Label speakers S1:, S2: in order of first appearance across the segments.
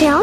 S1: 聊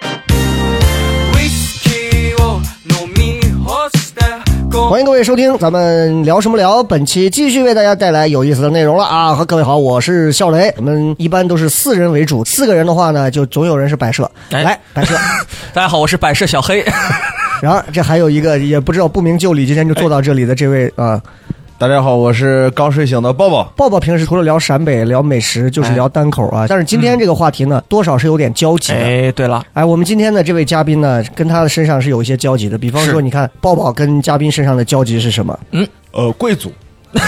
S2: ウイスキーを飲み干してご
S3: 欢迎各位收听，咱们聊什么聊？本期继续为大家带来有意思的内容了啊！和各位好，我是笑雷。我们一般都是四人为主，四个人的话呢，就总有人是摆设，
S4: 哎
S3: 来摆设。
S4: 大家好，我是摆设小黑。
S3: 然后这还有一个也不知道不明就里，今天就坐到这里的这位啊，
S5: 大家好，我是刚睡醒的抱抱。
S3: 抱抱平时除了聊陕北、聊美食，就是聊单口啊。但是今天这个话题呢，多少是有点交集的。
S4: 哎，对了，
S3: 哎，我们今天的这位嘉宾呢，跟他的身上是有一些交集的。比方说，
S4: 是
S3: 你看抱抱跟嘉宾身上的交集是什么？
S5: 呃，贵 族，曲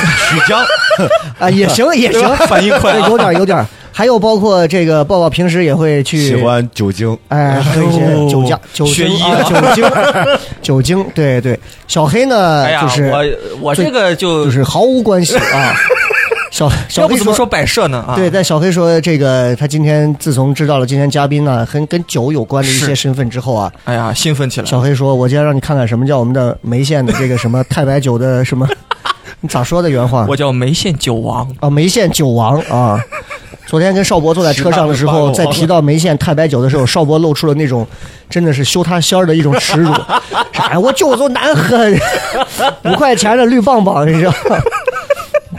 S5: 江，
S3: 啊，也 行，也行，
S4: 反应快啊
S3: 有点儿有点儿。还有包括这个抱抱平时也会去
S5: 喜欢酒精。
S3: 哎，喝一些酒驾、酒
S4: 学
S3: 精
S4: 医
S3: 啊、
S4: 了
S3: 酒精、 酒精，对对。小黑呢，
S4: 哎呀，
S3: 就是
S4: 我我这个就
S3: 就是毫无关系啊。 小小
S4: 要不
S3: 黑
S4: 怎么说摆设呢啊？
S3: 对，但小黑说这个，他今天自从知道了今天嘉宾呢，跟跟酒有关的一些
S4: 是
S3: 身份之后啊，
S4: 哎呀，兴奋起来
S3: 小
S4: 了。
S3: 黑说：“我今天让你看看什么叫我们的梅县的这个什么太白酒的什么， 你咋说的原话？
S4: 我叫梅县酒王，
S3: 啊，梅县酒王啊。”昨天跟邵博坐在车上的时候，
S5: 十大
S3: 在
S5: 的八个王
S3: 提到梅县太白酒的时候，邵博露出了那种真的是羞他仙儿的一种耻辱。哎，我酒都难喝，五块钱的绿棒棒，你知道吗？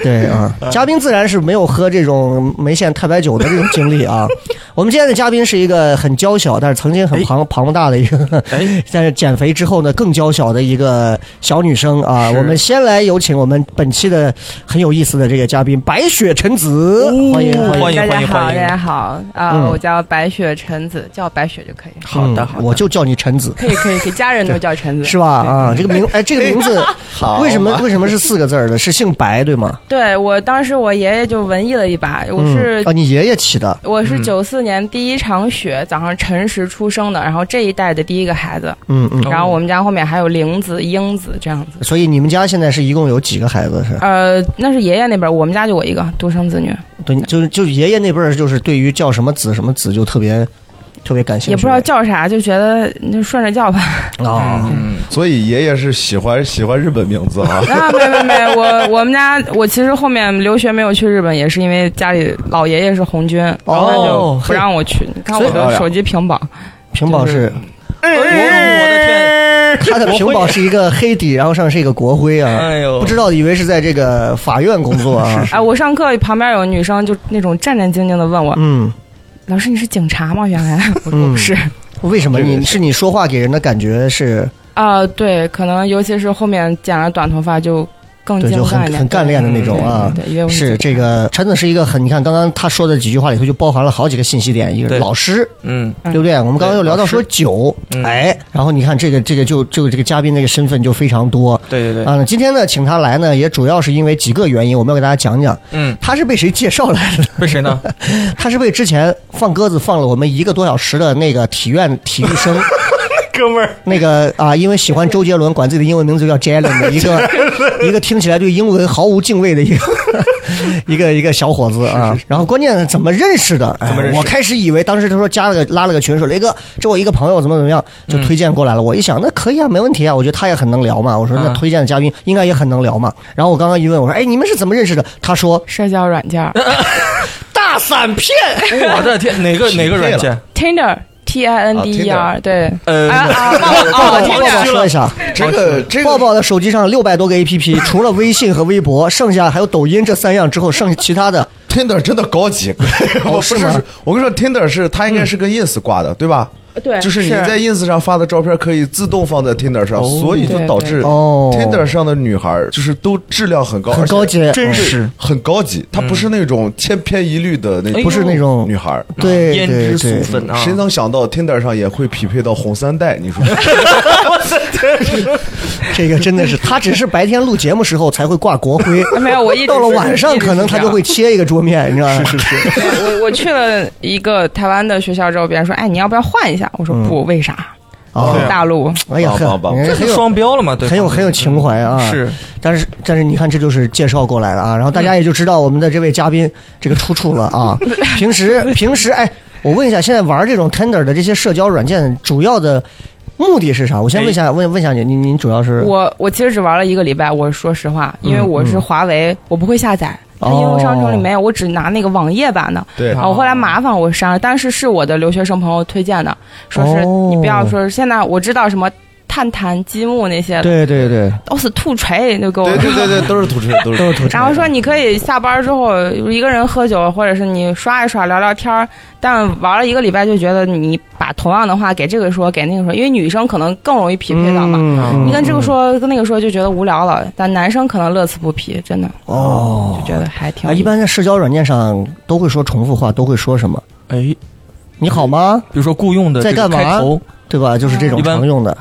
S3: 对啊，嘉宾自然是没有喝这种梅县太白酒的这种经历啊。我们今天的嘉宾是一个很娇小，但是曾经很庞庞大的一个，
S4: 哎
S3: 但是减肥之后呢更娇小的一个小女生啊。
S4: 是
S3: 我们先来有请我们本期的很有意思的这个嘉宾白雪陈子，
S4: 哦
S3: 欢迎欢迎。
S4: 欢迎欢
S6: 嗯大家
S4: 迎
S6: 好，大
S4: 欢
S6: 家
S4: 迎。
S6: 好啊、
S3: 嗯
S6: 我叫白雪橙子，叫我白雪就可以，
S4: 好的，
S3: 嗯
S4: 好的
S3: 我就叫你陈子。
S6: 可以可以，给家人都叫橙子，
S3: 是吧？？啊，这个名哎，这个名 字
S5: 好
S3: 为什
S4: 啊
S3: 么为什么是四个字儿的？是姓白对吗？
S6: 对我当时我爷爷就文艺了一把，我是、
S3: 嗯啊，嗯你爷爷起的
S6: 我是九四年第一场雪，早上辰时出生的，然后这一代的第一个孩子，
S3: 嗯嗯，
S4: 哦
S6: 然后我们家后面还有玲子、英子这样子。
S3: 所以你们家现在是一共有几个孩子？是
S6: 呃，那是爷爷那边，我们家就我一个独生子女，
S3: 对，就是就是爷爷那辈儿，就是对于叫什么子什么子就特别特别感兴趣，
S6: 也不知道叫啥，就觉得那就顺着叫吧。。
S4: 嗯
S3: 啊。
S5: 所以爷爷是喜欢喜欢日本名字啊
S6: 啊，没没没，我我们家我其实后面留学没有去日本，也是因为家里老爷爷是红军，然
S3: 哦
S6: 后他就不让我去。你看我的手机屏保，
S3: 屏保是
S4: 哎呦我的天，
S3: 它的屏保是一个黑底，然后上面是一个国徽啊，
S4: 哎呦，
S3: 不知道以为是在这个法院工作啊。
S6: 哎，我上课旁边有女生就那种战战兢兢的问我，
S3: 嗯，
S6: 老师你是警察吗？原来 我说
S3: 嗯
S6: 不是。
S3: 为什么你是你说话给人的感觉是
S6: 啊、对，可能尤其是后面剪了短头发就更
S3: 对
S6: 精
S3: 就很
S6: 干一点，
S3: 很干练的那种啊
S6: 对，对对因为我们
S3: 是
S6: 警察
S3: 这个陈子是一个很，你看刚刚他说的几句话里头就包含了好几个信息点，一个是
S4: 对
S3: 老师，
S4: 嗯，
S6: 嗯
S3: 对不对？我们刚刚又聊到说酒，
S4: 嗯
S3: 哎，然后你看这个这个就就这个嘉宾这个身份就非常多。
S4: 对对对，
S3: 啊，今天呢，请他来呢，也主要是因为几个原因，我们要给大家讲讲，
S4: 嗯，
S3: 他是被谁介绍来的？
S4: 被谁呢？
S3: 他是被之前放鸽子放了我们一个多小时的那个体院体育生，
S4: 哥们儿，
S3: 那个啊，因为喜欢周杰伦，管自己的英文名字叫 Jalen 的一 个一个听起来对英文毫无敬畏的一个 一个一个小伙子啊。然后关键怎么认识的？哎
S4: 怎么认识
S3: 我开始以为当时他说加了个拉了个群，说雷哎哥，这我一个朋友怎么怎么样，就推荐过来了。我一想那可以啊，没问题啊，我觉得他也很能聊嘛。我说那
S4: 嗯
S3: 推荐的嘉宾应该也很能聊嘛。然后我刚刚一问我说，哎，你们是怎么认识的？他说
S4: 哦
S6: 社交软件儿
S3: 大闪片。
S4: 我的天，哪个哪个软件？
S6: Tinder T I N D E
S3: 哦
S6: R 对，
S4: 呃
S3: 哎
S6: 啊
S3: 嗯
S6: 啊，忘了
S3: 抱
S6: 啊
S3: 抱抱抱说一下，
S5: 这个这
S3: 抱
S5: 个，
S3: 抱的手机上六百多个 APP，除了微信和微博，剩下还有抖音这三样之后，剩下其他的
S5: 啊 Tinder 真的高级。我不
S3: 是
S5: 是嗯
S3: 吗，
S5: 我跟你说，Tinder 是它应该是跟 Ins 挂的，对吧？
S3: 呃
S6: 对，
S5: 就是你在 ins 上发的照片可以自动放在 Tinder 上，所以就导
S3: 对
S5: 致
S3: 哦
S5: Tinder 上的女孩就是都质量很高，
S3: 很高级
S5: 而且
S3: 真实
S5: 很高级。她不是那种千篇一律嗯的那
S4: 哎
S5: 种，
S4: 呦
S3: 不是那种
S5: 女孩。
S3: 对
S4: 胭
S3: 对
S4: 脂
S3: 对
S4: 素粉啊，
S5: 谁能想到 Tinder 上也会匹配到红三代？你说
S3: 这个真的是，他只是白天录节目时候才会挂国 徽，
S6: 哎没有我一直
S3: 到了
S6: 是
S3: 晚上
S6: 一直
S3: 可能
S6: 是
S3: 他
S6: 这
S3: 就
S6: 样
S3: 会切一个桌面，你知道吗？是是是，
S6: 我我去了一个台湾的学校之后，别人说：“哎，你要不要换一下？”我说：“不，为啥？
S3: 哦
S6: 我是大陆。
S3: 哎呀，
S5: 棒
S3: 很
S5: 棒棒
S3: 哎
S4: 这
S3: 很
S4: 是
S3: 有
S4: 双标了嘛？对吧，
S3: 很有很有情怀啊！
S4: 是，
S3: 但是但是你看，这就是介绍过来的啊，然后大家也就知道我们的这位嘉宾这个出处了 啊。平时平时，哎，我问一下，现在玩这种 Tinder 的这些社交软件，主要的目的是啥？我先问一下，问问一下你，您您主要是
S6: 我我其实只玩了一个礼拜，我说实话，因为我是华为，我不会下载。它应用商城里没有，我只拿那个网页版的。
S5: 对
S6: 啊，我
S4: 哦
S6: 后来麻烦我删了，但是是我的留学生朋友推荐的，说是
S3: 哦
S6: 你不要说是现在我知道什么探探、积木那些，
S3: 对对对，
S6: 都是土锤就给我
S5: 对。对对对，都是土锤， 都是
S3: 都是土
S6: 然后说你可以下班之后一个人喝酒，或者是你刷一刷聊聊天儿，但玩了一个礼拜就觉得你把同样的话给这个说给那个说，因为女生可能更容易匹配到嘛。
S3: 嗯
S6: 你跟这个说跟那个说就觉得无聊了，但男生可能乐此不疲，真的
S3: 哦
S6: 就觉得还挺
S3: 啊，
S6: 有意思。
S3: 一般在社交软件上都会说重复话，都会说什么？
S4: 哎，比
S3: 你好吗？
S4: 如说雇佣的
S3: 在
S4: 这个
S3: 干嘛
S4: 开头，
S3: 对吧？就是这种
S4: 一般
S3: 常 用的。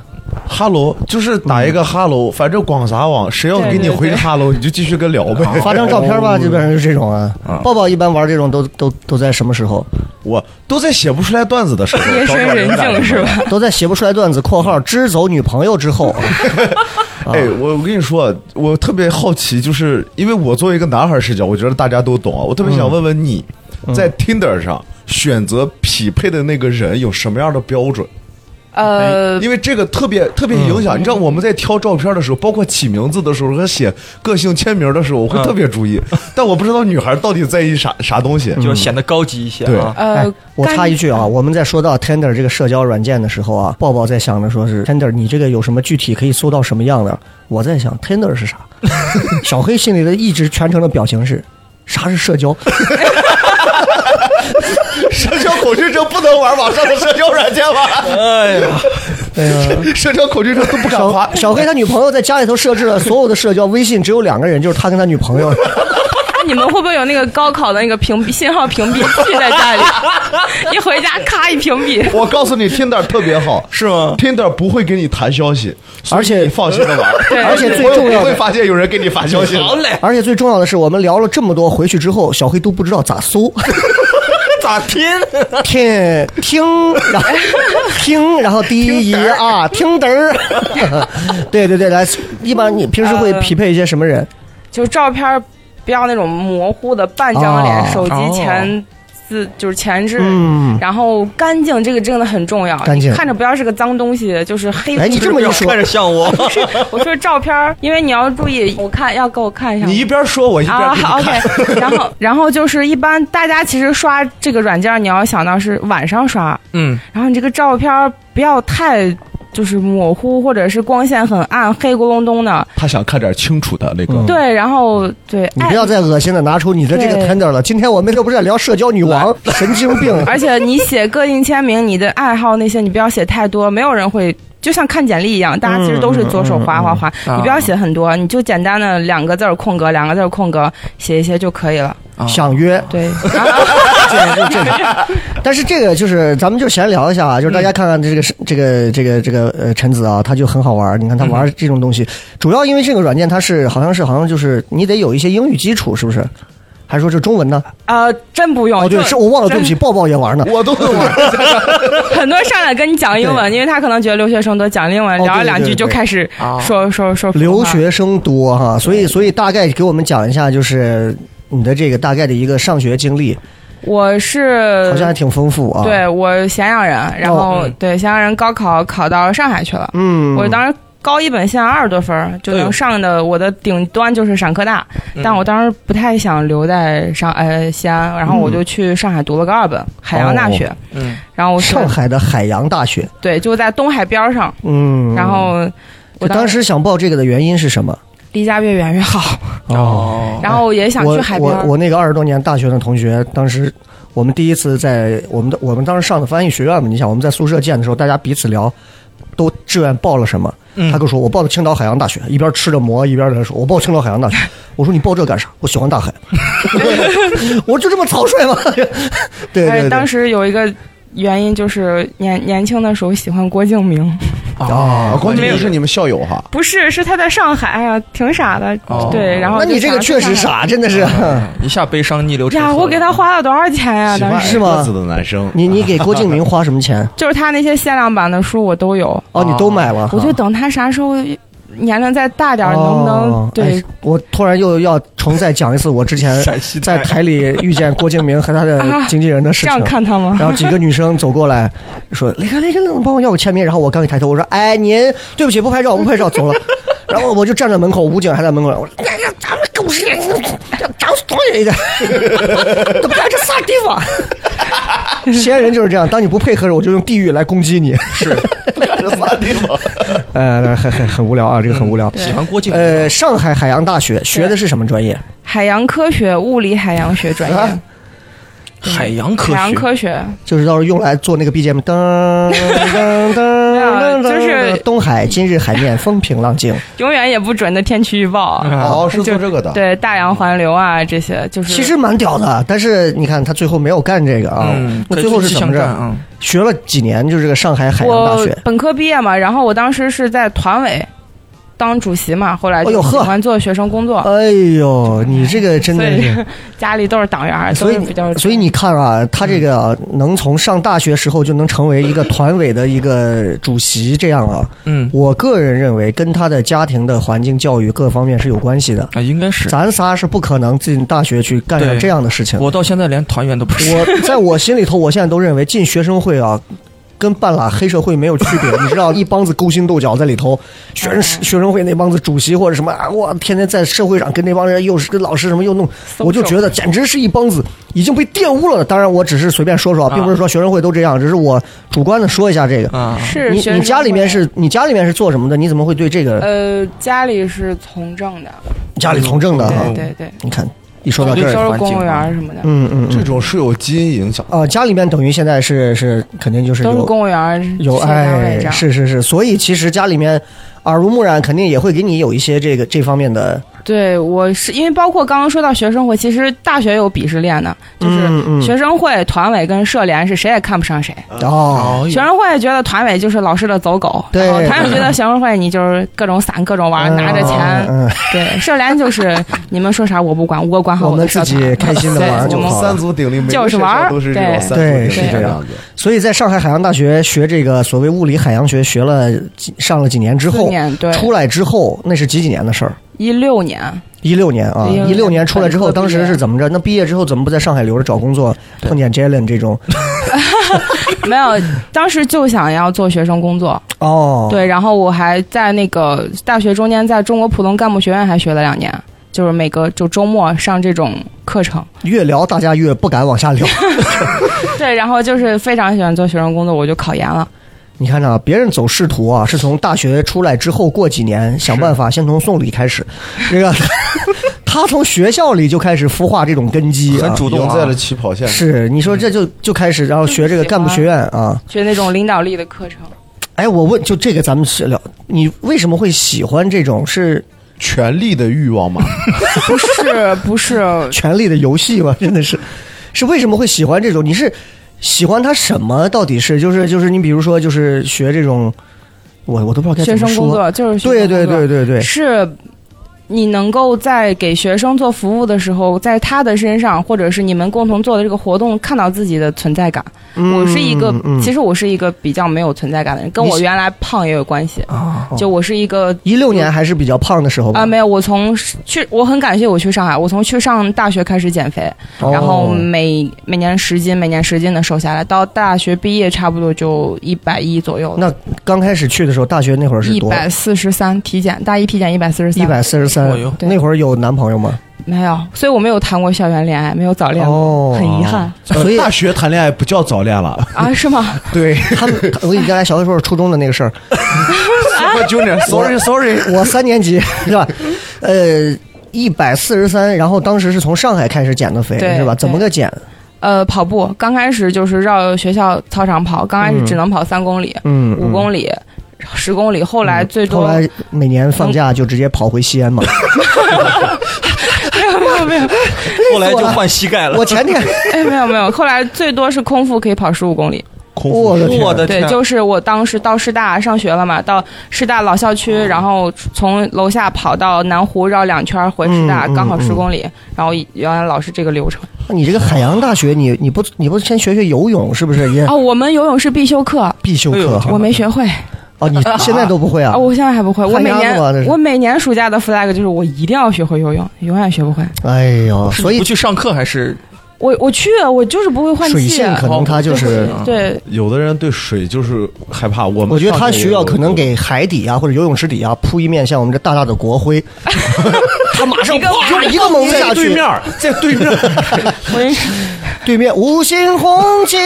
S5: 哈喽，就是打一
S3: 嗯
S5: 个哈喽，反正广撒网，谁要给你回个哈喽，你就继续跟聊呗。
S3: 发张照片
S4: 哦
S3: 吧，基本上就是这种啊。抱抱一般玩这种都都都在什么时候？
S5: 我都在写不出来段子的 时候，
S6: 夜
S5: 找
S6: 深
S5: 点灵
S6: 人
S5: 感
S6: 静是吧？？
S3: 都在写不出来段子（括号支走女朋友之后啊
S5: 哎，我我跟你说，我特别好奇，就是因为我作为一个男孩视角，我觉得大家都懂啊。我特别想
S3: 嗯
S5: 问问你，在 Tinder 上选择匹配的那个人有什么样的标准？
S3: 哎
S6: 呃，
S5: 因为这个特别特别影
S3: 嗯
S5: 响。你知道我们在挑照片的时候，包括起名字的时候和写个性签名的时候，我
S3: 嗯
S5: 会特 别注意。但我不知道女孩到底在意啥啥东西。
S3: 嗯
S4: 就要显得高级一些
S5: 对
S4: 啊。
S3: 哎
S6: 呃，
S3: 我
S6: 干
S3: 插一句啊，我们在说到 Tinder 这个社交软件的时候啊，抱抱在想着说是 Tinder，你这个有什么具体可以搜到什么样的？我在想 Tinder 是啥？ 小黑心里的一直全程的表情是。啥是社交？
S5: 社交恐惧症不能玩网上的社交软件吧？
S4: 哎呀，
S3: 哎呀，
S5: 社交恐惧症都不敢滑
S3: 小。小黑他女朋友在家里头设置了所有的社交微信，只有两个人，就是他跟他女朋友。
S6: 哎你们会不会有那个高考的那个屏蔽信号屏蔽器在家 里？一回家咔一屏蔽。
S5: 我告诉你，Tinder 特别好，
S4: 是吗？
S5: Tinder 不会给你弹消息，所以
S3: 而且
S5: 你放心 的玩
S6: 对，
S3: 而且最重
S5: 我也
S3: 要
S5: 不会
S3: 的，
S5: 发现有人给你发消息。
S4: 好，嘞，
S3: 而且最重要的是，我们聊了这么多，回去之后，小黑都不知道咋搜。
S4: 咋拼？
S3: 听听，然后听，然后第一啊，听嘚儿， 对对对，来，一般你平时会匹配一些什么人？
S6: 就照片儿不要那种模糊的半张脸，
S3: 哦
S6: 手
S4: 哦
S6: 机前字、就是前置，
S3: 嗯
S6: 然后干净这个真的很重要，
S3: 干净
S6: 你看着不要是个脏东西，就是黑。
S3: 哎你这么一说
S4: 看着像 我，
S6: 我说照片儿，因为你要注意，我看要给我看一下。
S5: 你一边说，我一边给
S6: 啊
S5: 你看。
S6: ，OK，然后然后就是一般大家其实刷这个软件儿，你要想到是晚上刷，
S4: 嗯，
S6: 然后你这个照片儿不要太就是模糊，或者是光线很暗，黑咕隆咚的。
S5: 他想看点清楚的那个。
S3: 嗯
S6: 对，然后对，
S3: 你
S6: 哎
S3: 不要再恶心的拿出你的这个
S6: 对哎
S3: Tinder 了。今天我们又不是在聊社交女王，神经病。
S6: 而且你写个性签名，你的爱好那些，你不要写太多，没有人会。就像看简历一样，大家其实都是左手划划划，
S4: 嗯嗯嗯
S6: 你不要写很多，你就简单的两个字儿空格，两个字儿空格写一些就可以了。
S4: 啊
S3: 想约，
S6: 对，啊然后
S3: 这这这，但是这个就是咱们就闲聊一下啊，就是大家看看这个是这个这个这个呃陈子啊，他就很好玩儿。你看他玩这种东西，主要因为这个软件它是好像是好像就是你得有一些英语基础，是不是？还是说这中文呢？
S6: 呃，真不用，
S3: 哦，对，
S6: 就是
S3: 我忘了，对不起，
S6: 真
S3: 抱抱也玩呢。
S5: 我都能玩，
S6: 很多上来跟你讲英文，
S3: 对
S6: 因为他可能觉得留学生多讲英文，
S3: 哦
S6: 聊
S3: 对
S6: 了两
S3: 对
S6: 句
S3: 对
S6: 就开始
S4: 啊
S6: 说说说普通
S3: 留
S6: 话
S3: 学生多哈，所以所以大概给我们讲一下，就是你的这个大概的一个上学经历，
S6: 我是
S3: 好像哦嗯还挺丰富啊。
S6: 呃对，我咸阳人，然后、对咸阳人高考考到上海去了，
S3: 嗯，哦
S6: 我当时高一本线二十多分儿就
S4: 哎呦
S6: 能上的，我的顶端就是陕科大，
S3: 嗯
S6: 但我当时不太想留在上呃西安，然后
S3: 嗯
S6: 我就去上海读了个二本海洋大学，
S4: 嗯，
S6: 然后我是
S3: 哦上海的海洋大学，
S6: 对就在东海边儿上，
S3: 嗯，
S6: 然后
S3: 我
S6: 我
S3: 当时想报这个的原因是什么？
S6: 离家越远越好，
S4: 哦，
S6: 然后也想去海边
S3: 我
S6: 儿
S3: 我我那个二十多年大学的同学，当时我们第一次在我们的我们当时上的翻译学院嘛，你想我们在宿舍见的时候，大家彼此聊，都志愿报了什么？他跟我说我报了青岛海洋大学，一边吃着馍一边在那说，我报青岛海洋大学。我说你报这干啥？我喜欢大海。 我就这么草率吗？ 对对
S6: 而且
S3: 对，
S6: 哎当时有一个原因就是年年轻的时候喜欢郭 敬明，
S4: 哦
S3: 哦
S5: 啊，关
S6: 没
S5: 键
S6: 有
S5: 是你们校友哈，
S6: 不是是他在上海，哎呀，挺傻的，对，然
S3: 哦
S6: 后
S3: 那
S6: 就
S3: 你这个
S6: 想
S3: 确实
S6: 去上海。
S3: 傻，真的是。
S4: 一下悲伤逆流成
S6: 呀，
S4: 河。
S6: 我给他花了多少钱呀？
S5: 喜欢
S6: 当时
S5: 矮
S3: 是吗
S5: 个子的男 生，
S3: 你你给郭敬明花什么钱？
S6: 就是他那些限量版的书我都有，
S3: 哦，你都买了。
S6: 我就等他啥时候年龄再大点儿，能不能
S3: 哦
S6: 对
S3: 哎？我突然又要重再讲一次我之前
S4: 陕西
S3: 在台里遇见郭敬明和他的经纪人的事
S6: 这
S3: 情
S6: 样。看他吗？
S3: 然后几个女生走过来说：“雷哥，雷哥，能帮我要个签名？”然后我刚一抬头，我说：“哎，您对不起，不拍照，不拍照，走了。”然后我就站在门口，武警还在门口，我说：“哎呀，咱们狗日的，咱们多远一点？怎么在这啥地方？”西安人就是这样，当你不配合时，我就用地域来攻击你。是，
S5: 这啥地方？
S3: 呃，很很很无聊啊，这个很无聊。
S4: 喜欢郭靖，
S3: 呃，上海海洋大学学的是什么专业？
S6: 海洋科学、物理海洋 学专业，
S3: 啊哎
S4: 海洋科
S6: 海洋
S4: 学，
S6: 科学
S3: 就是到时候用来做那个 BGM，噔噔噔噔噔，
S6: 就是
S3: 东海今日海面风平浪静。
S6: 永远也不准的天气预报啊，
S5: 哦，是做这个的，
S6: 对大洋环流啊这些，就是
S3: 其实蛮屌的，但是你看他最后没有干这个啊
S4: 嗯，，
S3: 那最后是怎么着？
S4: 啊？
S3: 学了几年，就是这个上海海洋大
S6: 我
S3: 学。
S6: 本科毕业嘛，然后我当时是在团委当主席嘛，后来
S3: 哎呦
S6: 就喜
S3: 呵
S6: 欢做学生工作，
S3: 哎呦，你这个真
S6: 所
S3: 的
S6: 以
S3: 是，
S6: 家里都是党员儿，
S3: 所
S6: 都
S3: 以
S6: 是比较
S3: 你所以你看啊，他这个啊能从上大学时候就能成为一个团委的一个主席，这样啊，
S4: 嗯，
S3: 我个人认为跟他的家庭的环境、教育各方面是有关系的。
S4: 啊，应该是。
S3: 咱仨是不可能进大学去干上
S4: 对
S3: 这样的事情。
S4: 我到现在连团员都不是。
S3: 我在我心里头，我现在都认为进学生会啊，跟半拉黑社会没有区别。你知道，一帮子勾心斗角在里头，学生
S6: 嗯
S3: 学生会那帮子主席或者什么啊，哇，天天在社会上跟那帮人又是跟老师什么又弄，
S6: 手
S3: 我就觉得简直是一帮子已经被玷污了的。当然，我只是随便说说啊，并不是说学生会都这样，只是我主观的说一下这个。
S4: 啊，
S6: 是
S3: 你
S6: 学
S3: 你
S6: 生
S3: 家里面
S6: 会
S3: 是你家里面是做什么的？你怎么会对这个
S6: 呃家里是从政的，
S3: 家里从政的啊
S6: 对？对对，
S3: 你看，一说到这
S6: 就
S3: 儿，
S6: 都
S4: 环
S6: 是公
S4: 境
S6: 务员
S4: 啊
S6: 儿什么的，
S3: 嗯嗯嗯
S5: 这。种是有基因影响的。
S3: 啊、家里面等于现在是是肯定就是
S6: 都是
S3: 有
S6: 公务员儿，
S3: 有
S6: 是单位
S3: 哎
S6: 这，样
S3: 是是是，所以其实家里面耳濡目染，肯定也会给你有一些这个这方面的，
S6: 对，我是因为包括刚刚说到学生会，其实大学有鄙视链的，就是
S3: 嗯嗯
S6: 学生会、团委跟社联是谁也看不上谁。
S3: 哦，
S4: 哦，
S6: 学生会觉得团委就是老师的走狗，
S3: 对
S6: 然后团委觉 得学生会你就是各种散、各种玩，
S3: 嗯
S6: 拿着钱。
S3: 嗯，嗯
S6: 对，社联就是 你们说啥我不管，我管好
S3: 我
S6: 的
S3: 们
S6: 社
S3: 自
S6: 团。
S3: 己开心的
S6: 对
S3: 玩
S5: 嗯
S6: 我
S3: 就
S6: 们
S3: 好了
S5: 三。足鼎立，每
S6: 就
S5: 个
S6: 是
S5: 学
S6: 玩儿
S5: 校都是这
S6: 对
S5: 种三足鼎
S3: 对
S5: 立这
S3: 是
S5: 样子。
S3: 所以在上海海洋大学学这个所谓物理海洋学，学了几上了几年之
S6: 四
S3: 后，
S6: 年对，
S3: 出来之后那是几几年的事儿？
S6: 一六年
S3: 一六年啊，
S6: 16
S3: 一六年出来之后，
S6: 本科
S3: 当时是怎么着？那毕业之后怎么不在上海留着找工作？碰见 Jalen 这种
S6: 没有，当时就想要做学生工作，
S3: 哦，
S6: 对，然后我还在那个大学中间，在中国普通干部学院还学了两年，就是每个就周末上这种课 程。
S3: 越聊大家越不敢往下聊。
S6: 对，然后就是非常喜欢做学生工作，我就考研了。
S3: 你看着啊，别人走仕途啊，是从大学出来之后过几年想办法，先从送礼开始。这个 他从学校里就开始孵化这种根基啊
S4: 很。主嗯动
S5: 赢
S4: 啊
S5: 在了起跑线上。
S3: 是，你说这就就开始，然后学这个干部学院啊。
S6: 学那种领导力的课程，
S3: 哎，我问，就这个咱们是聊，你为什么会喜欢这种是
S5: 权力的欲望嘛，
S6: 不是不是，
S3: 权力的游戏吗？ 真的是，是为什么会喜欢这种？你是喜欢他什么？到底是就是就是你比如说就是学这种，我我都不知道该怎
S6: 学
S3: 么说。
S6: 生工作就是学
S3: 对
S6: 生
S3: 对
S6: 工作
S3: 对对对，
S6: 是。你能够在给学生做服务的时候，在他的身上，或者是你们共同做的这个活动，看到自己的存在感。我是一个
S3: 嗯，嗯、
S6: 其实我是一个比较没有存在感的人，跟
S3: 你
S6: 我
S3: 是
S6: 原来胖也有关系。
S3: 啊，
S6: 就我是一个
S3: 一六年还是比较胖的时候吧
S6: 啊，没有，我从去，我很感谢我去上海，我从去上大学开始减肥，
S3: 哦
S6: 然后每每年十斤，每年十斤的瘦下来，到大学毕业差不多就一百一左右了，
S3: 那刚开始去的时候，大学那会儿是
S6: 一
S3: 多
S6: 百四十三体检，大一体检一百四十三，
S3: 一百四十三
S4: 哎呦，
S6: 对
S3: 那会儿有男朋友吗？
S6: 没有，所以我没有谈过校园恋爱，没有早恋过，
S3: 哦，
S6: 很遗憾
S3: 所以
S5: 大学谈恋爱不叫早恋了，
S6: 啊，是 吗？
S3: 对他们，我跟你刚才小黑说是初中的那个事儿，
S5: 快九 点，sorry sorry，
S3: 我三年级是吧？呃，一百四十三，然后当时是从上海开始减的肥
S6: 对
S3: 是吧？
S6: 对
S3: 怎么个减？
S6: 呃，跑步刚开始就是绕学校操场跑，刚开始只能跑三公里、
S3: 嗯，
S6: 五公
S3: 里，
S6: 里、十公里，后来最
S3: 后
S6: 多
S3: 来每年放假就直接跑回西安嘛。
S4: 后来就换膝盖了。
S3: 我前天，
S6: 哎，没有没有，后来最多是空腹可以跑十五公里。
S5: 空
S3: 我
S5: 腹
S3: 的
S4: 我的
S6: 对，
S4: 天，啊
S6: 就是我当时到师大上学了嘛，到师大老校
S3: 哦
S6: 区，然后从楼下跑到南湖绕两圈回师大，
S3: 嗯嗯
S6: 刚好十
S3: 嗯
S6: 公里。然后原来老师这个流程
S3: 你这个海洋大学，你你不你不先学学游泳是不是？也
S6: 哦，我们游泳是必修课，
S3: 必修
S4: 哎呦
S3: 课
S4: 挺
S6: 我没学会
S3: 哦，你现在都不会啊
S6: 啊，？我现在还不会。我
S3: 旱
S6: 每
S3: 鸭子
S6: 年
S3: 吧这是
S6: 我每年暑假的 flag 就是我一定要学会游泳，永远学不会。
S3: 哎呦，
S4: 是
S3: 所以
S4: 啊不去上课还是
S6: 我我去，我就是不会换
S3: 水
S6: 气。
S5: 啊
S6: 啊
S3: 性可能它就是，
S6: 对，
S5: 有的人对水就是害怕，哦我们
S3: 我觉得它
S5: 上学
S3: 需要
S5: 也有
S3: 可能给海底啊或者游泳池底啊铺一面像我们这大大的国 徽，它马上啪一个猛子下
S5: 在对
S3: 去
S5: 面，， 在对面，
S6: 我跟你说
S3: 对面五星红旗，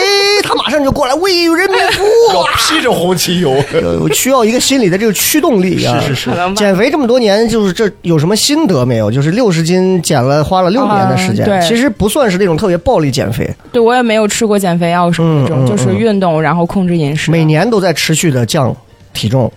S3: 它马上就过来为人民服务
S5: 我。披着红旗游。
S3: 我需要一个心理的这个驱动力啊！
S5: 是是
S6: 可能吧
S3: 减肥这么多年，就是这有什么心得没有？就是六十斤减了，花了六年的时间，
S6: 啊对
S3: 其实不算是那种特别暴力减肥，
S6: 对我也没有吃过减肥药什么那
S3: 嗯嗯
S6: 种，就是
S3: 嗯
S6: 运动然后控制饮
S5: 啊
S6: 食。
S3: 每年都在持续的降体重，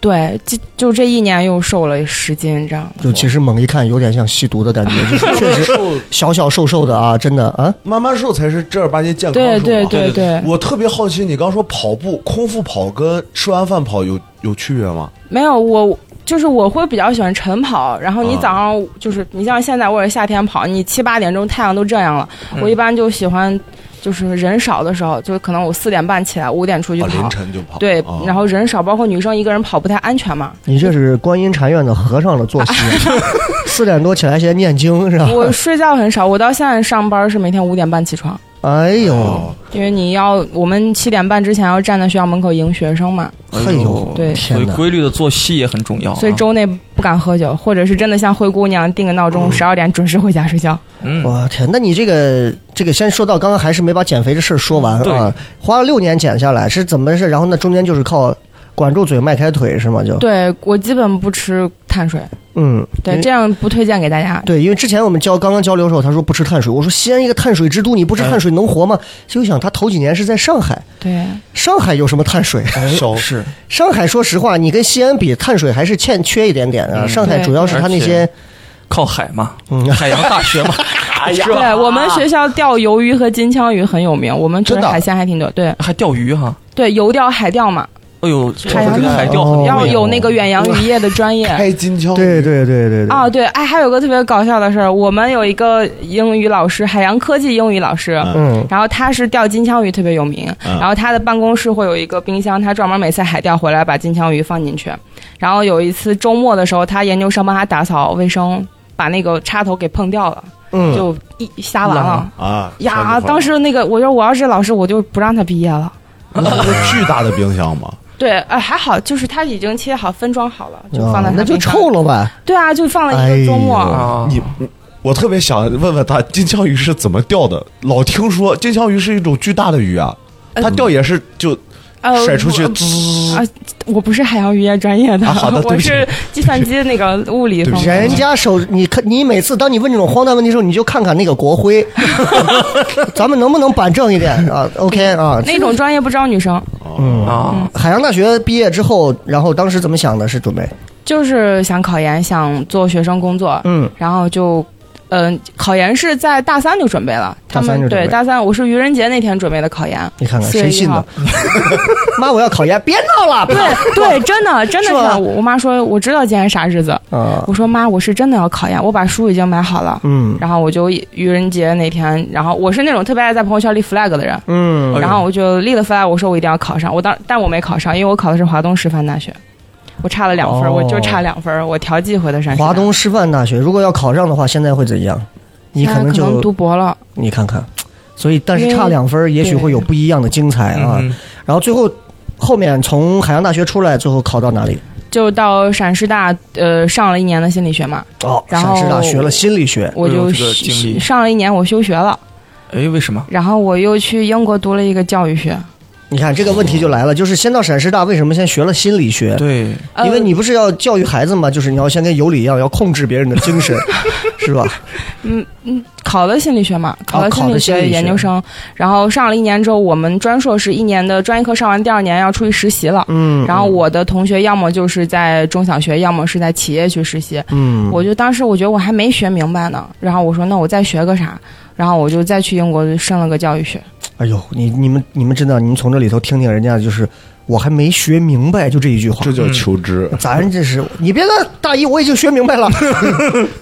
S6: 对，就就这一年又瘦了十斤，你知道吗？
S3: 就其实猛一看有点像吸毒的感觉，就是确 实
S6: 哦
S3: 小小瘦瘦的啊，真的啊，
S5: 慢慢瘦才是正儿八经健康
S6: 对
S5: 瘦嘛
S6: 对对对
S5: 我特别好奇，你刚说跑步空腹跑跟吃完饭跑有有区别吗？
S6: 没有我。就是我会比较喜欢晨跑，然后你
S5: 啊
S6: 早上就是你像现在我也夏天跑，你七八点钟太阳都这样了，
S5: 嗯
S6: 我一般就喜欢就是人少的时候，就可能我四点半起来，五点出去
S5: 啊，凌
S6: 跑，
S5: 晨就跑。
S6: 对
S5: 啊，
S6: 然后人少，包括女生一个人跑不太安 全嘛。
S3: 你这是观音禅院的和尚的作息，啊 四点多起来先念经是吧？
S6: 我睡觉很少，我到现在上班是每天五点半起床，
S3: 哎呦，
S5: 哦
S6: 因为你要我们七点半之前要站在学校门口迎学生嘛，
S3: 嘿哎呦，
S6: 对
S4: 哎所
S3: 天
S4: 以
S3: 哪！
S4: 规律的作息也很重
S5: 哦
S4: 要啊。
S6: 所以周内不敢喝酒，或者是真的像灰姑娘定个闹
S5: 嗯
S6: 钟，十二点准时回家睡 觉。
S4: 嗯，
S3: 我天，那你这个这个先说到刚刚还是没把减肥这事儿说完啊，花了六年减下来是怎么是？然后那中间就是靠管住嘴迈开腿是吗？就
S6: 对我基本不吃碳水，
S3: 嗯，因
S6: 对，
S3: 为
S6: 这样不推荐给大家。
S3: 对，因为之前我们交刚刚交流的时候，他说不吃碳水，我说西安一个碳水之都，你不吃
S6: 嗯
S3: 碳水能活吗？就想他头几年是在上海，
S6: 对，
S3: 上海有什么碳水？
S5: 少
S4: 是
S3: 上海说实话，你跟西安比，碳水还是欠缺一点点啊。
S4: 嗯
S3: 上海
S6: 对
S3: 主要是它那些，
S4: 靠海嘛，
S3: 嗯，
S4: 海洋大学嘛，是吧？
S6: 对我们学校钓鱿鱼和金枪鱼很有名，我们吃
S3: 真的啊
S6: 海鲜还挺多。对
S4: 还钓鱼哈。
S6: 对，游钓、海钓嘛，
S4: 哎呦，这
S6: 海洋
S4: 这个海钓
S3: 哦
S4: 很
S6: 要有那个远洋渔业的专业。
S5: 开金枪，
S3: 对对对对对，
S6: 啊，对，哎，还有个特别搞笑的事儿，我们有一个英语老师，海洋科技英语老师，
S5: 嗯
S3: 嗯，
S6: 然后他是钓金枪鱼特别有名，
S5: 嗯
S6: 然后他的办公室会有一个冰箱，他专门每次海钓回来把金枪鱼放进去。然后有一次周末的时候，他研究生帮他打扫卫生，把那个插头给碰掉了，
S3: 嗯
S6: 就一一瞎完了。
S5: 啊
S6: 呀，当时那个，我说我要是老师，我就不让他毕业了。
S5: 那是个巨大的冰箱嘛，
S6: 对，哎，还好，就是他已经切好分装好了，就放在
S3: 啊
S6: 他
S3: 那就
S6: 冰箱
S3: 臭。了吧？
S6: 对啊，就放了一个周末。
S3: 哎呦
S4: 啊，
S5: 你。我特别想问问他金枪鱼是怎么钓的？老听说金枪鱼是一种巨大的鱼啊，它钓也是就
S3: 哎
S6: 呃，
S5: 甩出去
S6: 我
S5: 滋
S6: 啊，我不是海洋渔业专业的，
S5: 啊好的对
S6: 我
S5: 不起
S6: 是计算机那个物理
S5: 对不
S6: 方
S5: 起
S6: 面
S3: 人
S6: 的。
S3: 家手，你看，你每次当你问这种荒诞问题的时候，你就看看那个国 徽，咱们能不能板正一点啊？OK 啊，
S6: 那种专业不招女生，
S3: 嗯
S4: 啊，
S3: 海洋大学毕业之后，然后当时怎么想的？是准备，
S6: 就是想考研，想做学生工作，
S3: 嗯，
S6: 然后就，嗯、考研是在大三就准备了。他
S3: 大三就
S6: 们
S3: 准备
S6: 对大三，我是愚人节那天准备的 考研。
S3: 你看看
S6: 4月
S3: 谁信
S6: 1
S3: 呢
S6: 号？
S3: 妈，我要考研，别闹 了，
S6: 对对，真的真的
S3: 是
S6: 是
S3: 吧
S6: 我我妈说我知道今天啥日子，
S3: 啊，
S6: 我说妈，我是真的要考研，我把书已经买好了。
S3: 嗯
S6: 然后我就愚人节那天，然后我是那种特别爱在朋友圈立 flag 的人，
S3: 嗯，
S6: 然后我就立了 flag，我说我一定要考上。我当但我没考上，因为我考的是华东师范大学，我差了两分，
S3: 哦
S6: 我就差两分，我调剂回的山师大。
S3: 华东师范大学，如果要考上的话，现在会怎样？你可
S6: 现在
S3: 能
S6: 可能
S3: 就
S6: 读博了，
S3: 你看看，所以但是
S6: 因为
S3: 差两分儿，也许会有不一样的精彩啊。
S4: 嗯，
S3: 然后最后后面从海洋大学出来，最后考到哪里？
S6: 就到陕师大呃上了一年的心理学嘛，
S3: 哦，
S6: 然
S3: 陕
S6: 后
S3: 师大学了心理学，
S6: 我
S4: 哎
S6: 就
S4: 呦这个经历
S6: 休上了一年，我休学了，
S4: 哎，为什么？
S6: 然后我又去英国读了一个教育学，
S3: 你看这个问题就来了，就是先到陕师大，为什么先学了心理学？
S4: 对，
S6: 呃
S3: 因 为你不是要教育孩子嘛，就是你要先跟尤里一样，要控制别人的精神，是吧？
S6: 嗯嗯，考的心理学嘛，考
S3: 哦
S6: 的
S3: 考
S6: 心
S3: 的
S6: 理
S3: 心理
S6: 学研究
S3: 学
S6: 生，然后上了一年之后，我们专硕是一年的专业课上完，第二年要出去实习了。
S3: 嗯，
S6: 然后我的同学要么就是在中小学，要么是在企业去实习。
S3: 嗯，
S6: 我就当时我觉得我还没学明白呢，然后我说那我再学个啥，然后我就再去英国上了个教育学。
S3: 哎呦，你你们你们真的，你们从这里头听听人家就是，我还没学明白，就这一句话
S5: 这。叫求知。
S3: 咱这是你别看大一我已经学明白 了，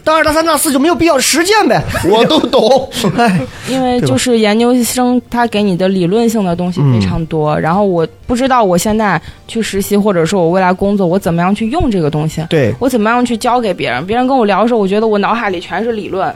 S3: 大二、大三、大四就没有必要实践呗，我都懂。哎，
S6: 因
S3: 对
S6: 为
S3: 吧
S6: 就是研究生，他给你的理论性的东西非常
S3: 嗯
S6: 多，然后我不知道我现在去实习，或者说我未来工作，我怎么样去用这个东西，
S3: 对，
S6: 我怎么样去教给别人，别人跟我聊的时候，我觉得我脑海里全是理论，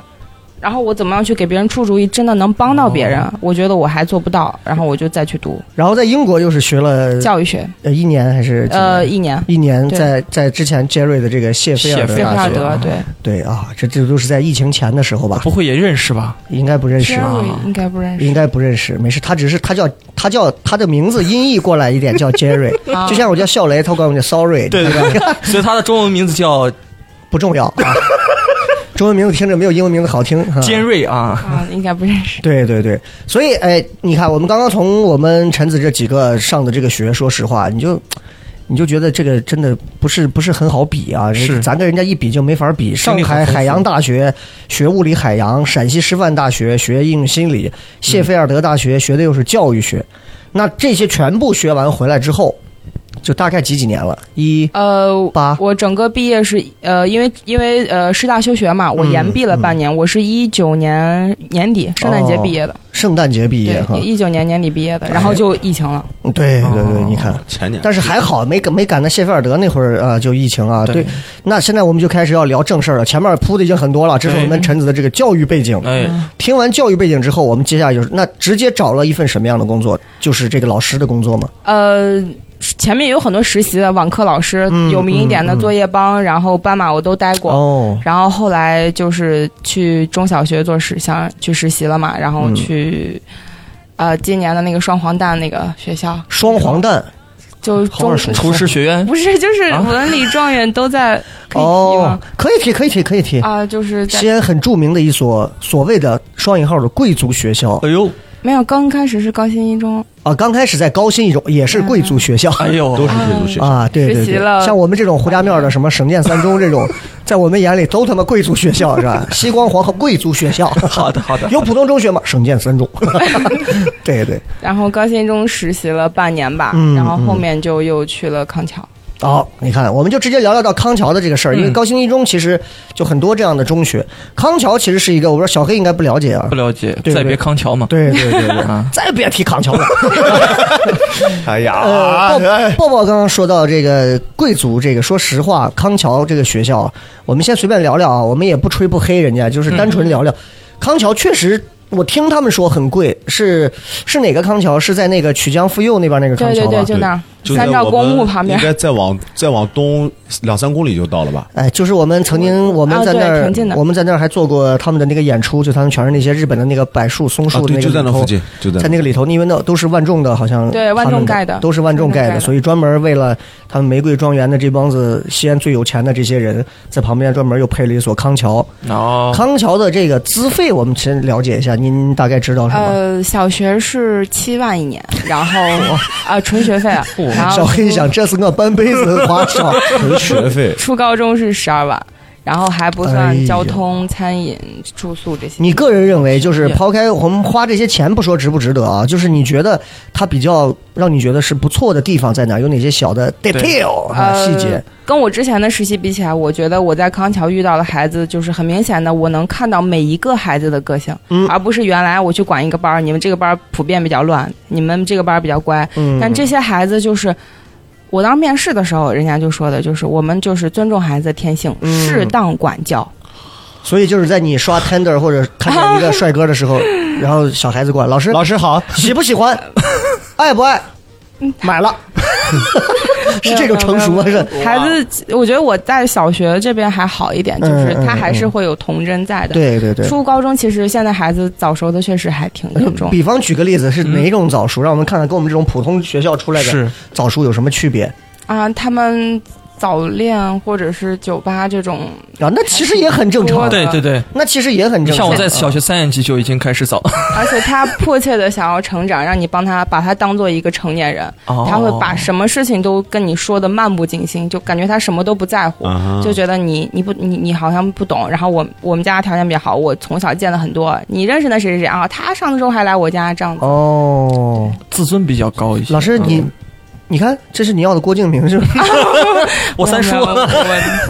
S6: 然后我怎么样去给别人出主意，真的能帮到别
S3: 哦
S6: 人，我觉得我还做不到，然后我就再去读
S3: 然后在英国又是学了
S6: 教育学，
S3: 呃一年还是几年
S6: 呃，一年，
S3: 一年
S6: 对
S3: 在在之前杰瑞的这个谢菲尔德
S6: 菲尔
S3: 大学
S6: 德
S3: 啊，
S6: 对，
S3: 对啊，这这都是在疫情前的时候吧，
S4: 不会也认识吧？
S3: 应该不认识
S6: 菲尔
S3: 啊
S6: 德，应该不认识，
S3: 应该不认识，没事，他只是他叫他叫他的名字音译过来一点叫杰瑞，
S6: 啊
S3: 就像我叫笑雷，他管我叫 Sorry，
S4: 对对
S3: 对，
S4: 所以他的中文名字叫
S3: 不重要啊，中文名字听着没有英文名字好听，啊
S4: 尖锐啊。
S6: 啊，应该不认识，
S3: 对对对，所以哎，你看，我们刚刚从我们陈子这几个上的这个学，说实话，你就你就觉得这个真的不是不是很好比啊，
S4: 是
S3: 咱跟人家一比就没法比。
S4: 经
S3: 上
S4: 历很
S3: 海
S4: 丰富
S3: 海洋大学学物理海洋，陕西师范大学学应心理，谢菲尔德大学学的又是教育学，那这些全部学完回来之后，就大概几几年了？一
S6: 呃，
S3: 八
S6: 我整个毕业是呃，因为因为呃师大休学嘛，
S3: 嗯
S6: 我延毕了半年，我是一九年年底圣诞节毕业的，
S3: 圣诞节哦毕业哈
S6: 对，，一九年年底毕业的，
S3: 哎
S6: 然后就疫情了，
S3: 对对对，
S4: 哦
S3: 你看。
S5: 前年
S3: 但是还好没赶没赶到谢菲尔德那会儿呃就疫情啊，对
S4: 对，
S3: 那现在我们就开始要聊正事儿了，前面铺的已经很多了，这是我们陈子的这个教育背景。
S6: 嗯
S4: 哎，
S3: 听完教育背景之后，我们接下来就是那直接找了一份什么样的工作？就是这个老师的工作嘛。
S6: 呃。前面有很多实习的网课老师，
S3: 嗯
S6: 有名一点的
S3: 嗯嗯
S6: 作业帮，然后斑马我都待过，
S3: 哦，
S6: 然后后来就是去中小学做实相去实习了嘛，然后
S3: 嗯
S6: 去、呃今年的那个双黄蛋那个学校，
S3: 双黄蛋
S6: 就
S3: 好耳
S6: 中
S3: 熟
S4: 厨师学院
S6: 不是，就是
S4: 啊
S6: 文理状元 都在可以提
S3: 哦
S6: 吗？，
S3: 可以提，可以提，可以提。
S6: 啊，就是在
S3: 西安很著名的一所所谓的双引号的贵族学校
S4: 哎呦，
S6: 没有刚开始是高新一中，
S3: 啊，刚开始在高新一中也是贵族学校。
S6: 嗯
S4: 哎呦，
S5: 都是贵族学校，
S3: 啊，对对
S6: 实习
S3: 对，
S6: 了
S3: 像我们这种胡家庙的什么省建三中这 种，在我们眼里都他妈贵族学校是吧？西光皇后贵族学校，
S4: 好的 好的，
S3: 有普通中学吗？省建三中，对对，
S6: 然后高新一中实习了半年吧，
S3: 嗯
S6: 然后后面就又去了康桥。
S3: 好、你看，我们就直接聊聊到康桥的这个事儿，因为
S4: 嗯
S3: 高新一中其实就很多这样的中学，康桥其实是一个，我不知道小黑应该不了解啊
S4: 不，了解，
S3: 对
S4: 再别康桥嘛。
S3: 对对对对，
S4: 啊，
S3: 再别提康桥了。
S5: 哎呀，
S3: 呃，
S5: 哎
S3: 抱抱抱刚刚说到这个贵族，这个说实话，康桥这个学校，啊我们先随便聊聊啊，我们也不吹不黑人家，就是单纯聊聊。康桥确实，我听他们说很贵，是是哪个康桥？是在那个曲江妇幼那边那个康
S6: 对
S3: 桥
S6: 对
S3: 吧？
S6: 对，就那儿
S5: 就在
S6: 三兆
S5: 我
S6: 公
S5: 们
S6: 墓旁边
S5: 应。该再往再往东两三公里就到了吧？
S3: 哎，就是我们曾经我们在那
S6: 啊对
S3: 儿
S6: 挺近，的
S3: 我们在那儿还做过他们的那个演出，就他们全是那些日本的那个柏树、松
S5: 啊
S3: 树，的那
S5: 对，
S3: 个
S5: 就在那
S3: 里头
S5: 附近，就在
S3: 在那个里头，因为那都是万众的，好像
S6: 对万众盖
S3: 他
S6: 的
S3: 们都是万众盖
S6: 万众盖
S3: 的，
S6: 的
S3: 所以专门为了他们玫瑰庄园的这帮子西安最有钱的这些人，在旁边专门又配了一所康桥。
S4: 哦，
S3: 康桥的这个资费，我们先了解一下，您大概知道什么？
S6: 呃，小学是七万一年，然后啊纯学费啊，然后
S3: 小黑
S6: 初
S3: 想，这是我半辈子花销。
S5: 纯学费
S6: 初高中是十二万，然后还不
S3: 哎
S6: 算
S3: 呦
S6: 交通、餐饮、住宿这些。
S3: 哎你个人认为，就是抛开我们花这些钱不说值不值得啊，就是你觉得它比较让你觉得是不错的地方在哪？有哪些小的 detail 啊
S6: 呃
S3: 细节？
S6: 跟我之前的实习比起来，我觉得我在康桥遇到的孩子，就是很明显的，我能看到每一个孩子的个性，
S3: 嗯
S6: 而不是原来我去管一个班儿，你们这个班儿普遍比较乱，你们这个班儿比较乖，
S3: 嗯，
S6: 但这些孩子就是。我当时面试的时候，人家就说的就是我们就是尊重孩子的天性，
S3: 嗯
S6: 适当管教。
S3: 所以就是在你刷 Tinder 或者看见一个帅哥的时 候，然后小孩子过来，老师
S5: 老 师好，
S3: 喜不喜欢，爱不爱，买 了，是这种成熟吗？
S6: 嗯没
S3: 是
S6: 孩子，我觉得我在小学这边还好一点，
S3: 嗯
S6: 就是他
S3: 嗯
S6: 还是
S3: 嗯
S6: 会有童真在的。
S3: 对对对。
S6: 初高中其实现在孩子早熟的确实还挺严重的。
S3: 比方举个例子，是哪种早熟？让我们看看跟我们这种普通学校出来的
S4: 是
S3: 早熟有什么区别？
S6: 啊，他们早恋或者是酒吧这种，
S3: 啊，那其实也很正常啊
S6: 还，
S4: 对对对，
S3: 那其实也很正常。
S4: 像我在小学三年级就已经开始早，
S6: 而且他迫切的想要成长，让你帮他把他当做一个成年人，
S4: 哦
S6: 他会把什么事情都跟你说的漫不经心，就感觉他什么都不在乎，
S5: 啊
S6: 就觉得你你不你你好像不懂。然后我我们家条件比较好，我从小见了很多你认识的谁谁谁啊，他上周还来我家这样子。
S3: 哦，
S4: 自尊比较高一些。嗯
S3: 老师你。
S6: 嗯
S3: 你看，这是你要的郭敬明是
S6: 啊
S3: 吧？
S4: 我三叔
S6: 没有没有我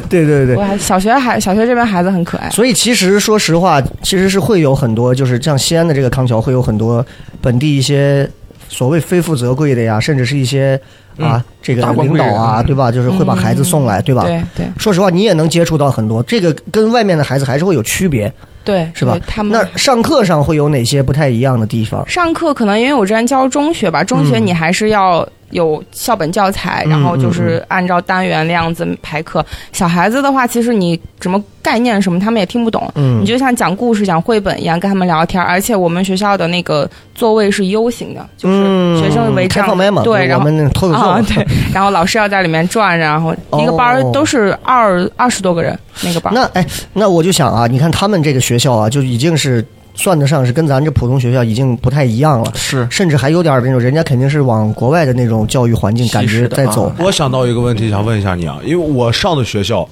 S3: 对对对
S6: 我还小学还小学这边孩子很可爱，
S3: 所以其实说实话，其实是会有很多，就是像西安的这个康桥，会有很多本地一些所谓非富则贵的呀，甚至是一些
S6: 嗯
S3: 啊、这个
S4: 达官
S3: 领
S4: 贵
S3: 导
S4: 人
S3: 啊，对吧？就是会把孩子送来，对吧？
S6: 对对
S3: 说实话，你也能接触到很多，这个跟外面的孩子还是会有区别，
S6: 对，
S3: 是吧
S6: 对？他们
S3: 那上课上会有哪些不太一样的地方？
S6: 上课可能因为我之前教中学吧，中学你还是要有校本教材，
S3: 嗯
S6: 然后就是按照单元那样子排课。小孩子的话，其实你什么概念什么他们也听不懂，
S3: 嗯
S6: 你就像讲故事、讲绘本一样跟他们聊天。而且我们学校的那个座位是 U 型的，就是学生围
S3: 嗯开
S6: 这
S3: 放
S6: 样，
S3: 麦嘛，
S6: 对，然
S3: 我
S6: 后。
S3: 们那脱口秀
S6: 啊
S3: 嘛，，
S6: 对，然后老师要在里面转，然后一个班儿
S3: 哦
S6: 都是二二十多个人，那个班儿
S3: 那哎，那我就想啊，你看他们这个学校啊，就已经是算得上是跟咱这普通学校已经不太一样了，
S4: 是
S3: 甚至还有点儿那种人家肯定是往国外的那种教育环境感
S4: 西
S3: 觉
S4: 式的
S3: 在走
S4: 啊。
S5: 我想到一个问题，想问一下你啊，因为我上的学校，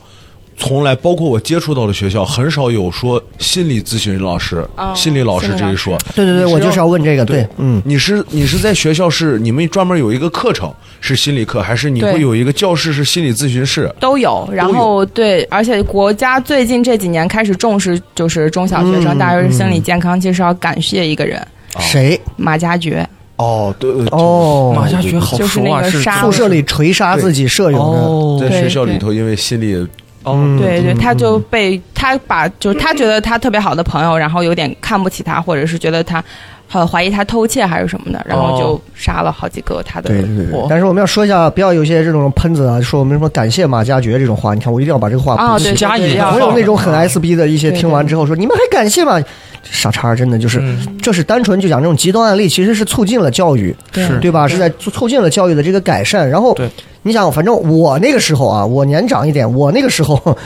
S5: 从来包括我接触到的学校，很少有说心理咨询老师、
S6: 哦
S5: 心理老师这一说。
S3: 对对对，
S5: 你
S3: 我就是要问这个，对，嗯，
S5: 你是你是在学校是你们专门有一个课程是心理课，还是你
S6: 对
S5: 会有一个教室是心理咨询室？
S6: 都有，然后对，而且国家最近这几年开始重视，就是中小学生
S3: 嗯
S6: 大学生心理健康，其实要感谢一个人，
S4: 哦
S3: 谁？
S6: 马加爵，
S5: 啊哦，对，对
S3: 哦
S4: 马家爵好
S6: 就是
S4: 熟
S6: 那
S4: 啊，
S6: 个
S4: 是
S6: 杀
S3: 宿舍里锤杀自己舍友的。
S4: 哦
S5: 在
S6: 对
S5: 学校里头，因为心理
S3: 嗯
S4: 哦，
S6: 对对，他就被他把就是他觉得他特别好的朋友，然后有点看不起他，或者是觉得他呃怀疑他偷窃还是什么的，然后就杀了好几个他的
S3: 对对对对
S4: 我，
S3: 但是我们要说一下，不要有一些这种喷子啊，说我们什么感谢马加爵这种话，你看我一定要把这个话
S6: 啊，
S3: 补
S6: 对，
S3: 起。
S4: 加
S6: 对
S4: 以
S6: 对要
S3: 我有那种
S4: 啊
S3: 很 S B 的一些
S6: 对
S3: 听完之后说，你们还感谢吗？傻叉儿真的就是，
S4: 嗯
S3: 这是单纯就讲这种极端案例，其实是促进了教育，
S6: 对
S4: 是
S3: 对吧？是在促促进了教育的这个改善。然后
S4: 对，
S3: 你想，反正我那个时候啊，我年长一点，我那个时候。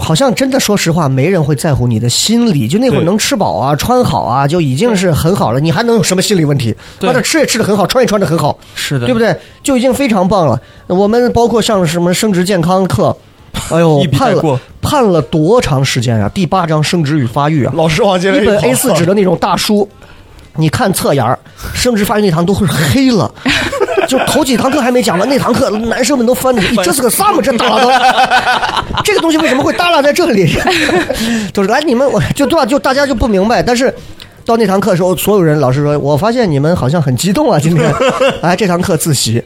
S3: 好像真的，说实话，没人会在乎你的心理。就那会儿
S5: 对
S3: 能吃饱啊、穿好啊，就已经是很好了。你还能有什么心理问题？
S4: 对
S3: 妈的，吃也吃得很好，穿也穿得很好，
S4: 是的，
S3: 对不对？就已经非常棒了。我们包括像什么生殖健康课，哎呦
S4: 一，笔
S3: 判
S4: 带
S3: 了
S4: 过
S3: 判了多长时间啊？第八章生殖与发育啊，
S5: 老师往进来
S3: 一本
S5: 跑
S3: A 4纸的那种大书，你看侧沿儿，生殖发育那堂都是黑 了。就头几堂课还没讲完，那堂课男生们都 翻着，咦这是个啥嘛？这耷拉的，这个东西为什么会耷拉在这里？ 就是哎来你们，我就对吧？就大家就不明白。但是到那堂课的时候，所有人老师说，我发现你们好像很激动啊，今 天。哎，这堂课自习，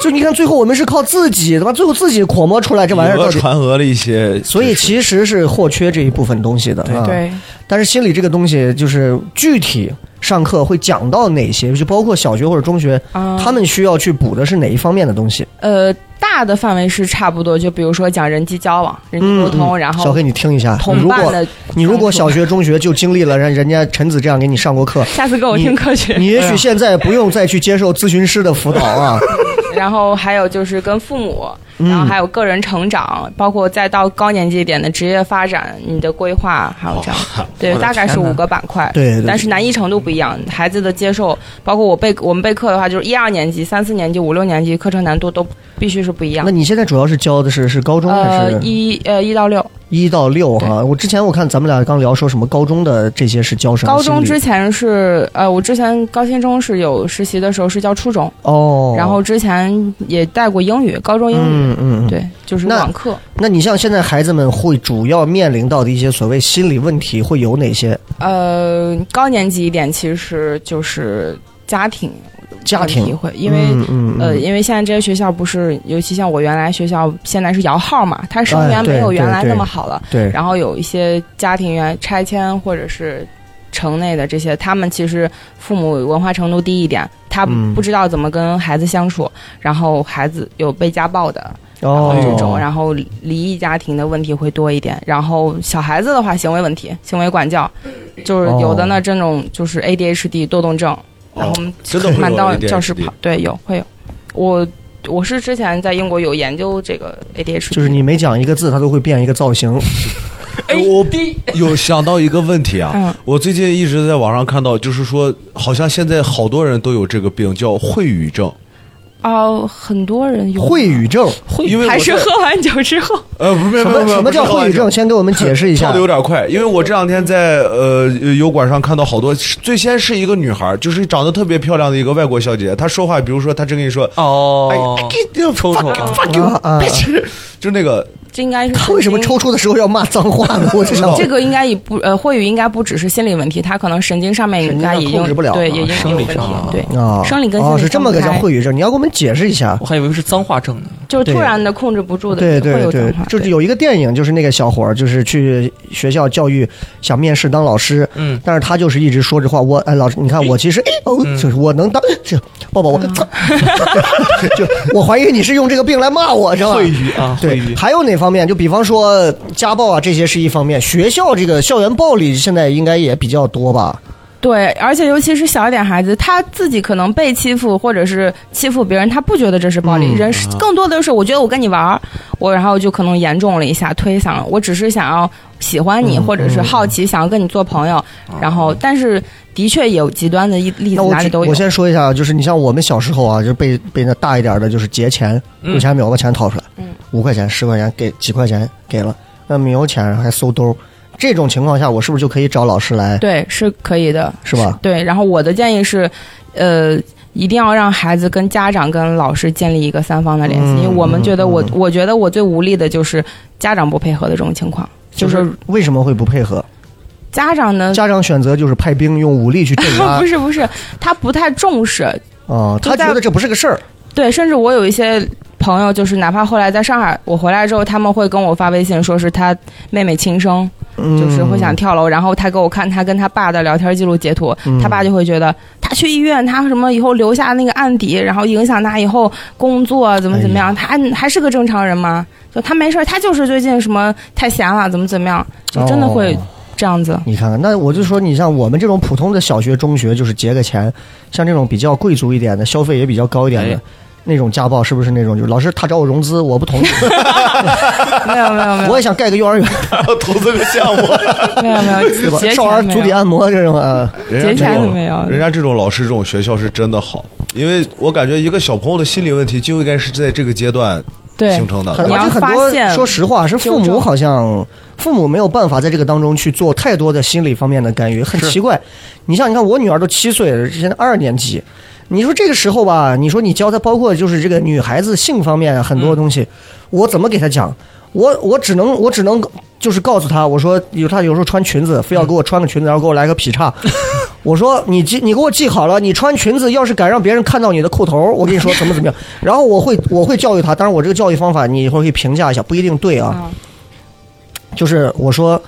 S3: 就你看最后我们是靠自己，对吧？最后自己琢磨出来这玩意
S5: 以
S3: 儿到
S5: 讹
S3: 底。
S5: 传讹了一些，
S3: 所以其实是或缺这一部分东西的。啊
S6: 对
S3: 但是心理这个东西，就是具体上课会讲到哪些，就包括小学或者中学，
S6: 啊
S3: 他们需要去补的是哪一方面的东西？
S6: 呃大的范围是差不多，就比如说讲人际交往、人际沟通，然
S3: 嗯小
S6: 后
S3: 黑，你听一下，你
S6: 同
S3: 如
S6: 伴
S3: 果
S6: 的
S3: 你如果小学、中学就经历了让人家陈子这样给你上过课，
S6: 下次给我
S3: 你
S6: 听科学，
S3: 你也许现在不用再去接受咨询师的辅导 啊。
S6: 然后还有就是跟父母，然
S3: 嗯
S6: 后还有个人成长，包括再到高年级一点的职业发展，你的规划，还有这样，对，大概是五个板块，
S3: 对对对
S6: 但是难易程度不一样，孩子的接受，包括我备我们备课的话，就是一二年级、三四年级、五六年级课程难度都必须是不一样
S3: 那。你现在主要是教的是是高中还
S6: 呃，
S3: 是
S6: 一呃一到六，
S3: 一到六哈？我之前我看咱们俩刚聊说什么高中的这些是教什么
S6: 高
S3: 心理？
S6: 中之前是呃，我之前高先中是有实习的时候是教初中，
S3: 哦，
S6: 然后之前也带过英语，高中英语，
S3: 嗯嗯，嗯
S6: 对，就是
S3: 那
S6: 网课。
S3: 那你像现在孩子们会主要面临到的一些所谓心理问题会有哪些？
S6: 呃，高年级一点其实就是家庭
S3: 家庭
S6: 问题会，因为、
S3: 嗯嗯嗯
S6: 呃，因为现在这些学校不是，尤其像我原来学校，现在是摇号嘛，它生
S3: 哎
S6: 源
S3: 对
S6: 没有原
S3: 对
S6: 来
S3: 对
S6: 那么好了，
S3: 对，
S6: 然后有一些家庭原拆迁或者是城内的这些，他们其实父母文化程度低一点，他
S3: 嗯
S6: 不知道怎么跟孩子相处，然后孩子有被家暴的，
S3: 哦
S6: 这种，然后离异家庭的问题会多一点。然后小孩子的话，行为问题、行为管教，就是有的
S3: 哦
S6: 呢，这种就是 ADHD 多动症，然后我们
S5: 哦真的会有
S6: 满到
S5: ADHD
S6: 教室跑，对，有会有。我我是之前在英国有研究这个 ADHD，
S3: 就是你每讲一个字，它都会变一个造型。
S6: 哎哦
S5: 我 有想到一个问题啊
S6: 嗯，
S5: 我最近一直在网上看到，就是说，好像现在好多人都有这个病，叫秽语症。
S6: 哦，很多人有
S3: 秽语症，
S6: 会
S5: 因为我
S6: 还是
S5: 在
S6: 喝完酒之后，
S5: 呃，不是，
S3: 什么什么叫秽语症？先给我们解释一
S5: 跳
S3: 下
S5: 的。有点快，因为我这两天在呃油管上看到好多，最先是一个女孩，就是长得特别漂亮的一个外国小姐，她说话，比如说她真跟你说，哎
S4: 哦，
S5: 抽哦
S4: 抽抽
S5: fuck
S3: 啊
S5: you，
S3: 啊！
S5: 就那 个
S6: 这应该是
S3: 他为什么
S6: 神经
S3: 抽搐的时候要骂脏话呢？我就想，
S6: 这个应该也不呃，秽语应该不只是心理问题，他可能神经上面应该
S3: 神
S6: 已
S3: 经上
S6: 经
S3: 控制不了
S6: 对，
S3: 啊
S6: 也已经
S4: 生理
S6: 有问
S4: 上啊
S6: 题，对，
S3: 啊，
S6: 生理跟心
S3: 哦
S6: 理
S3: 是这么个叫
S6: 分不开
S3: 秽语症，你要给我们解释一下
S4: 我。还以为是脏话症呢。
S6: 就是突
S3: 对
S6: 然的控制不住的，
S3: 对
S6: 会
S3: 对
S6: 有
S3: 对
S6: 脏话，
S3: 就是
S6: 对
S3: 有一个电影，就是那个小伙儿，就是去学校教育，想面试当老师，
S4: 嗯，
S3: 但是他就是一直说这话。我哎，老师，你看我其实哎哦，
S6: 嗯
S3: 就是我能当，就抱抱我， 就我怀疑你是用这个病来骂我，知道吧？
S4: 秽语 啊，秽
S3: 对
S4: 语，。
S3: 还有哪方面？就比方说家暴啊，这些是一方面。学校这个校园暴力现在应该也比较多吧？
S6: 对，而且尤其是小一点孩子，他自己可能被欺负或者是欺负别人，他不觉得这是暴力，
S3: 嗯
S6: 人是更多的是我觉得我跟你玩儿，我然后就可能严重了一下，推搡了，我只是想要喜欢你，
S3: 嗯
S6: 或者
S3: 嗯
S6: 是
S3: 啊
S6: 好奇，想要跟你做朋友，然后但是的确有极端的一例
S3: 那
S6: 子，
S3: 我
S6: 哪里
S3: 举
S6: 都有
S3: 我。先说一下，啊就是你像我们小时候啊，就被被那大一点的，就是劫钱，
S4: 嗯
S3: 有钱没有把钱掏出来，
S6: 嗯
S3: 五块钱、十块钱给几块钱给了，那没有钱还搜兜，这种情况下，我是不是就可以找老师来？
S6: 对，是可以的，
S3: 是吧
S6: 对，然后我的建议是，呃。一定要让孩子跟家长、跟老师建立一个三方的联系，
S3: 嗯
S6: 因为我们觉得我，
S3: 嗯
S6: 我觉得我最无力的就是家长不配合的这种情况，就
S3: 就是是为什么会不配合？
S6: 家长呢，
S3: 家长选择就是派兵用武力去镇压
S6: 不是不是，他不太重视，
S3: 啊，他
S6: 就在
S3: 觉得这不是个事儿。
S6: 对，甚至我有一些朋友，就是哪怕后来在上海，我回来之后，他们会跟我发微信，说是他妹妹轻生，就是会想跳楼，然后他给我看他跟他爸的聊天记录截图，
S3: 嗯
S6: 他爸就会觉得他去医院，他什么以后留下那个案底，然后影响他以后工作怎么怎么
S3: 哎
S6: 样，他还是个正常人吗？就他没事儿，他就是最近什么太闲了，怎么怎么样，就真的会
S3: 哦
S6: 这样子。
S3: 你看看，那我就说，你像我们这种普通的小学、中学，就是节个钱，像这种比较贵族一点的，消费也比较高一点的。
S4: 哎
S3: 那种家暴是不是那种？就是老师他找我融资，我不 同意，
S6: 没有没有没有
S3: 我也想盖个幼儿园，
S5: 要啊投资个项目，
S6: 没有没
S3: 对吧
S6: 有，节？
S3: 少儿
S6: 前没
S3: 足底
S6: 有
S3: 按摩这种 啊，
S5: 人家
S6: 钱
S5: 这
S6: 都
S5: 种
S6: 没有
S5: 人家这种老师这种学校是真的好，因为我感觉一个小朋友的心理问题就应该是在这个阶段
S6: 对
S5: 形成的。
S3: 很
S6: 你
S3: 而
S6: 要
S3: 且很
S6: 发
S3: 多
S6: 现
S3: 说实话是父
S6: 纠
S3: 母
S6: 正
S3: 好像父母没有办法在这个当中去做太多的心理方面的干预，很奇怪。你像你看我女儿都七岁了，现在二年级，你说这个时候吧，你说你教她，包括就是这个女孩子性方面啊很
S6: 嗯
S3: 多东西，我怎么给她讲？我我只能我只能就是告诉她，我说有她有时候穿裙子，非要给我穿个裙子，然后给我来个劈叉。我说你记你给我记好了，你穿裙子要是敢让别人看到你的裤头，我跟你说怎么怎么样。然后我会我会教育她，当然我这个教育方法你一会儿可以评价一下，不一定对啊。
S6: 啊
S3: 就是我说，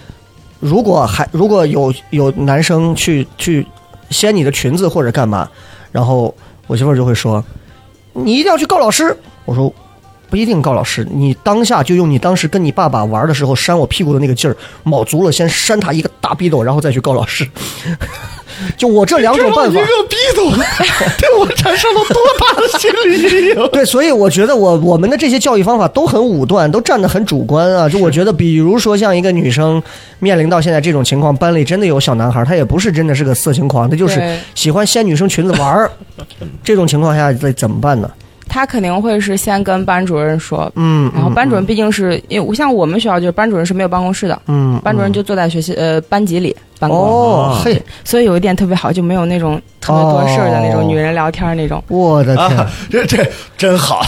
S3: 如果还如果有有男生去去掀你的裙子或者干嘛，然后我媳妇儿就会说，你一定要去告老师。我说。不一定告老师，你当下就用你当时跟你爸爸玩的时候扇我屁股的那个劲儿，卯足了先扇他一个大逼斗，然后再去告老师。就我这两种办法，
S5: 逼斗对 我产生了多大的心理阴影？
S3: 对，所以我觉得我我们的这些教育方法都很武断，都站得很主观啊。就我觉得，比如说像一个女生面临到现在这种情况，班里真的有小男孩，他也不是真的是个色情狂，他就是
S6: 对
S3: 喜欢掀女生裙子玩 儿。这种情况下得怎么办呢？
S6: 他肯定会是先跟班主任说，
S3: 嗯，
S6: 然后班主任毕竟是因为像我们学校就是班主任是没有办公室的，
S3: 嗯，嗯
S6: 班主任就坐在学习呃班级里办公，
S5: 啊
S3: 哦嘿，
S6: 所以有一点特别好，就没有那种特别多事儿的那
S3: 哦
S6: 种女人聊天儿那种。
S3: 我的天，
S5: 啊，这这真 好！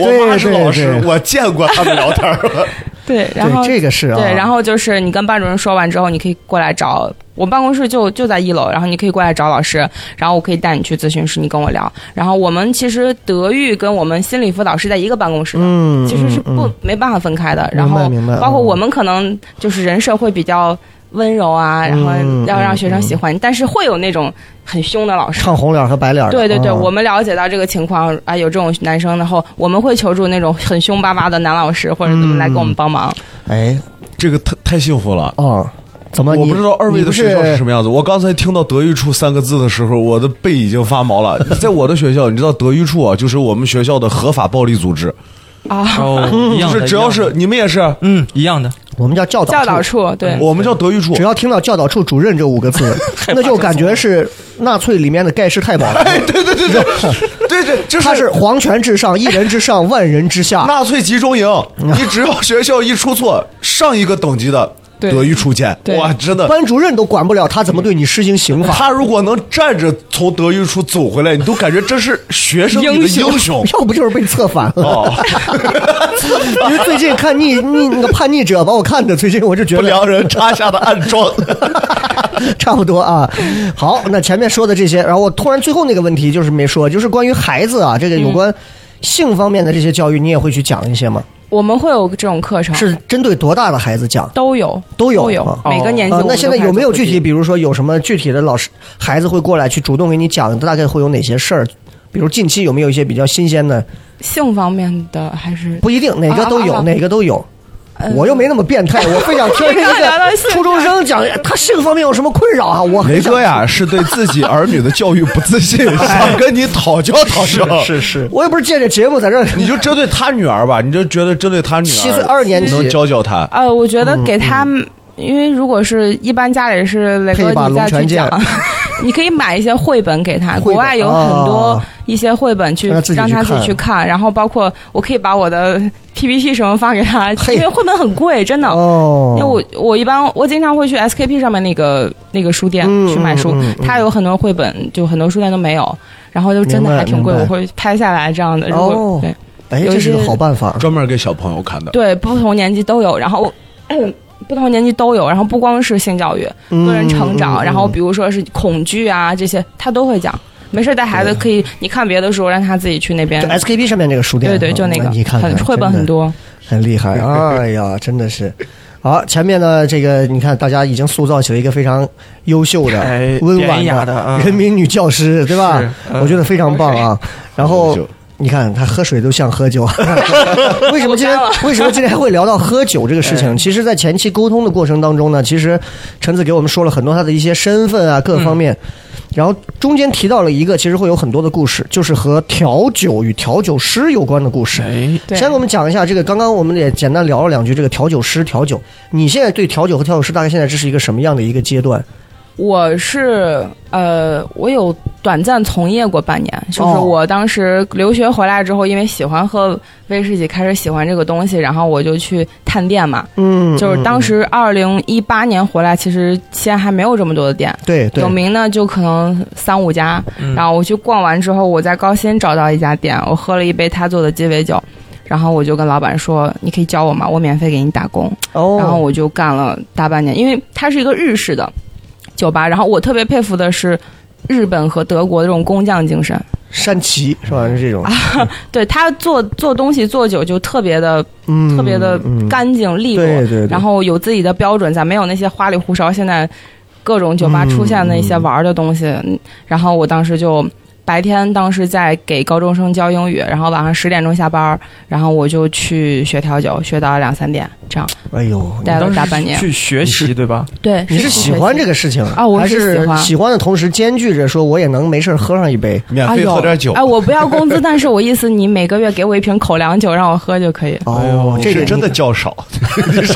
S5: 我
S3: 对
S5: 妈是老师
S3: 对，对
S5: 我见过他们聊天 儿。
S6: 对，然后
S3: 对这个是啊，
S6: 对，然后就是你跟班主任说完之后，你可以过来找我办公室就就在一楼，然后你可以过来找老师，然后我可以带你去咨询室，你跟我聊。然后我们其实德育跟我们心理辅导是在一个办公室的，
S3: 嗯
S6: 其实是
S3: 嗯
S6: 不、
S3: 嗯
S6: 没办法分开
S3: 明
S6: 的。
S3: 白
S6: 然后
S3: 明白嗯
S6: 包括我们可能就是人设会比较温柔啊，然后
S3: 嗯
S6: 要让学生
S3: 嗯
S6: 喜欢你，但是会有那种很凶的老师。
S3: 唱红脸和白脸儿的，
S6: 对对对，
S3: 啊
S6: 我们了解到这个情况啊，有这种男生，然后我们会求助那种很
S3: 嗯
S6: 凶巴巴的男老师或者怎么来给我们帮忙。
S3: 哎
S5: 这个太太幸福了，
S3: 哦，怎么？
S5: 我
S3: 你
S5: 不知道二位的学校是什
S3: 么。
S5: 么样子。我刚才听到德育处三个字的时候，我的背已经发毛 了。在我的学校，你知道德育处啊，就是我们学校的合法暴力组织，
S6: 啊，
S4: 哦，一
S5: 就
S4: 样的，
S5: 是只要
S4: 一样
S5: 是
S4: 的
S5: 你们也是，
S4: 嗯一样的，
S3: 我们叫教导
S6: 教导处
S3: 嗯
S6: 对，
S5: 我们叫德育处
S3: 只。 要听到教导处主任这五个字，那就感觉是纳粹里面的盖世太保了。
S5: 哎对对对对，对对，就
S3: 他是
S5: 是
S3: 皇权至上，一人之上，万人之下。
S5: 纳粹集中营。你只要学校一出错，上一个等级的
S6: 对
S5: 德育处见。
S6: 对
S5: 哇，真的。
S3: 班主任都管不了他，怎么对你施行刑罚？
S5: 他如果能站着从德育处走回来，你都感觉这是学生里的英雄。
S3: 要不就是被策反了。
S5: 哦，
S3: 因为最近看 逆逆那个叛逆者把我看的，最近我就觉
S5: 不
S3: 得
S5: 良人插下的暗桩。
S3: 差不多啊。好，那前面说的这些，然后我突然最后那个问题就是没说，就是关于孩子啊，这个有关性方面的这些教育，你也会去讲一些吗？
S6: 我们会有这种课程，
S3: 是针对多大的孩子讲？
S6: 都有
S3: 都有
S6: 都有
S3: 啊，
S6: 每个年级
S3: 啊
S6: 我，们
S3: 那
S6: 都
S3: 现在
S6: 开始
S3: 有没有
S6: 做自
S3: 具体，
S6: 己
S3: 比如说有什么具体的老师孩子会过来去主动给你讲，大概会有哪些事儿？比如近期有没有一些比较新鲜的？
S6: 性方面的还是
S3: 不一定，哪个都有，
S6: 啊啊啊
S3: 哪个都有。
S6: 嗯
S3: 我又没那么变态，我非想 听这
S6: 又聊到
S3: 个
S6: 性
S3: 初中生讲他性方面有什么困扰啊？我很
S5: 雷
S3: 想
S5: 哥，呀，是对自己儿女的教育不自 信，想跟你讨教讨教。
S3: 哎是是，我又不是借着节目在这儿。
S5: 你就针对他女儿吧，你就觉得针对他女儿，
S3: 七岁二年级
S5: 能教教他。
S6: 呃，我觉
S3: 嗯
S6: 得给他们，因为如果是一般家里是雷
S3: 配
S6: 哥
S3: 一把
S6: 你再
S3: 龙
S6: 去
S3: 泉剑
S6: 讲， 你可以买一些绘本给他，
S3: 绘
S6: 国
S3: 本
S6: 外有很多
S3: 啊
S6: 一些绘本去
S3: 让他自己
S6: 让
S3: 去
S6: 他自己去看，然后包括我可以把我的 PPT 什么发给 他，
S3: 嘿
S6: 因为绘本很贵，真的。
S3: 哦
S6: 因为我我一般我经常会去 SKP 上面那个那个书店
S3: 嗯
S6: 去买书
S3: 嗯嗯，嗯
S6: 它有很多绘本，就很多书店都没有，然后就真
S3: 明
S6: 的
S3: 白
S6: 还挺贵，
S3: 明白
S6: 我会拍下来这样的。如
S3: 哦
S6: 果对
S3: 哎，
S6: 有
S3: 这
S6: 一
S3: 是
S6: 些嗯
S3: 个好办法。
S5: 专门给小朋友看的，
S6: 对，不同年级都有，然后。不同年级都有，然后不光是性教育，
S3: 嗯
S6: 个人成长，
S3: 嗯嗯
S6: 然后比如说是恐惧啊这些，他都会讲。没事儿带孩子可以，你看别的书，让他自己去那边
S3: 就。SKP 上面这个书店，
S6: 对对，就那个
S3: 嗯你，看看
S6: 很绘本很，多。
S3: 真的很厉 害。哎呀，真的是。好，前面呢，这个你看，大家已经塑造起了一个非常优秀的
S4: 哎、
S3: 温
S4: 典雅
S3: 婉
S4: 的啊
S3: 人民女教师，对吧
S4: 是？嗯
S3: 我觉得非常棒 啊。然后
S5: 就
S3: 你看他喝水都像喝酒，为什么今天为什么今天还会聊到喝酒这个事
S4: 哎
S3: 情？其实，在前期沟通的过程当中呢，其实陈子给我们说了很多他的一些身份啊各方
S4: 嗯
S3: 面，然后中间提到了一个，其实会有很多的故事，就是和调酒与调酒师有关的故事。
S4: 哎，
S6: 对，
S3: 先给我们讲一下这个，刚刚我们也简单聊了两句这个调酒师调酒，你现在对调酒和调酒师大概现在这是一个什么样的一个阶段？
S6: 我是呃，我有短暂从业过半年，就是
S3: 哦
S6: 我当时留学回来之后，因为喜欢喝威士忌，开始喜欢这个东西，然后我就去探店嘛。
S3: 嗯，
S6: 就是当
S3: 嗯
S6: 时二零一八年回来，其实西安还没有这么多的店，
S3: 对对
S6: 有名呢就可能三五家。
S4: 嗯
S6: 然后我去逛完之后，我在高新找到一家店，我喝了一杯他做的鸡尾酒，然后我就跟老板说：“你可以教我吗？我免费给你打工。”
S3: 哦，
S6: 然后我就干了大半年，因为它是一个日式的酒吧。然后我特别佩服的是日本和德国的这种工匠精神，
S3: 山崎是吧？是这种，
S6: 啊对他做做东西做酒就特别的
S3: 嗯，
S6: 特别的
S3: 嗯
S6: 干净利落，
S3: 对对对
S6: 然后有自己的标准，咱没有那些花里胡哨。现在各种酒吧出现的一些玩儿的东西，嗯然后我当时就。白天当时在给高中生教英语，然后晚上十点钟下班儿，然后我就去学调酒，学到两三点，这样
S3: 哎呦，你
S6: 待了
S4: 当
S6: 大
S4: 时
S6: 半年。
S4: 去学习对吧？
S6: 对，
S3: 你是喜欢这个事情
S6: 啊我
S3: 还
S6: 是
S3: 是
S6: 喜欢
S3: 喜欢的同时兼具着说我也能没事儿喝上一杯。
S5: 免
S6: 哎
S5: 费
S6: 呦，
S5: 喝点酒
S6: 哎，。我不要工资，但是我意思你每个月给我一瓶口粮酒让我喝就可以。
S3: 哦，这
S5: 哎是
S3: 个
S5: 真的
S3: 你
S5: 较 少，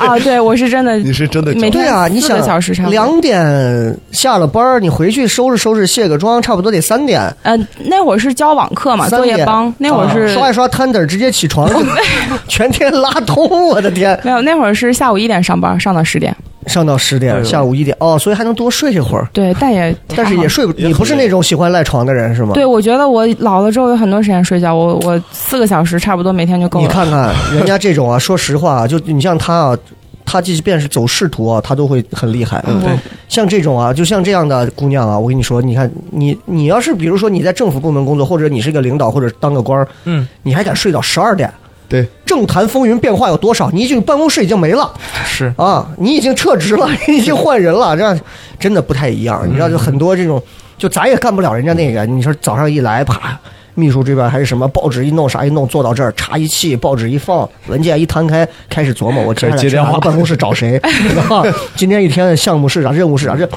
S6: 啊，对，我是真的，
S5: 你是真的较
S6: 每
S5: 少。
S3: 对啊，你
S6: 四个
S3: 想
S6: 小时差不多
S3: 两点下了班儿，你回去收拾收拾卸个妆，差不多得三点。
S6: 呃，那会儿是教网课嘛，
S3: 三
S6: 作业
S3: 点
S6: 帮，那会儿
S3: 啊
S6: 是
S3: 刷一刷 Tender，直接起床， 就 全天拉通，我的天，
S6: 没有，那会儿是下午一点上班，上到十点。
S3: 上到十
S4: 哎
S3: 点，
S4: 呦
S3: 下午一点，哦，所以还能多睡一会儿。
S6: 对，但也
S3: 但是
S6: 还
S3: 也啊
S6: 好。
S3: 睡不，
S5: 也
S3: 你不是
S5: 很
S3: 那种喜欢赖床的人是吗？
S6: 对，我觉得我老了之后有很多时间睡觉，我我四个小时差不多每天就够
S3: 你
S6: 了。
S3: 看看人家这种啊，说实话啊，就你像他啊，他即便是走仕途啊，他都会很厉害。
S6: 嗯
S4: 对，
S3: 像这种啊，就像这样的姑娘啊，我跟你说，你看你你要是比如说你在政府部门工作，或者你是个领导，或者当个官儿，
S4: 嗯，
S3: 你还敢睡到十二点？
S5: 对，
S3: 政坛风云变化有多少？你已经办公室已经没了
S4: 嗯是
S3: 啊，你已经撤职了，你已经换人了，这样真的不太一样。你知道，就很多这种，就咱也干不了人家那个。你说早上一来，啪，秘书这边还是什么报纸一弄啥一弄，坐到这儿茶一沏，报纸一放，文件一摊开，开始琢磨我接下来
S5: 开始接电话
S3: 去哪个办公室找谁，啊今天一天的项目是啥，任务是啥，这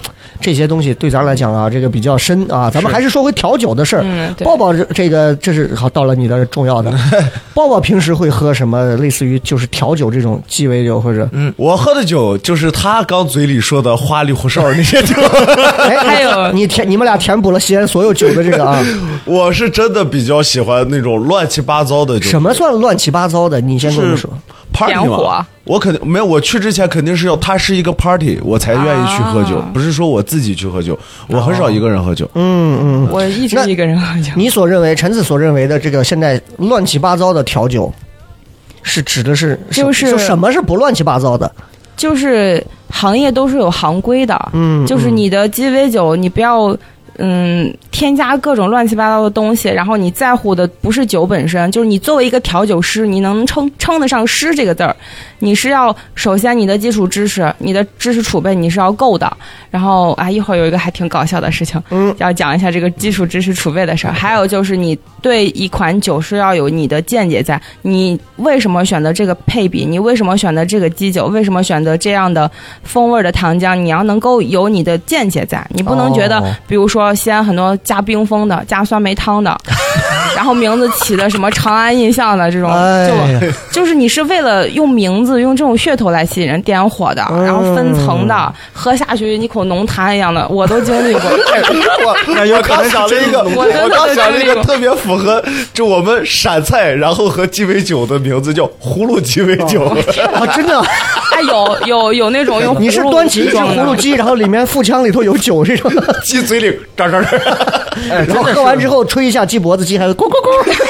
S3: 这些东西对咱来讲啊，这个比较深啊。咱们还是说回调酒的事儿
S6: 嗯，对
S3: 抱抱这这个这是好到了你的重要的，抱抱平时会喝什么？类似于就是调酒这种鸡尾酒或者
S5: 我喝的酒就是他刚嘴里说的花里胡哨那些酒，
S3: 哎，
S6: 还有
S3: 你填你们俩填补了西安所有酒的这个 啊，
S5: 我是真的比较喜欢那种乱七八糟的酒。
S3: 什么算乱七八糟的？你先跟我
S5: 是
S3: 说。
S5: party
S6: 点火
S5: 嘛？我肯定没有，我去之前肯定是要它是一个 party，我才愿意去喝
S6: 啊
S5: 酒，不是说我自己去喝酒，我很少一个人喝酒。
S6: 哦 我一直
S3: 那
S6: 一个人喝酒。
S3: 你所认为，陈子所认为的这个现在乱七八糟的调酒，是指的是什
S6: 就是
S3: 就什么是不乱七八糟的？
S6: 就是行业都是有行规的，
S3: 嗯，
S6: 就是
S3: 嗯
S6: 你的鸡尾酒，你不要嗯添加各种乱七八糟的东西，然后你在乎的不是酒本身，就是你作为一个调酒师，你能称称得上师这个字儿，你是要首先你的基础知识、你的知识储备你是要够的。然后啊，一会儿有一个还挺搞笑的事情，
S3: 嗯，
S6: 要讲一下这个基础知识储备的事儿。还有就是你对一款酒是要有你的见解在，你为什么选择这个配比？你为什么选择这个基酒？为什么选择这样的风味儿的糖浆？你要能够有你的见解在，你不能觉得，
S3: 哦
S6: 比如说西安很多加冰封的、加酸梅汤的， 然后名字起的什 么长安印象的这种，
S3: 哎
S6: 就
S3: 呀，
S6: 就是你是为了用名字、用这种噱头来吸引人、点火的，
S3: 嗯
S6: 然后分层的，喝下去一口浓痰一样的，我都经历 过。
S5: 我
S4: 那有可
S5: 刚
S4: 能是
S5: 想了
S4: 真
S5: 一个，
S4: 的
S6: 我真的
S5: 我刚想了一
S6: 经历
S5: 个
S6: 过
S5: 特别符合就我们陕菜，然后和鸡尾酒的名字叫葫芦鸡尾酒。
S6: 哦
S3: 啊，真的，
S6: 哎，有有有那种 用
S3: 你是
S6: 葫芦
S3: 端起一只
S6: 装
S3: 葫芦
S6: 的，
S3: 鸡，然后里面腹腔里头有酒这种的，
S5: 鸡嘴里喳喳喳，
S3: 然后喝完之后吹一下鸡脖子，鸡还会咕咕咕。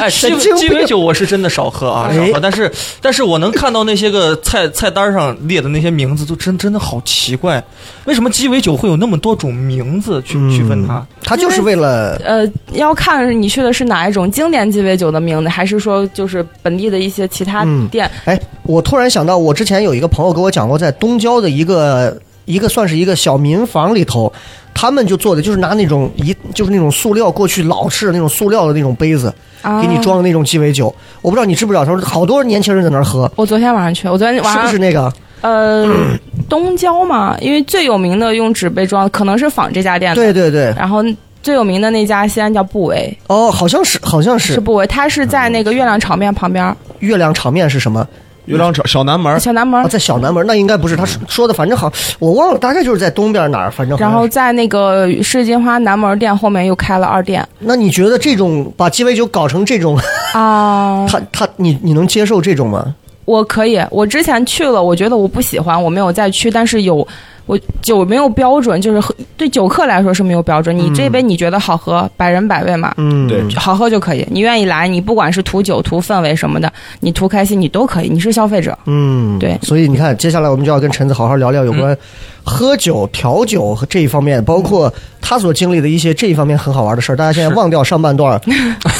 S4: 哎，鸡
S3: 神经病
S4: 鸡尾酒我是真的少喝啊，
S3: 哎
S4: 少喝。但是，但是我能看到那些个菜菜单上列的那些名字，都真真的好奇怪，为什么鸡尾酒会有那么多种名字去区分它？
S3: 他就是为了
S6: 呃，要看你去的是哪一种经典鸡尾酒的名字，还是说就是本地的一些其他
S3: 嗯
S6: 店？
S3: 哎，我突然想到，我之前有一个朋友给我讲过，在东郊的一个一个算是一个小民房里头，他们就做的就是拿那种一就是那种塑料过去老式的那种塑料的那种杯子，
S6: 啊
S3: 给你。装的那种鸡尾酒。我不知道你知不知道，他说好多年轻人在那儿喝，
S6: 我昨天晚上去，我昨天晚
S3: 是
S6: 上
S3: 不是那个？
S6: 呃东郊嘛，因为最有名的用纸杯装，可能是仿这家店的。
S3: 对对对，
S6: 然后最有名的那家西安叫布维，
S3: 哦，好像是好像
S6: 是
S3: 是
S6: 布维，它是在那个月亮炒面旁边儿，
S3: 月亮场面是什么？
S5: 月亮小南门
S6: 小南门
S3: 啊，
S6: 儿。
S3: 在小南门，那应该不是他说说的，反正好，我忘了，大概就是在东边哪儿，反正好
S6: 然
S3: 像
S6: 后
S3: 是
S6: 在那个世金花南门店后面又开了二店
S3: 那你觉得这种把鸡尾酒搞成这种，
S6: 啊，
S3: 他他你你能接受这种吗？
S6: 我可以，我之前去了，我觉得我不喜欢，我没有再去。但是有我酒没有标准，就是喝对酒客来说是没有标准。你这杯你觉得好喝，百人百味嘛，
S3: 嗯，
S5: 对
S6: 好喝就可以。你愿意来，你不管是图酒、图氛围什么的，你图开心，你都可以。你是消费者，
S3: 嗯，
S6: 对
S3: 所以你看，接下来我们就要跟陈子好好聊聊有关喝酒、调酒和这一方面，包括他所经历的一些这一方面很好玩的事儿。大家现在忘掉上半 段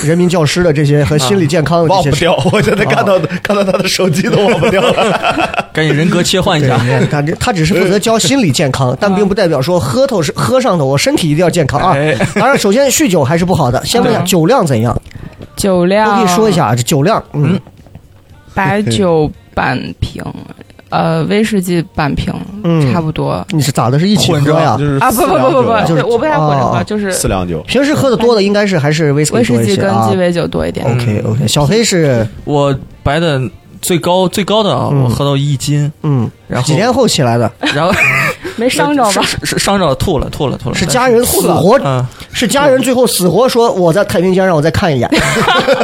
S3: 人民教师的这些和心理健康的
S5: 忘
S3: 这些
S5: 不
S3: 事。
S5: 掉，我现在看到看到他的手机都忘不掉了。
S4: 赶紧人格切换一
S3: 对
S4: 下，
S3: 你。看，他这他只是负责教心理健康，但并不代表 说喝头是喝上头，我身体一定要健康啊
S4: 哎。
S3: 当然，首先酗酒还是不好的。先问一下
S6: 对
S3: 酒量怎样，
S6: 酒
S3: 我
S6: 量
S3: 可以说一下啊，这酒量，嗯，
S6: 白酒半瓶，呃，威士忌半瓶，
S3: 嗯
S6: 差不多
S3: 你是咋的？是一起喝呀
S5: 就？是
S6: 啊！不不不不不，
S3: 就是
S6: 对我不太混着
S3: 哦
S6: 喝，就是
S5: 四两酒，
S3: 平时喝的多的应该是还是威士
S6: 威
S3: 忌多
S6: 士
S3: 一
S6: 忌
S3: 些
S6: 跟
S3: 啊
S6: 鸡。尾酒哦多一点。
S3: OK OK，小黑是
S4: 我白的最高最高的啊，
S3: 嗯
S4: 我喝到一 斤，
S3: 嗯，
S4: 然后
S3: 几天后起来 的。
S4: 然后
S6: 没伤着吧？
S4: 是是伤着吐了吐了吐了，
S3: 是家人死活，
S4: 嗯，
S3: 是家人最后死活说我在太平间让我再看一眼，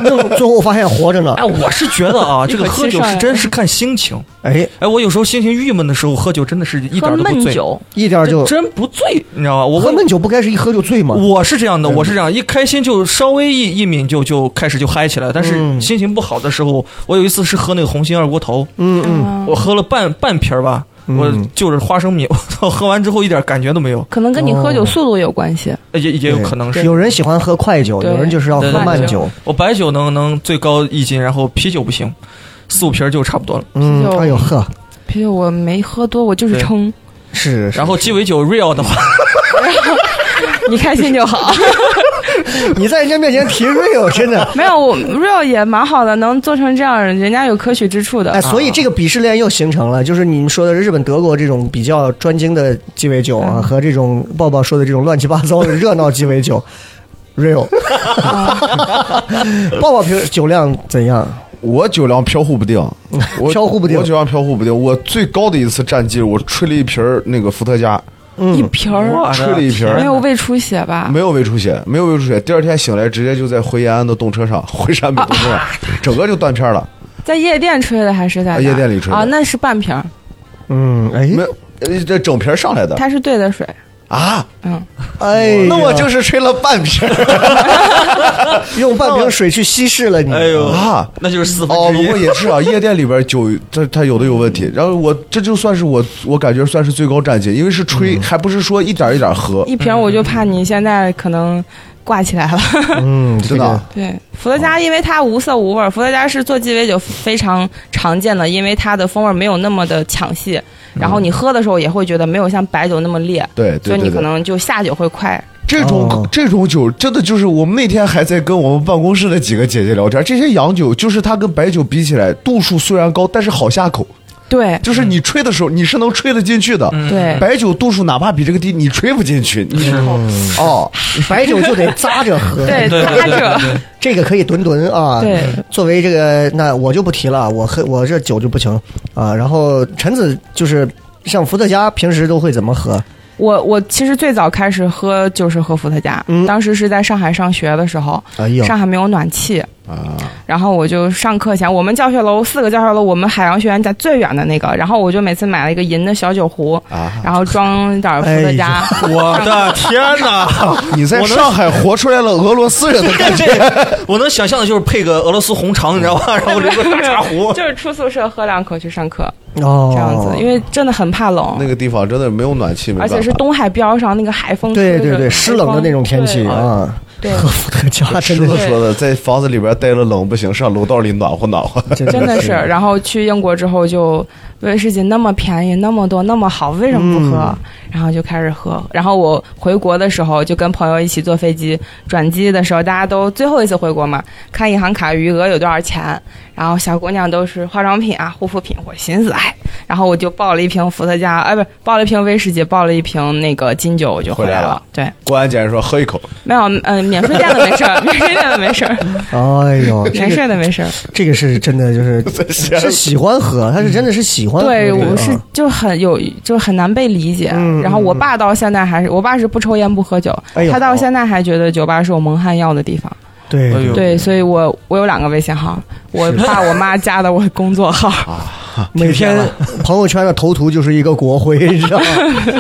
S3: 弄最后发现活着呢
S4: 哎，。我是觉得 啊，这个
S6: 一口气
S4: 喝酒
S6: 上
S4: 是
S6: 来
S4: 真是看心情。
S3: 哎，
S4: 哎，我有时候心情郁闷的时候，喝酒真的是一点
S6: 喝
S4: 儿都不
S6: 闷
S4: 醉，
S6: 酒，
S3: 一点儿就
S4: 真不醉，你知道吧？我
S3: 喝
S4: 我
S3: 闷酒不嗯该是一喝就醉吗？
S4: 我是这样的，我是这样，一开心就稍微一一抿就就开始就嗨起来了。但
S3: 嗯
S4: 是心情不好的时候，我有一次是喝那个红心二锅头，
S3: 嗯嗯，
S6: 嗯
S4: 我喝了半半瓶儿吧，
S3: 嗯
S4: 我就是花生米，我 操，喝完之后一点感觉都没有，
S6: 可能跟你喝酒速度有关系。
S4: 呃也也有可能是。
S3: 有人喜欢喝快酒，
S6: 对
S3: 有人就是要喝慢
S6: 对对
S3: 酒
S6: 对。
S4: 我白酒能能最高一斤，然后啤酒不行，四五瓶儿就差不多了。
S3: 嗯
S6: 啤，酒
S3: 哎呦呵，
S6: 啤酒我没喝多，我就是
S4: 对
S6: 撑。
S3: 是，是
S4: 然后鸡尾酒 real 的话，
S6: 你开心就 好。
S3: 你在人家面前提 real，真的。
S6: 没有，我 real 也蛮好的，能做成这样，人家有可取之处的。
S3: 哎，所以这个鄙视链又形成了，就是你们说的日本、德国这种比较专精的鸡尾酒
S6: 嗯
S3: 啊，和这种抱抱说的这种乱七八糟的热闹鸡尾酒 ，real。抱抱平酒量怎样？
S5: 我酒量飘忽不定，我
S3: 飘忽不定
S5: 我酒量嗯飘忽不定。我最高的一次战绩，我吹了一瓶儿那个伏特加，
S6: 一瓶儿
S5: 吹了一瓶
S6: 没
S5: 儿，
S6: 有胃出血吧？
S5: 没有胃出血，没有胃出血。第二天醒来，直接就在回延安的动车上，回陕北动车上，整个就断片了。
S6: 在夜店吹的还是在哪
S5: 啊夜店里吹的
S6: 啊？那是半瓶儿，
S3: 嗯，哎，
S5: 没有，呃这整瓶儿上来的
S6: 它是兑的水。
S5: 啊！
S6: 嗯，
S3: 哎呀，
S5: 那我就是吹了半瓶儿
S3: 用半瓶水去稀释了你。
S4: 哎呦，
S5: 啊。
S4: 那就是四分
S5: 哦，
S4: 之
S5: 不
S4: 一
S5: 过。也是啊，夜店里边酒，它它有的有问题。然后我这就算是我，我感觉算是最高战绩，因为是吹，还不是说一嗯点儿一点儿喝，
S6: 一瓶儿我就怕你现在可能挂起来了。
S3: 嗯，
S5: 真的啊。
S6: 对，伏特加因为它无色无味儿，伏特加是做鸡尾酒非常常见的，因为它的风味儿没有那么的抢戏，然后你喝的时候也会觉得没有像白酒那么烈，
S5: 嗯对
S6: 所
S5: 对
S6: 以你
S5: 对
S6: 可
S5: 对。
S6: 能就下酒会快。
S5: 这种、
S3: 哦
S5: 这种酒真的就是我们那天还在跟我们办公室的几个姐姐聊天，这些洋酒就是它跟白酒比起来，度数虽然高，但是好下口，
S6: 对
S5: 就是你吹的时候你是能吹得进去的。
S6: 对，
S5: 白酒度数哪怕比这个低，你吹不进去，你哦，
S3: 白酒就得咂着喝。
S6: 对
S4: 对对
S6: 搭
S4: 对
S6: 着
S4: 对
S3: 这个可以吨吨啊。
S6: 对，
S3: 作为这个，那我就不提了，我喝我这酒就不行啊。然后陈子就是像伏特加，平时都会怎么喝？
S6: 我我其实最早开始喝就是喝伏特加，
S3: 嗯
S6: 当时是在上海上学的时候，
S3: 哎呦，
S6: 上海没有暖气，
S5: 啊，
S6: 然后我就上课前，我们教学楼四个教学楼，我们海洋学院在最远的那个，然后我就每次买了一个银的小酒壶，
S5: 啊哎
S6: 然后装点儿伏特加。
S4: 我的天 哪！
S5: 你在
S4: 我能
S5: 上海活出来了俄罗斯人的感觉。
S4: 我能想象的就是配个俄罗斯红肠，你知道吧？然后留 个大茶壶。
S6: 就是出宿舍喝两口去上课
S3: 哦，
S6: 这样子，因为真的很怕冷，
S5: 那个地方真的没有暖气，没
S6: 而
S5: 办法
S6: 且是东海边上那个海风
S3: 对
S6: 吹着，
S3: 对对，
S6: 海
S3: 湿冷的
S6: 风
S3: 那种天气
S6: 对
S3: 啊，
S6: 对
S3: 喝伏特加真
S5: 师
S3: 的
S5: 傅
S3: 是
S5: 说的，在房子里边待了冷不行，上楼道里暖和暖 和。
S6: 真的是。然后去英国之后就威士忌那么便宜，那么多，那么好，为什么不喝？然后就开始喝。然后我回国的时候就跟朋友一起坐飞机转机的时候，大家都最后一次回国嘛，看银行卡余额有多少钱。然后小姑娘都是化妆品啊、护肤品，我寻思哎，然后我就抱了一瓶伏特加，哎，不是抱了一瓶威士忌，抱了一瓶那个金酒，我就回
S5: 回来
S6: 来了。
S5: 了
S6: 对，
S5: 公安检说喝一口，
S6: 没有，嗯、免税店的没事儿， 免税店的没事儿，
S3: 哎 呦，这
S6: 没事
S3: 个
S6: 儿的没事儿。
S3: 这个是真的，就是 是喜欢喝，他是真的是喜欢喝这
S6: 对，
S3: 个。
S6: 我是
S3: 啊
S6: 就很有，就很难被理解。
S3: 嗯
S6: 然后我爸到现在还是，我爸是不抽烟不喝酒，
S3: 哎呦
S6: 他到现在还觉得酒吧是我蒙汗药的地方。
S3: 对
S4: 哎呦
S6: 对，所以我我有两个微信号，我爸我妈加的我工作号。
S3: 每天 朋友圈的头图就是一个国徽，你知道 吗？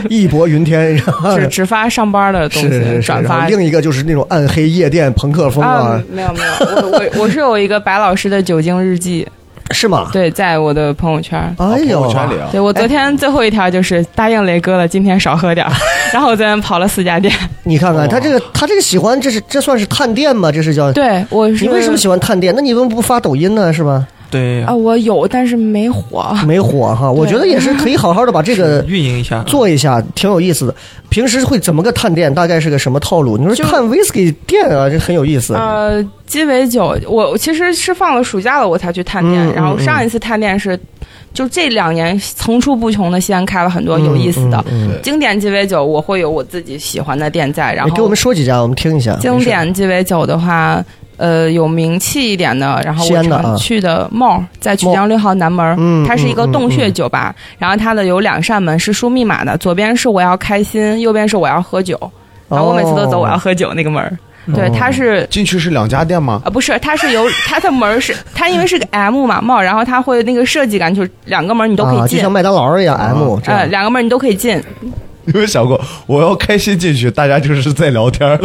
S3: 义薄云天，然后
S6: 只只发上班的东
S3: 是是
S6: 西，
S3: 是，
S6: 转
S3: 然后
S6: 发
S3: 另一个就是那种暗黑夜店朋克风
S6: 啊
S3: 啊，，
S6: 没有没有，我我我是有一个白老师的酒精日记，
S3: 是吗？
S6: 对，在我的朋友圈。
S3: 哎
S5: 朋
S3: 呦
S5: 友，圈里啊，
S6: 对我昨天最后一条就是答应雷哥了，今天 少喝点儿。然后我昨天跑了四家店。
S3: 你看看他这个，他这个喜欢，这是这算是探店吗？这是叫
S6: 对，我是
S3: 你为什么喜欢探店？那你为什么不发抖音呢？是吧？
S4: 对呀
S6: 啊？，我有，但是没火。
S3: 没火哈，我觉得也是可以好好的把这个
S4: 运营一下。
S3: 做一下，挺有意思的。平时会怎么个探店？大概是个什么套路？你说看 whisky 店啊，这很有意思。
S6: 呃，鸡尾酒，我我其实是放了暑假了我才去探店，
S3: 嗯嗯
S6: 然后上一次探店是，就这两年层出不穷的西安开了很多有意思的、
S3: 嗯嗯嗯哎
S6: 经典鸡尾酒，我会有我自己喜欢的店在，然
S3: 你给我
S6: 后
S3: 们说几家，我们听一下。
S6: 经
S3: 没事
S6: 典鸡尾酒的话。呃，有名气一点的，然后
S3: 西
S6: 我
S3: 安的啊
S6: 常去的帽儿在曲江六号南门儿
S3: 嗯，
S6: 它是一个洞
S3: 嗯嗯
S6: 穴
S3: 嗯
S6: 酒吧，然后它的有两扇门是输密码的，左边是我要开心，右边是我要喝酒，然啊后我每次都走
S3: 哦
S6: 我要喝酒那个门儿。对，它是
S5: 进去是两家店吗？
S6: 啊，不是，它是由它的门儿是它因为是个 M 嘛帽，然后它会那个设计感就是两个门儿你都可
S3: 啊，
S6: 以
S3: 就
S6: 进，
S3: 像麦当劳一样 M 这
S6: 呃，
S3: 样。
S6: 两个门儿你都可 以进，
S5: 有没有想过，我要开心进去，大家就是在聊天儿；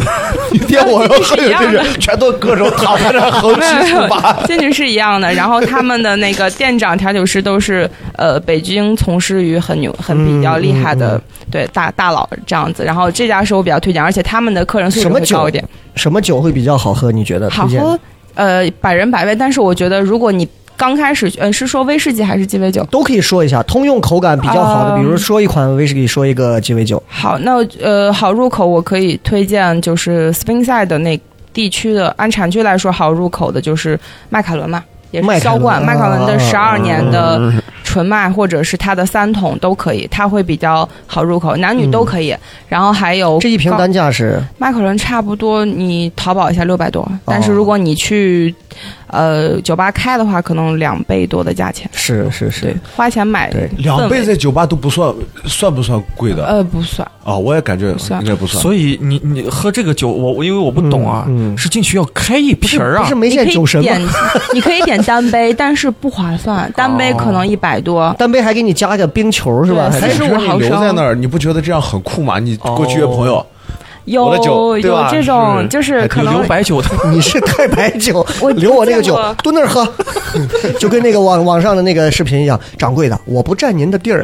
S5: 一天我要喝酒进去，全都各种躺在那 横
S6: 没有
S5: 七
S6: 没
S5: 竖
S6: 有
S5: 八。，
S6: 进去是一样的。然后他们的那个店长、调酒师都是呃北京从事于很牛、很比较厉害的、
S3: 嗯
S6: 对大大佬这样子。然后这家是我比较推荐，而且他们的客人素质
S3: 什么
S6: 会高
S3: 酒
S6: 一点，
S3: 什么酒会比较好喝？你觉得？
S6: 好
S3: 推荐
S6: 喝呃百人百味。但是我觉得如果你刚开始，嗯、是说威士忌还是鸡尾酒？
S3: 都可以说一下，通用口感比较好的，
S6: 啊
S3: 比如说一款威士忌，说一
S6: 哦
S3: 个鸡尾酒。
S6: 好，那呃，好入口，我可以推荐就是 Springside 的那地区的，按产区来说，好入口的就是麦凯伦嘛，也
S3: 麦
S6: 是
S3: 凯伦
S6: 销冠，麦凯伦的十
S3: 啊
S6: 二年的纯麦，或者是它的三桶都可以，它会比较好入口，男女都可以。然后还
S3: 嗯
S6: 有
S3: 这一瓶
S6: 高
S3: 单价是
S6: 麦凯伦差不多，你淘宝一下六百
S3: 哦
S6: 多，但是如果你去呃酒吧开的话，可能两倍多的价钱，
S3: 是是是
S6: 对，，花钱买
S3: 对
S5: 两
S6: 氛
S5: 倍
S6: 围
S5: 在酒吧都不算，算不算贵的啊、
S6: 呃不算，
S5: 我也感觉
S6: 算
S5: 应该不算。
S4: 所以你你喝这个酒，我我因为我不懂啊，
S3: 嗯嗯
S4: 是进去要开一瓶儿
S3: 不
S4: 啊
S3: 是，梅
S6: 你可
S3: 县
S6: 以
S3: 酒神
S6: 点
S3: 吗？，
S6: 你可以点单杯，但是不划算，单杯可
S5: 哦
S6: 能一百多。
S3: 单杯还给你加个冰球是吧？还
S6: 对
S5: 但
S3: 是
S5: 是
S6: 35
S5: 你
S6: 毫
S5: 留
S6: 升
S5: 在那儿，你不觉得这样很酷吗？你过去约朋友，我
S6: 有
S5: 的酒对吧
S6: 有这种，
S5: 就
S6: 就是是可
S4: 有
S6: 能
S4: 留白酒的。
S3: 你是 太白酒
S6: 我，
S3: 留我那个酒
S6: 见过，
S3: 蹲那儿喝， 就跟那个网网上的那个视频一样。掌柜的，我不占您的地 儿，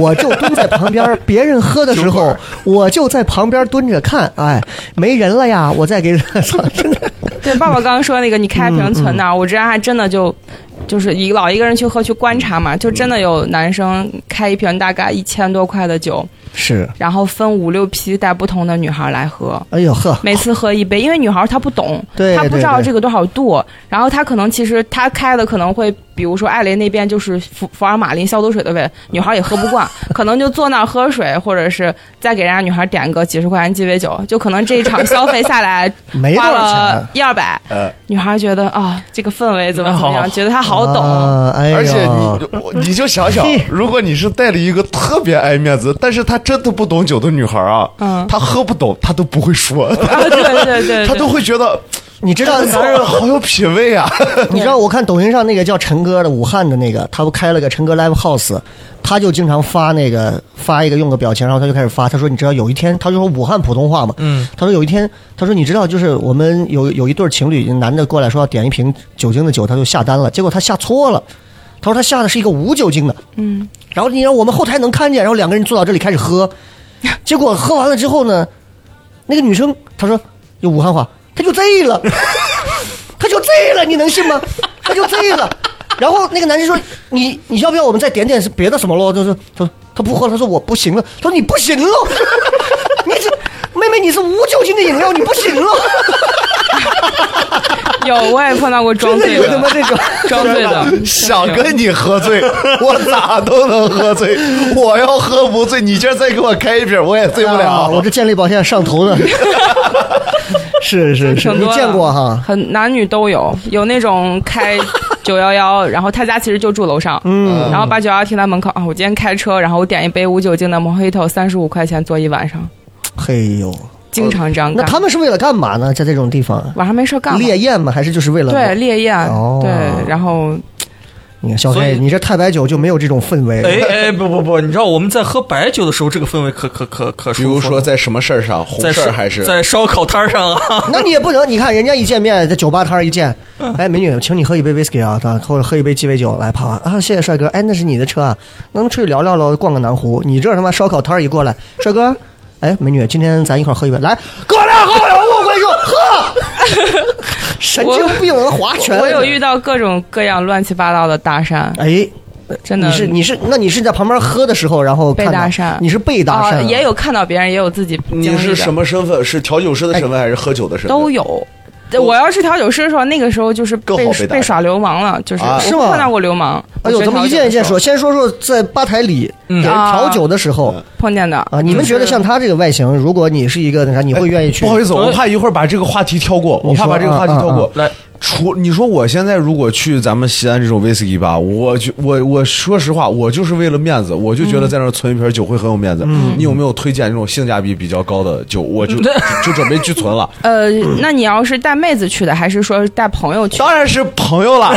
S3: 我就蹲在旁边，别人喝的时候，我就在旁边蹲着看。哎，没人了呀，我 再给， 操，真的，
S6: 对爸爸刚刚说那个，你开瓶
S5: 嗯
S6: 存那儿，我之前还真的就。就是一老一个人去喝去观察嘛，就真的有男生开一瓶大概一千多块的酒，
S3: 是，
S6: 然后分五六批带不同的女孩来喝，
S3: 哎呦呵，
S6: 每次喝一杯，因为女孩她不懂，
S3: 对
S6: 她不知
S3: 对
S6: 道
S3: 对
S6: 这个多少度，然后她可能其实她开的可能会，比如说艾雷那边就是福福尔马林消毒水的味，女孩也喝不惯，可能就坐那儿喝水，或者是再给人家女孩点个几十块钱鸡尾酒，就可能这一场消费下来
S3: 没多
S6: 花
S3: 少钱啊
S6: 了。一二百，
S5: 呃，
S6: 女孩觉得啊、这个氛围怎么怎么
S4: 好
S6: 样，觉得她好懂。
S3: 啊哎呦、
S5: 而且你我你就想想
S3: 嘿，
S5: 如果你是带了一个特别爱面子，但是她真的不懂酒的女孩啊，
S6: 嗯
S5: 她喝不懂，她都不会说，
S6: 啊， 对对对对，
S5: 她都会觉得
S3: 你知
S5: 这
S3: 道
S5: 个男人好有品味啊。，
S3: 你知道我看抖音上那个叫陈哥的武汉的那个，他不开了个陈哥 Live House，他就经常发那个发一个用个表情，然后他就开始发，他说你知道有一天，他就说武汉普通话嘛，
S4: 嗯，
S3: 他说有一天，他说你知道就是我们有有一对情侣，男的过来说要点一瓶酒精的酒，他就下单了，结果他下错了，他说他下的是一个无酒精的，
S6: 嗯，
S3: 然后你让我们后台能看见，然后两个人坐到这里开始喝，结果喝完了之后呢，那个女生她说用武汉话，她就醉了，她就醉了，你能信 吗？她就醉了。然后那个男生说：“你你要不要我们再点点别的什么喽？”他说：“他说他不喝了，他说我不行了。”他说：“你不行 了，你这妹妹你是无酒精的饮料，你不行了。
S6: 有我也碰到过”装
S3: 真的
S6: 醉
S3: 有他妈
S6: 的，
S3: 这种，
S6: 装醉 的
S5: 想跟你喝 醉，我咋都能喝醉。我要喝不醉，你今儿再给我开一瓶，我也醉不
S3: 啊
S5: 了。
S3: 我这健力宝现在上头 了，是是是，
S6: 挺
S3: 你
S6: 多的
S3: 见过哈？
S6: 很男女都有，有那种 开九幺幺，然后他家其实就住楼上，嗯，然后把九幺幺停在门口啊，我今天开车，然后我点一杯无酒精的 Mojito，三十五块钱坐一晚上，
S3: 嘿呦，
S6: 经常这样
S3: 哦那
S6: 干。
S3: 他们是为了干嘛呢？在这种地方，啊
S6: 晚上没事干嘛
S3: 烈焰吗？还是就是为了
S6: 对烈焰
S3: 哦，
S6: 对，然后
S3: 你看小
S4: 所
S3: 黑，
S4: 以
S3: 你这太白酒就没有这种氛围。
S4: 哎哎，不不不，你知道我们在喝白酒的时候，这个氛围可可可可
S5: 比
S4: 舒服了。
S5: 如说在什么事儿上，红
S4: 在
S5: 事儿
S4: 烧
S5: 还是
S4: 在烧烤摊儿上啊，
S3: 那你也不能，你看人家一见面，在酒吧摊儿一见，哎，美女，请你喝一杯 whisky 啊，啊或者喝一杯鸡尾酒，来，啪啪啊，谢谢帅哥，哎，那是你的车啊，能出去聊聊喽，逛个南湖，你这他妈烧烤摊儿一过来，帅哥，哎，美女，今天咱一块儿喝一杯，来，跟我俩喝两壶，我跟你说，喝，神经病，划拳，
S6: 我有遇，到各种各样乱七八糟的搭讪，
S3: 哎，
S6: 真的
S3: 你是你是，那你是在旁边喝的时候，然后
S6: 被
S3: 看到
S6: 搭讪
S3: 你是被搭讪
S6: 啊
S3: 啊，
S6: 也有看到别人，也有自己经
S5: 你
S6: 历的
S5: 是什么身份？是调酒师的身份还是喝酒的身份？
S6: 都有。对我要是调酒师的时候，那个时候就是
S5: 更
S6: 被
S5: 好被搭讪
S6: 被耍流氓了，就是
S5: 啊
S6: 我
S3: 是吗
S6: 碰到过流氓。
S3: 哎呦，
S6: 我学
S3: 咱们一
S6: 调
S3: 件
S6: 酒
S3: 一
S6: 的时
S3: 件
S6: 候
S3: 说，先说说在吧台里给人
S6: 啊
S3: 调酒的时候
S6: 碰见的
S3: 啊，你们觉得像他这个外形，如果你是一个那啥，你会愿意去？
S5: 不好意思，我怕一会儿把这个话题跳过，
S3: 你
S5: 我怕
S3: 说
S5: 把这个话题
S3: 啊啊
S5: 跳过
S3: 啊。
S4: 来，
S5: 除你说我现在如果去咱们西安这种威士忌吧，我就我我说实话，我就是为了面子，我就觉得在那儿存一瓶酒会很有面子。你有没有推荐这种性价比比较高的酒？我就就就准备去存了。
S6: 呃，那你要是带妹子去的，还是说是带朋友
S3: 哦
S6: 去
S5: 当然是朋友了，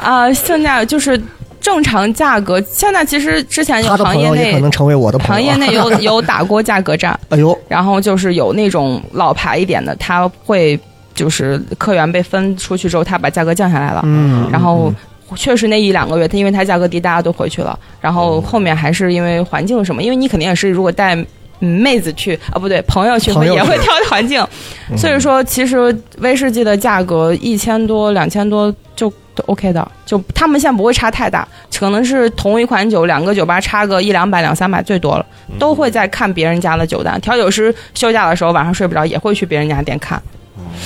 S6: 啊、性价就是正常价格。现在其实之前有
S3: 他的
S6: 行
S3: 朋
S6: 业
S3: 友也可
S6: 内
S3: 能成为我的朋
S6: 行
S3: 友。啊
S6: 业内有有打过价格战，
S3: 哎呦，
S6: 然后就是有那种老牌一点的，他会就是客源被分出去之后，他把价格降下来了，
S3: 嗯，
S6: 然后。确实那一两个月，它因为它价格低，大家都回去了。然后后面还是因为环境什么，因为你肯定也是，如果带嗯妹子去啊，不对，朋友去
S3: 朋
S6: 会
S3: 友
S6: 也
S3: 去
S6: 会挑环境。所以说，其实威士忌的价格一千多、两千多就都 OK 的，就他们现在不会差太大，可能是同一款酒，两个酒吧差个一两百、两三百最多了，都会在看别人家的酒单。调酒师休假的时候晚上睡不着，也会去别人家店看。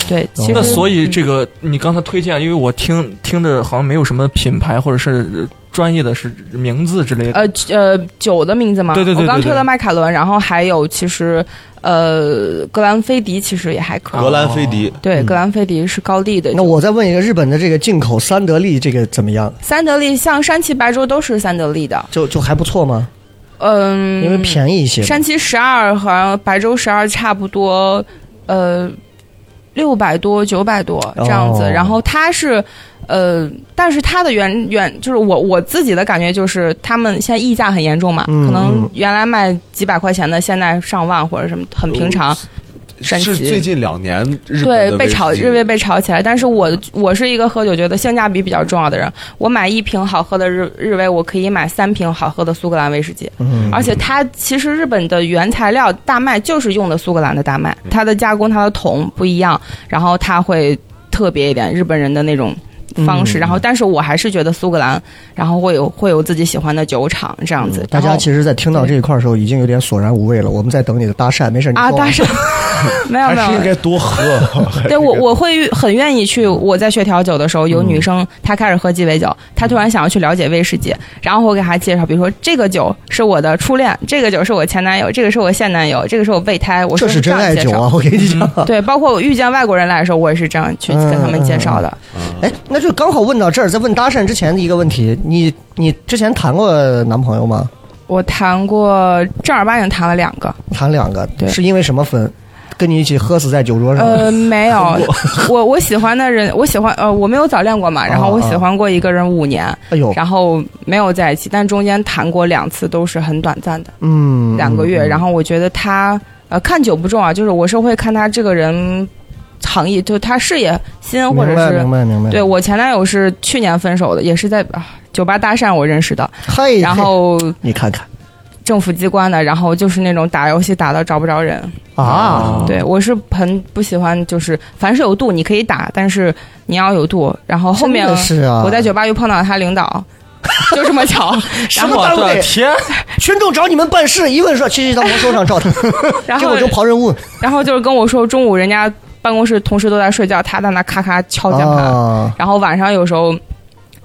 S6: 对，其实
S4: 那所以
S6: 嗯
S4: 这个你刚才推荐，因为我听听着好像没有什么品牌或者是专业的是名字之类的。
S6: 呃呃，酒的名字吗？
S4: 对对对
S6: 我刚
S4: 对对
S6: 推了迈凯伦，然后还有其实呃格兰菲迪，其实也还
S4: 啊
S6: 可以。
S5: 格兰菲迪，
S6: 对，格兰菲迪是高地的酒。
S3: 那我再问一个日本的这个进口三得利这个怎么样？
S6: 三得利像山崎白州都是三得利的，
S3: 就就还不错吗？
S6: 嗯，
S3: 因为便宜一些。
S6: 山崎十二和白州十二差不多，呃，六百多、九百多这样子。
S3: 哦
S6: 然后它是，呃，但是它的原原就是我我自己的感觉就是，他们现在溢价很严重嘛，
S3: 嗯
S6: 可能原来卖几百块钱的，现在上万或者什么，很平常。山
S5: 哦是
S6: 崎
S5: 最近两年日本
S6: 对
S5: 的，
S6: 被炒，
S5: 威士忌
S6: 日威被炒起来。但是我我是一个喝酒觉得性价比比较重要的人，我买一瓶好喝的日日威，我可以买三瓶好喝的苏格兰威士忌。
S3: 嗯，
S6: 而且它其实日本的原材料大麦就是用的苏格兰的大
S5: 嗯
S6: 麦，它的加工它的桶不一样，然后它会特别一点日本人的那种。方式，
S3: 嗯
S6: 然后但是我还是觉得苏格兰，然后会有会有自己喜欢的酒厂这样子。
S5: 嗯
S3: 大
S6: 然
S3: 家
S6: 后
S3: 其实，在听到这一块儿的时候，已经有点索然无味了。我们在等你的搭讪，没事，你
S6: 啊，
S3: 说
S6: 大山 没有
S5: 还
S6: 没
S5: 是应
S6: 有，
S5: 该多喝。 还是
S6: 对我
S5: 应该
S6: 我会很愿意去。
S3: 嗯
S6: 我在学调酒的时候，有女生她开始喝鸡尾酒，她突然想要去了解威士忌，然后我给她介绍，比如说这个酒是我的初恋，这个酒是我前男友，这个是我现男友，这个是我备胎，我
S3: 这
S6: 是
S3: 是真
S6: 样
S3: 爱
S6: 介
S3: 酒
S6: 绍
S3: 啊！我跟你讲，
S6: 对，包括我遇见外国人来的时候，我也是这样去
S3: 嗯
S6: 跟他们介绍的。
S3: 哎，那就刚好问到这儿，在问搭讪之前的一个问题，你你之前谈过男朋友吗？
S6: 我谈过正儿八经谈了两个，
S3: 谈两个，
S6: 对
S3: 是因为什么分？跟你一起喝死在酒桌上？
S6: 呃，没有， 我我喜欢的人，我喜欢呃，我没有早恋过
S3: 啊
S6: 嘛，然后我喜欢过一个人五年，
S3: 哎呦，
S6: 然后没有在一起，但中间谈过两次，都是很短暂的
S3: 嗯，
S6: 两个月。然
S3: 后
S6: 后我觉得他呃，看久不重要，就是我是会看他这个人行业，就他事业心或者
S3: 明白
S6: 是
S3: 明。白明白，
S6: 对我前男友是去年分手的，也是在啊酒吧搭讪我认识的，
S3: 嘿，
S6: 然后
S3: 嘿你看看
S6: 政府机关的，然后就是那种打游戏打到找不着人。
S3: 啊，
S6: 对我是很不喜欢，就是凡是有度你可以打，但是你要有度。然后后面
S3: 真的是啊，
S6: 我在酒吧又碰到他领导，就这么 巧。
S3: 什
S6: 然
S3: 么
S6: 后
S4: 我
S3: 单
S4: 的
S3: 位？
S4: 啊天！
S3: 群众找你们办事，一问说去去到魔兽上找他，
S6: 然
S3: 结
S6: 后
S3: 果就跑任务
S6: 然后就是跟我说中午人家办公室同事都在睡觉，他在那咔咔敲键盘，
S3: 啊，
S6: 然后晚上有时候。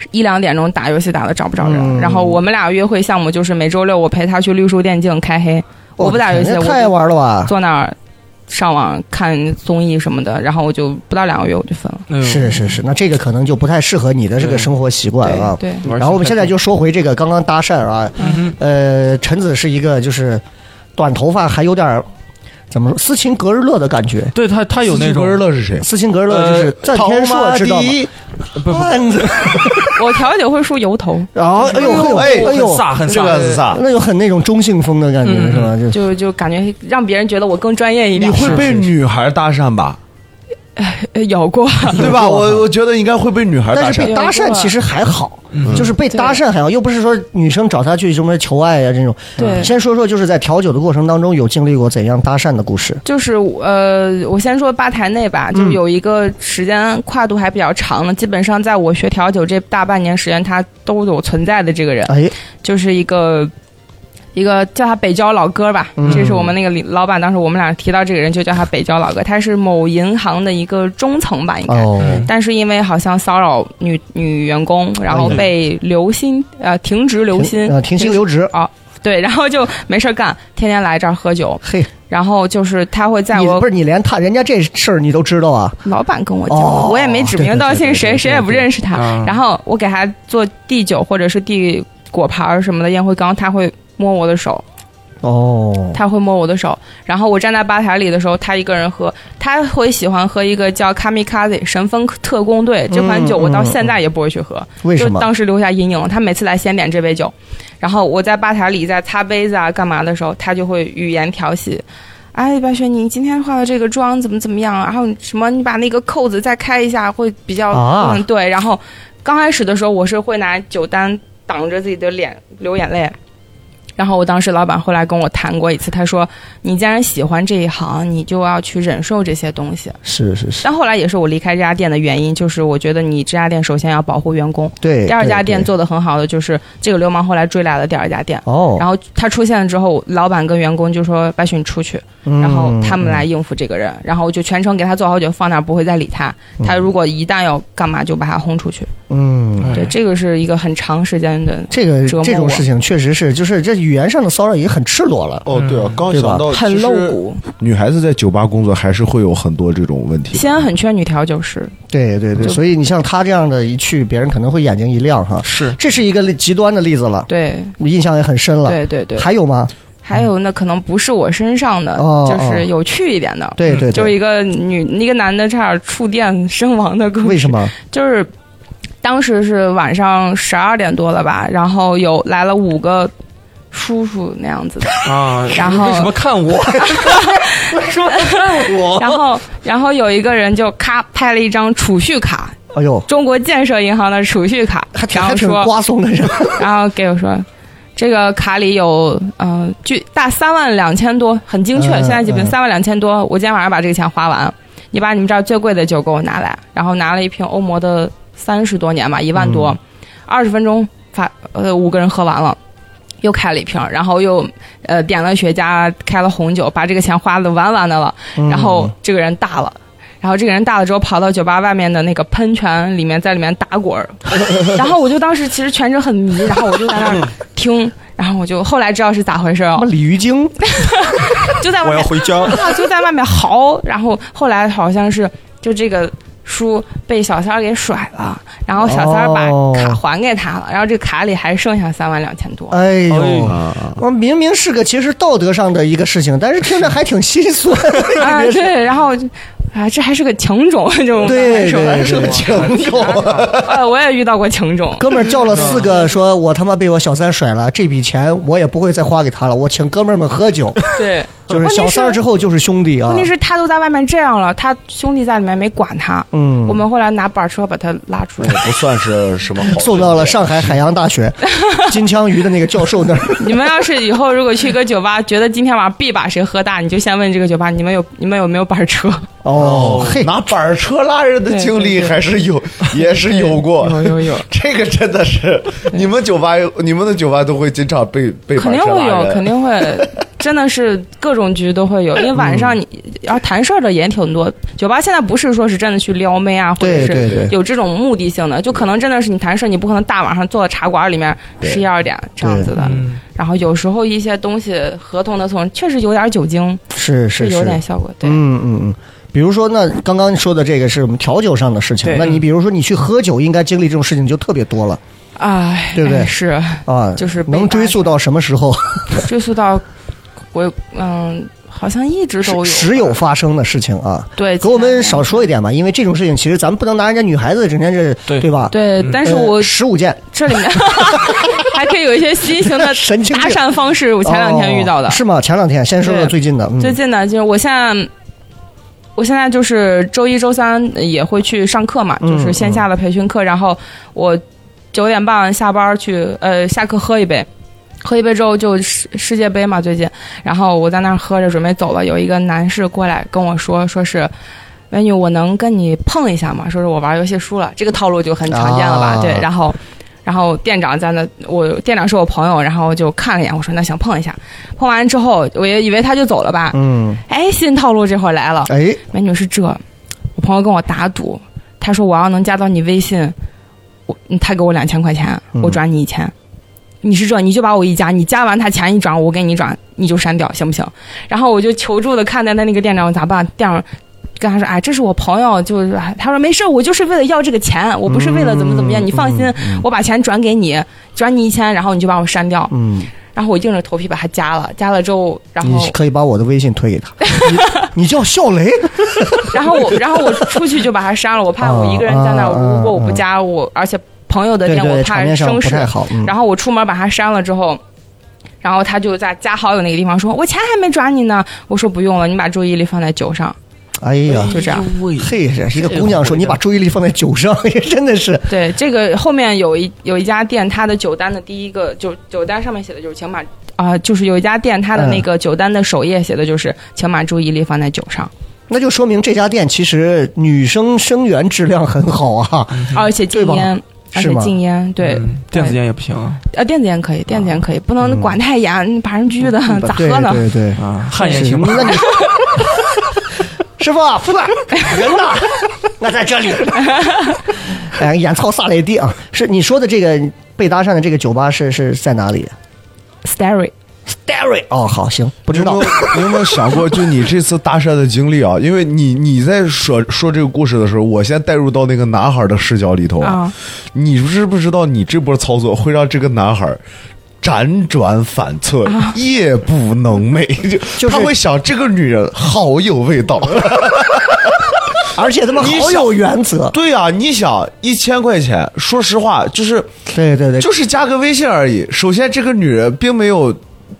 S6: 一两点钟打游戏打的找不着人，
S3: 嗯
S6: 然后我们俩约会项目就是每周六我陪他去绿树电竞开黑，我不打游戏，
S3: 那
S6: 我
S3: 太
S6: 就
S3: 玩了吧？
S6: 坐那儿上网看综艺什么的，然后我就不到两个月我就分了。
S4: 哎呦
S3: 是是是，那这个可能就不太适合你的这个生活习惯啊。
S6: 对，对
S3: 然后我们现在就说回这个刚刚搭讪啊，
S4: 嗯
S3: 呃，陈子是一个就是短头发还有点儿怎么说斯琴格日乐的感觉。
S4: 对他他有那
S5: 斯琴
S4: 种呃
S5: 格日乐是谁？
S3: 斯琴格日乐
S6: 呃
S3: 就是赞天硕，知道吗？
S4: 不不
S3: 汉子，
S6: 我调酒会梳油头，
S3: 然后哎呦
S5: 哎
S3: 哎呦哎
S4: 很
S3: 呦，
S4: 飒很
S5: 这
S4: 飒
S5: 个，是
S6: 啊
S5: 啥？
S3: 那就很那种中性风的感觉
S4: 嗯
S3: 是吧？就
S6: 就就感觉让别人觉得我更专业一
S5: 你
S6: 点。
S5: 会被女孩搭讪吧？
S6: 呃 有过，
S5: 对吧？我我觉得应该会被女孩搭
S3: 但是
S5: 讪
S3: 被。搭讪其实还好，就是被搭讪还好，又不是说女生找他去什么求爱呀、这种。嗯
S6: 对
S3: 先说说就是在调酒的过程当中有经历过怎样搭讪的故事。
S6: 就是呃，我先说吧台内吧，
S3: 嗯
S6: 就有一个时间跨度还比较长的，基本上在我学调酒这大半年时间，他都有存在的这个人，
S3: 哎，
S6: 就是一个。一个叫他北郊老哥吧，
S3: 嗯
S6: 这是我们那个领老板，当时我们俩提到这个人就叫他北郊老哥，他是某银行的一个中层吧，应该，嗯
S3: 哦，
S6: 但是因为好像骚扰女女员工，然后
S3: 哎呀
S6: 被留薪呃停职留薪
S3: 啊，停薪留职，
S6: 对，然后就没事儿干，天天来这儿喝酒。
S3: 嘿，
S6: 然后就是他会在
S3: 你
S6: 我
S3: 不是你连他人家这事儿你都知道啊？
S6: 老板跟我讲，
S3: 哦
S6: 我也没指名道
S3: 对
S6: 姓，
S3: 对对对
S6: 谁
S3: 对嗯
S6: 谁也不认识他。
S4: 啊
S6: 然后我给他做递酒或者是递果盘儿什么的烟灰缸，他会摸我的手，
S3: 哦，
S6: 他会摸我的手。然后我站在吧台里的时候，他一个人喝，他会喜欢喝一个叫 Kamikaze 神风特工队这款酒，
S3: 嗯
S6: 我到
S3: 嗯
S6: 现在也不会去喝。
S3: 为
S6: 就
S3: 什么？
S6: 当时留下阴影了。他每次来先点这杯酒，然后我在吧台里在擦杯子啊干嘛的时候，他就会语言调戏。哎，白雪，你今天化的这个妆怎么怎么样啊？然后什么，你把那个扣子再开一下会比较、
S3: 啊
S6: 嗯对。然后刚开始的时候，我是会拿酒单挡着自己的脸流眼泪，然后我当时老板后来跟我谈过一次，他说：“你既然喜欢这一行，你就要去忍受这些东西。
S3: 是是”是，
S6: 但后来也是我离开这家店的原因，就是我觉得你这家店首先要保护员工。
S3: 对。
S6: 第二家
S3: 对
S6: 店
S3: 对
S6: 做的很好的就是这个流氓后来追来了第二家店，
S3: 哦，
S6: 然后他出现了之后，老板跟员工就说：“白雪你出去。”然后他们
S3: 嗯
S6: 来应付这个人，然后就全程给他做好酒，放那儿不会再理他。他如果一旦要干嘛，就把他轰出去。
S3: 嗯，
S4: 哎
S6: 对，这个是一个很长时间的，
S3: 这个
S6: 折磨
S3: 这种
S6: 我
S3: 事情确实是，就是这语言上的骚扰已经很赤裸了。
S5: 哦，对啊，刚
S3: 对吧
S5: 想到
S6: 很
S5: 其实
S6: 露骨。
S5: 女孩子在酒吧工作还是会有很多这种问题。
S6: 西安很缺女调酒师，
S3: 对对对，
S6: 就
S3: 所以你像他这样的一去，别人可能会眼睛一亮哈。
S4: 是
S3: 这是一个例极端的例子了，
S6: 对
S3: 印象也很深了。
S6: 对对对。
S3: 还有吗？
S6: 还有那可能不是我身上的，
S3: 哦
S6: 就是
S3: 哦
S6: 有趣一点的，
S3: 对对
S6: 嗯就是
S3: 对，
S6: 一个女一个男的差点触电身亡的故事。
S3: 为什么？
S6: 就是当时是晚上十二点多了吧，然后有来了五个叔叔那样 子的，
S4: 啊，
S6: 然后
S4: 为什么看我？为什么看我？
S6: 然后然后有一个人就咔拍了一张储蓄卡，
S3: 哎呦，
S6: 中国建设银行的储蓄卡
S3: 还，挺
S6: 然
S3: 还
S6: 后
S3: 挺
S6: 说，
S3: 瓜怂的人。
S6: 然后给我说。这个卡里有，呃，据大三万两千多，很精确，
S3: 嗯
S6: 现在几
S3: 嗯
S6: 瓶三万两千多。我今天晚上把这个钱花完，你把你们这儿最贵的酒给我拿来，然后拿了一瓶欧魔的三十多年吧，一万
S3: 嗯
S6: 多，二十、分钟发，呃，五个人喝完了，又开了一瓶，然后又呃点了雪茄，开了红酒，把这个钱花的完完的了。
S3: 嗯
S6: 然后这个人大了。然后这个人大了之后，跑到酒吧外面的那个喷泉里面，在里面打滚儿。然后我就当时其实全程很迷，然后我就在那儿听，然后我就后来知道是咋回事
S3: 什
S6: 哦
S3: 么，鲤鱼精？
S6: 就 在外
S4: 我要
S6: 面
S4: 回家。
S5: 哎
S6: 啊，就在外面嚎。然后后来好像是就这个书被小三儿给甩了，然后小三儿把
S3: 哦
S6: 卡还给他了，然后这卡里还剩下三万两千多。啊
S3: 哎呦
S4: 哎，
S5: 啊，
S3: 我明明是个其实道德上的一个事情，但是听着还挺心 酸。
S6: 啊，对，然后啊，这还是个情种，这种
S3: 对对
S6: 说
S3: 对，情种。
S6: 呃，我也遇到过情种，
S3: 哥们儿叫了四个，说我他妈被我小三甩了，这笔钱我也不会再花给他了，我请哥们儿们喝酒，
S6: 对，
S3: 就是小三儿之后就是兄弟啊
S6: 问。题是他都在外面这样了，他兄弟在里面没管他。
S3: 嗯
S6: 我，们后来拿板车把他拉出
S5: 那
S6: 来
S5: 也。不算是什么好。
S3: 送到了上海海洋大 学金枪鱼的那个教授那儿。
S6: 你们要是以后如果去一个酒吧，觉得今天晚上必把谁喝大，你就先问这个酒吧，你们有你们有没有板车？
S3: 哦，嘿，
S5: 拿板车拉人的经历还是有，也是有过。
S3: 哎
S6: 有有有，
S5: 这个真的是，你们酒吧有，你们的酒吧都会经常被被
S6: 肯
S5: 板
S6: 定
S5: 车
S6: 会
S5: 拉
S6: 有，
S5: 人
S6: 肯定会，真的是各种局都会有，因为晚上你要谈事儿的也挺多。酒吧现在不是说是真的去撩妹啊，或者
S3: 对对
S6: 是
S3: 对
S6: 有这种目的性的，就可能真的是你谈事儿，你不可能大晚上坐到茶馆里面十一二点这样子的。
S4: 嗯，
S6: 然后有时候一些东西合同的从确实有点酒精
S3: 是是
S6: 有点
S3: 是，
S6: 效果，对，
S3: 嗯嗯嗯。比如说，那刚刚说的这个是我们调酒上的事情
S6: 对，
S3: 那你比如说你去喝酒，应该经历这种事情就特别多了
S6: 哎，
S3: 对不对
S6: 哎是
S3: 啊。
S6: 就是被
S3: 能追溯到什么时候？
S6: 追溯到我嗯，好像一 直都有
S3: 时有发生的事情啊，
S6: 对，
S3: 给我们少说一点吧，因为这种事情其实咱们不能拿人家女孩子整天这
S4: 对
S3: 吧？呃
S6: 对，但是我
S3: 十五件
S6: 这里面 还可以有一些新型 的
S3: 神经
S6: 搭
S3: 病
S6: 讪方式，我前两天遇到的
S3: 哦。是吗？前两天先说说
S6: 对
S3: 最近的，嗯
S6: 最近呢，就是我现在。我现在就是周一、周三也会去上课嘛，
S3: 嗯
S6: 就是线下的培训课。然后我九点半下班去，呃，下课喝一杯，喝一杯之后就世世界杯嘛，最近。然后我在那儿喝着，准备走了，有一个男士过来跟我说，说是美女，我能跟你碰一下吗？说是我玩游戏输了，这个套路就很常见了吧？
S3: 啊
S6: 对，然后。然后店长在那，我店长是我朋友，然后就看了一眼，我说那行碰一下，碰完之后我也以为他就走了吧，
S3: 嗯，
S6: 哎，新套路这会儿来了，
S3: 哎，
S6: 美女是这，我朋友跟我打赌，他说我要能加到你微信，我他给我两千块钱，
S3: 嗯
S6: 我转你一千。你是这，你就把我一加，你加完他钱一转，我给你转，你就删掉，行不行？然后我就求助的看待他那个店长我咋办？店长跟他说，哎，这是我朋友，就是哎他说没事，我就是为了要这个钱，我不是为了怎么怎么样，
S3: 嗯
S6: 你放心，我把钱转给你，转你一千，然后你就把我删掉。
S3: 嗯，
S6: 然后我硬着头皮把他加了，加了之后，然后
S3: 你可以把我的微信推给他，你你叫笑雷，
S6: 然后我，然后我出去就把他删了，我怕我一个人在那儿，
S3: 啊啊
S6: 如果我不加我，而且朋友的
S3: 对
S6: 店我
S3: 对，
S6: 怕
S3: 场面上
S6: 生
S3: 不
S6: 事
S3: 太。好，嗯，
S6: 然后我出门把他删了之后，然后他就在加好友那个地方说：“我钱还没转你呢。”我说：“不用了，你把注意力放在酒上。”
S3: 哎
S4: 嗯
S3: 呀，
S6: 就这样。
S3: 嘿，这是一个姑娘说你把注意力放在酒上，真的是
S6: 对，这个后面有一 有一家店，它的酒单的第一个就酒单上面写的就是请把啊、就是有一家店，它的那
S3: 嗯
S6: 个酒单的首页写的就是请把注意力放在酒上，
S3: 那就说明这家店其实女生生源质量很好啊。
S6: 而且禁
S3: 对吧
S6: 烟。而
S3: 是
S6: 且
S3: 吗
S6: 禁烟，对，
S4: 嗯电子烟也不行啊
S6: 呃，电子烟可以，电子烟可以，不能管太严，把人拘的， 咋
S3: 啊嗯对
S6: 喝呢？
S3: 对对，
S4: 啊，汗也
S3: 是
S4: 行吧？
S3: 那你师傅，傅人 呢？我在这 里。哎，眼操撒了地啊！是你说的这个被搭讪的这个酒吧是是在哪里
S6: Starry，
S3: ？Starry。哦，好，行，不知道
S5: 你有。没有你有没有想过，就你这次搭讪的经历啊？因为你你在说说这个故事的时候，我先带入到那个男孩的视角里头
S6: 啊。
S5: 你知不知道你这波操作会让这个男孩？辗转反侧，夜不能寐，
S3: 就
S5: 啊 就是他会想这个女人好有味 道。
S3: 而且他们
S5: 你
S3: 好
S5: 想
S3: 有原则。
S5: 对呀、你想一千块钱，说实话就是
S3: 对对对，
S5: 就是加个微信而已。首先，这个女人并没有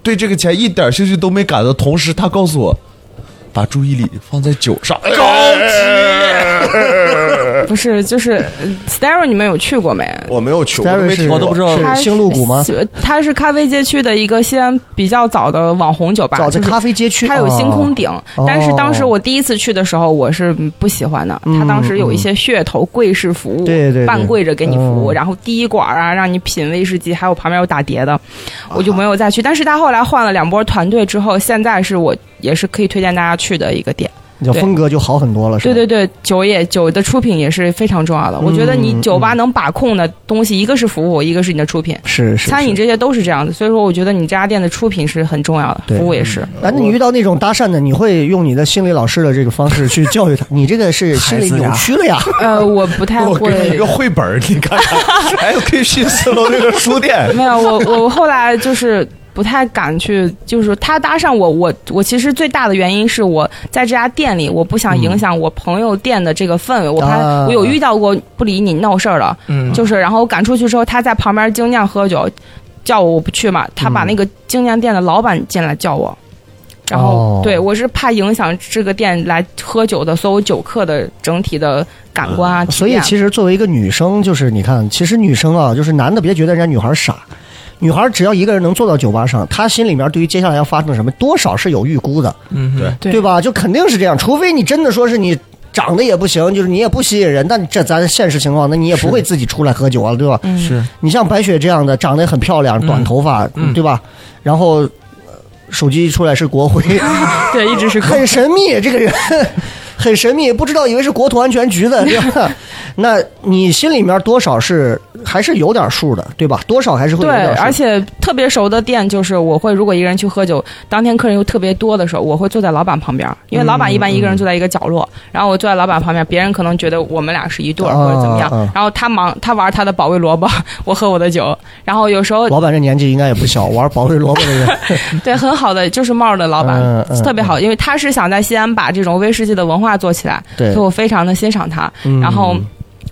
S5: 对这个钱一点兴趣都没感的同时，她告诉我，把注意力放在酒上。高级，
S6: 不是，就是 呃 Starry，你们有去过没？
S5: 我没有去，我都
S3: Starry
S5: 没
S3: 是
S5: 听
S4: 我都不知道
S6: 它
S3: 是
S6: 是
S3: 星露谷吗？
S6: 是它是咖啡街区的一个西安比较早的网红酒吧，
S3: 早在
S6: 就是
S3: 咖啡街区，
S6: 它有星空顶，
S3: 哦嗯
S6: 但是当时我第一次去的时候，我是不喜欢的。它当时有一些噱头跪式服务，
S3: 对对对
S6: 半跪着给你服务，
S3: 嗯
S6: 然后滴一管儿啊，让你品威士忌，还有旁边有打碟
S3: 啊
S6: 的，我就没有再去。但是它后来换了两波团队之后，现在是我也是可以推荐大家去的一个店。
S3: 你的风格就好很多了，是吧？
S6: 对对对，酒也酒的出品也是非常重要的。我觉得
S3: 嗯
S6: 你酒吧能把控的东西，一个是服务，一个是你的出品。
S3: 是是。
S6: 餐饮
S3: 是
S6: 这些都是这样的，所以说我觉得你这家店的出品是很重要的，
S3: 对
S6: 服务也 是。
S3: 哎，那你遇到那种搭讪的，你会用你的心理老师的这个方式去教 育他？你这个是心理
S4: 孩子
S3: 扭
S4: 呀
S3: 曲 了呀？
S6: 呃，我不太
S5: 我
S6: 会。
S5: 给你一个绘本儿，你看看， 还有可以去四楼那个书店。
S6: 没有，我我后来就是不太敢去，就是他搭上我，我我其实最大的原因是我在这家店里，我不想影响我朋友店的这个氛围，我怕
S3: 嗯啊
S6: 我有遇到过不理你闹事儿了，
S4: 嗯，
S6: 就是然后我赶出去之后，他在旁边精酿喝酒，叫我我不去嘛，他
S3: 嗯
S6: 把那个精酿店的老板进来叫我。然后，
S3: 哦
S6: 对我是怕影响这个店来喝酒的所有酒客的整体的感官啊，体
S3: 所以
S6: 验
S3: 其实作为一个女生，就是你看，其实女生啊，就是男的别觉得人家女孩傻，女孩只要一个人能坐到酒吧上，她心里面对于接下来要发生什么，多少是有预估的，
S4: 嗯
S5: 对
S6: 对
S3: 吧？就肯定是这样，除非你真的说是你。长得也不行，就是你也不吸引人，但这咱现实情况，那你也不会自己出来喝酒啊，对吧？
S6: 嗯
S4: 是
S3: 你像白雪这样的，长得也很漂亮，
S4: 嗯
S3: 短头发，
S4: 嗯
S3: 对吧？然后呃手机一出来是国徽，
S6: 对一直是
S3: 很神秘，这个人很神秘，不知道以为是国土安全局 的，对吧？那你心里面多少是还是有点数的，对吧？多少还是会有
S6: 对
S3: 点，数。
S6: 而且特别熟的店，就是我会如果一个人去喝酒，当天客人又特别多的时候，我会坐在老板旁边儿，因为老板一般一个人坐在一个角落，然后我坐在老板旁边，别人可能觉得我们俩是一对儿
S3: 啊
S6: 或者怎么样，
S3: 啊
S6: 然后他忙他玩他的保卫萝卜， 我喝我的酒，然后有时候
S3: 老板这年纪应该也不小，玩保卫萝卜的 人，
S6: 对很好的就是帽儿的老板、
S3: 嗯嗯
S6: 特别好，因为他是想在西安把这种威士忌的文化做起来，
S3: 对
S6: 所以我非常的欣赏他。
S3: 嗯
S6: 然后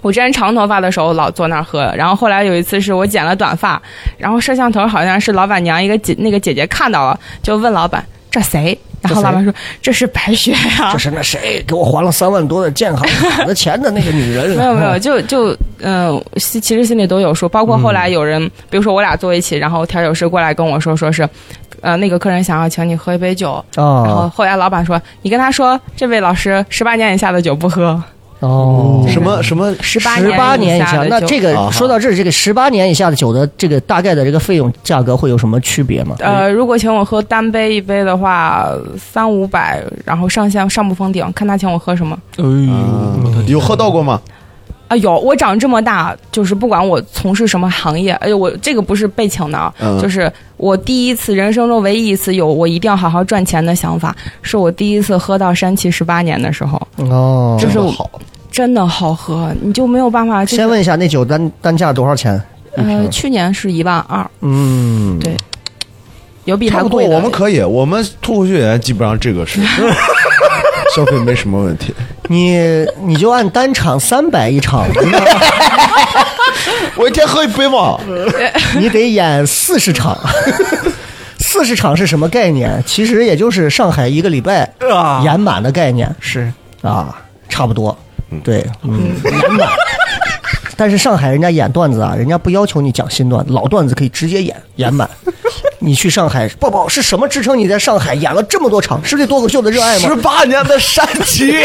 S6: 我之前长头发的时候老坐那儿喝，然后后来有一次是我剪了短发，然后摄像头好像是老板娘一个姐那个姐姐看到了，就问老板这谁，然后老板说这是白雪啊呀、
S3: 这是那谁给我还了三万多的建行卡的钱的那个女人，
S6: 没有没有，就就嗯，心其实心里都有数，包括后来
S3: 嗯
S6: 有人，比如说我俩坐一起，然后调酒师过来跟我说，说是，呃，那个客人想要请你喝一杯酒，然后
S3: 啊
S6: 后来老板说，你跟他说，这位老师十八年以下的酒不喝，
S3: 哦。
S5: 什
S6: 嗯
S5: 么什么？
S6: 十八
S3: 十八年以
S6: 以
S3: 下，
S6: 的酒。
S3: 那这个
S5: 啊哈
S3: 说到这儿，这个十八年以下的酒的这个大概的这个费用价格会有什么区别吗？
S6: 呃，如果请我喝单杯一杯的话，三五百，然后上线上不封顶，看他请我喝什么
S4: 哎
S3: 嗯
S4: 呦，
S5: 嗯有喝到过吗？
S6: 啊？有，我长这么大，就是不管我从事什么行业，哎呦，我这个不是被请的啊，
S5: 嗯
S6: 就是我第一次人生中唯一一次有我一定要好好赚钱的想法，是我第一次喝到山崎十八年的时候，
S3: 哦，
S6: 就是
S5: 这么
S6: 我
S5: 好，
S6: 真的好喝，你就没有办法。就是
S3: 先问一下那酒单单价多少钱？
S6: 呃，去年是一万二，
S3: 嗯，
S6: 对有比
S5: 差
S6: 它
S5: 不多，
S6: 贵的。
S5: 我们可以，我们脱口秀演员基本上这个 是消费没什么问题。
S3: 你你就按单场三百一场，
S5: 我一天喝一杯嘛，
S6: 嗯
S3: 你得演四十场。 四十场是什么概念？其实也就是上海一个礼拜
S4: 啊
S3: 演满的概念。
S4: 是
S3: 啊，差不多，对，嗯，难吧？ 但是上海人家演段子啊，人家不要求你讲新段子，老段子可以直接演演 满。你去上海，抱抱是什么支撑你在上海演了这么多场？是对脱口秀的热爱吗？
S5: 十八年的山崎，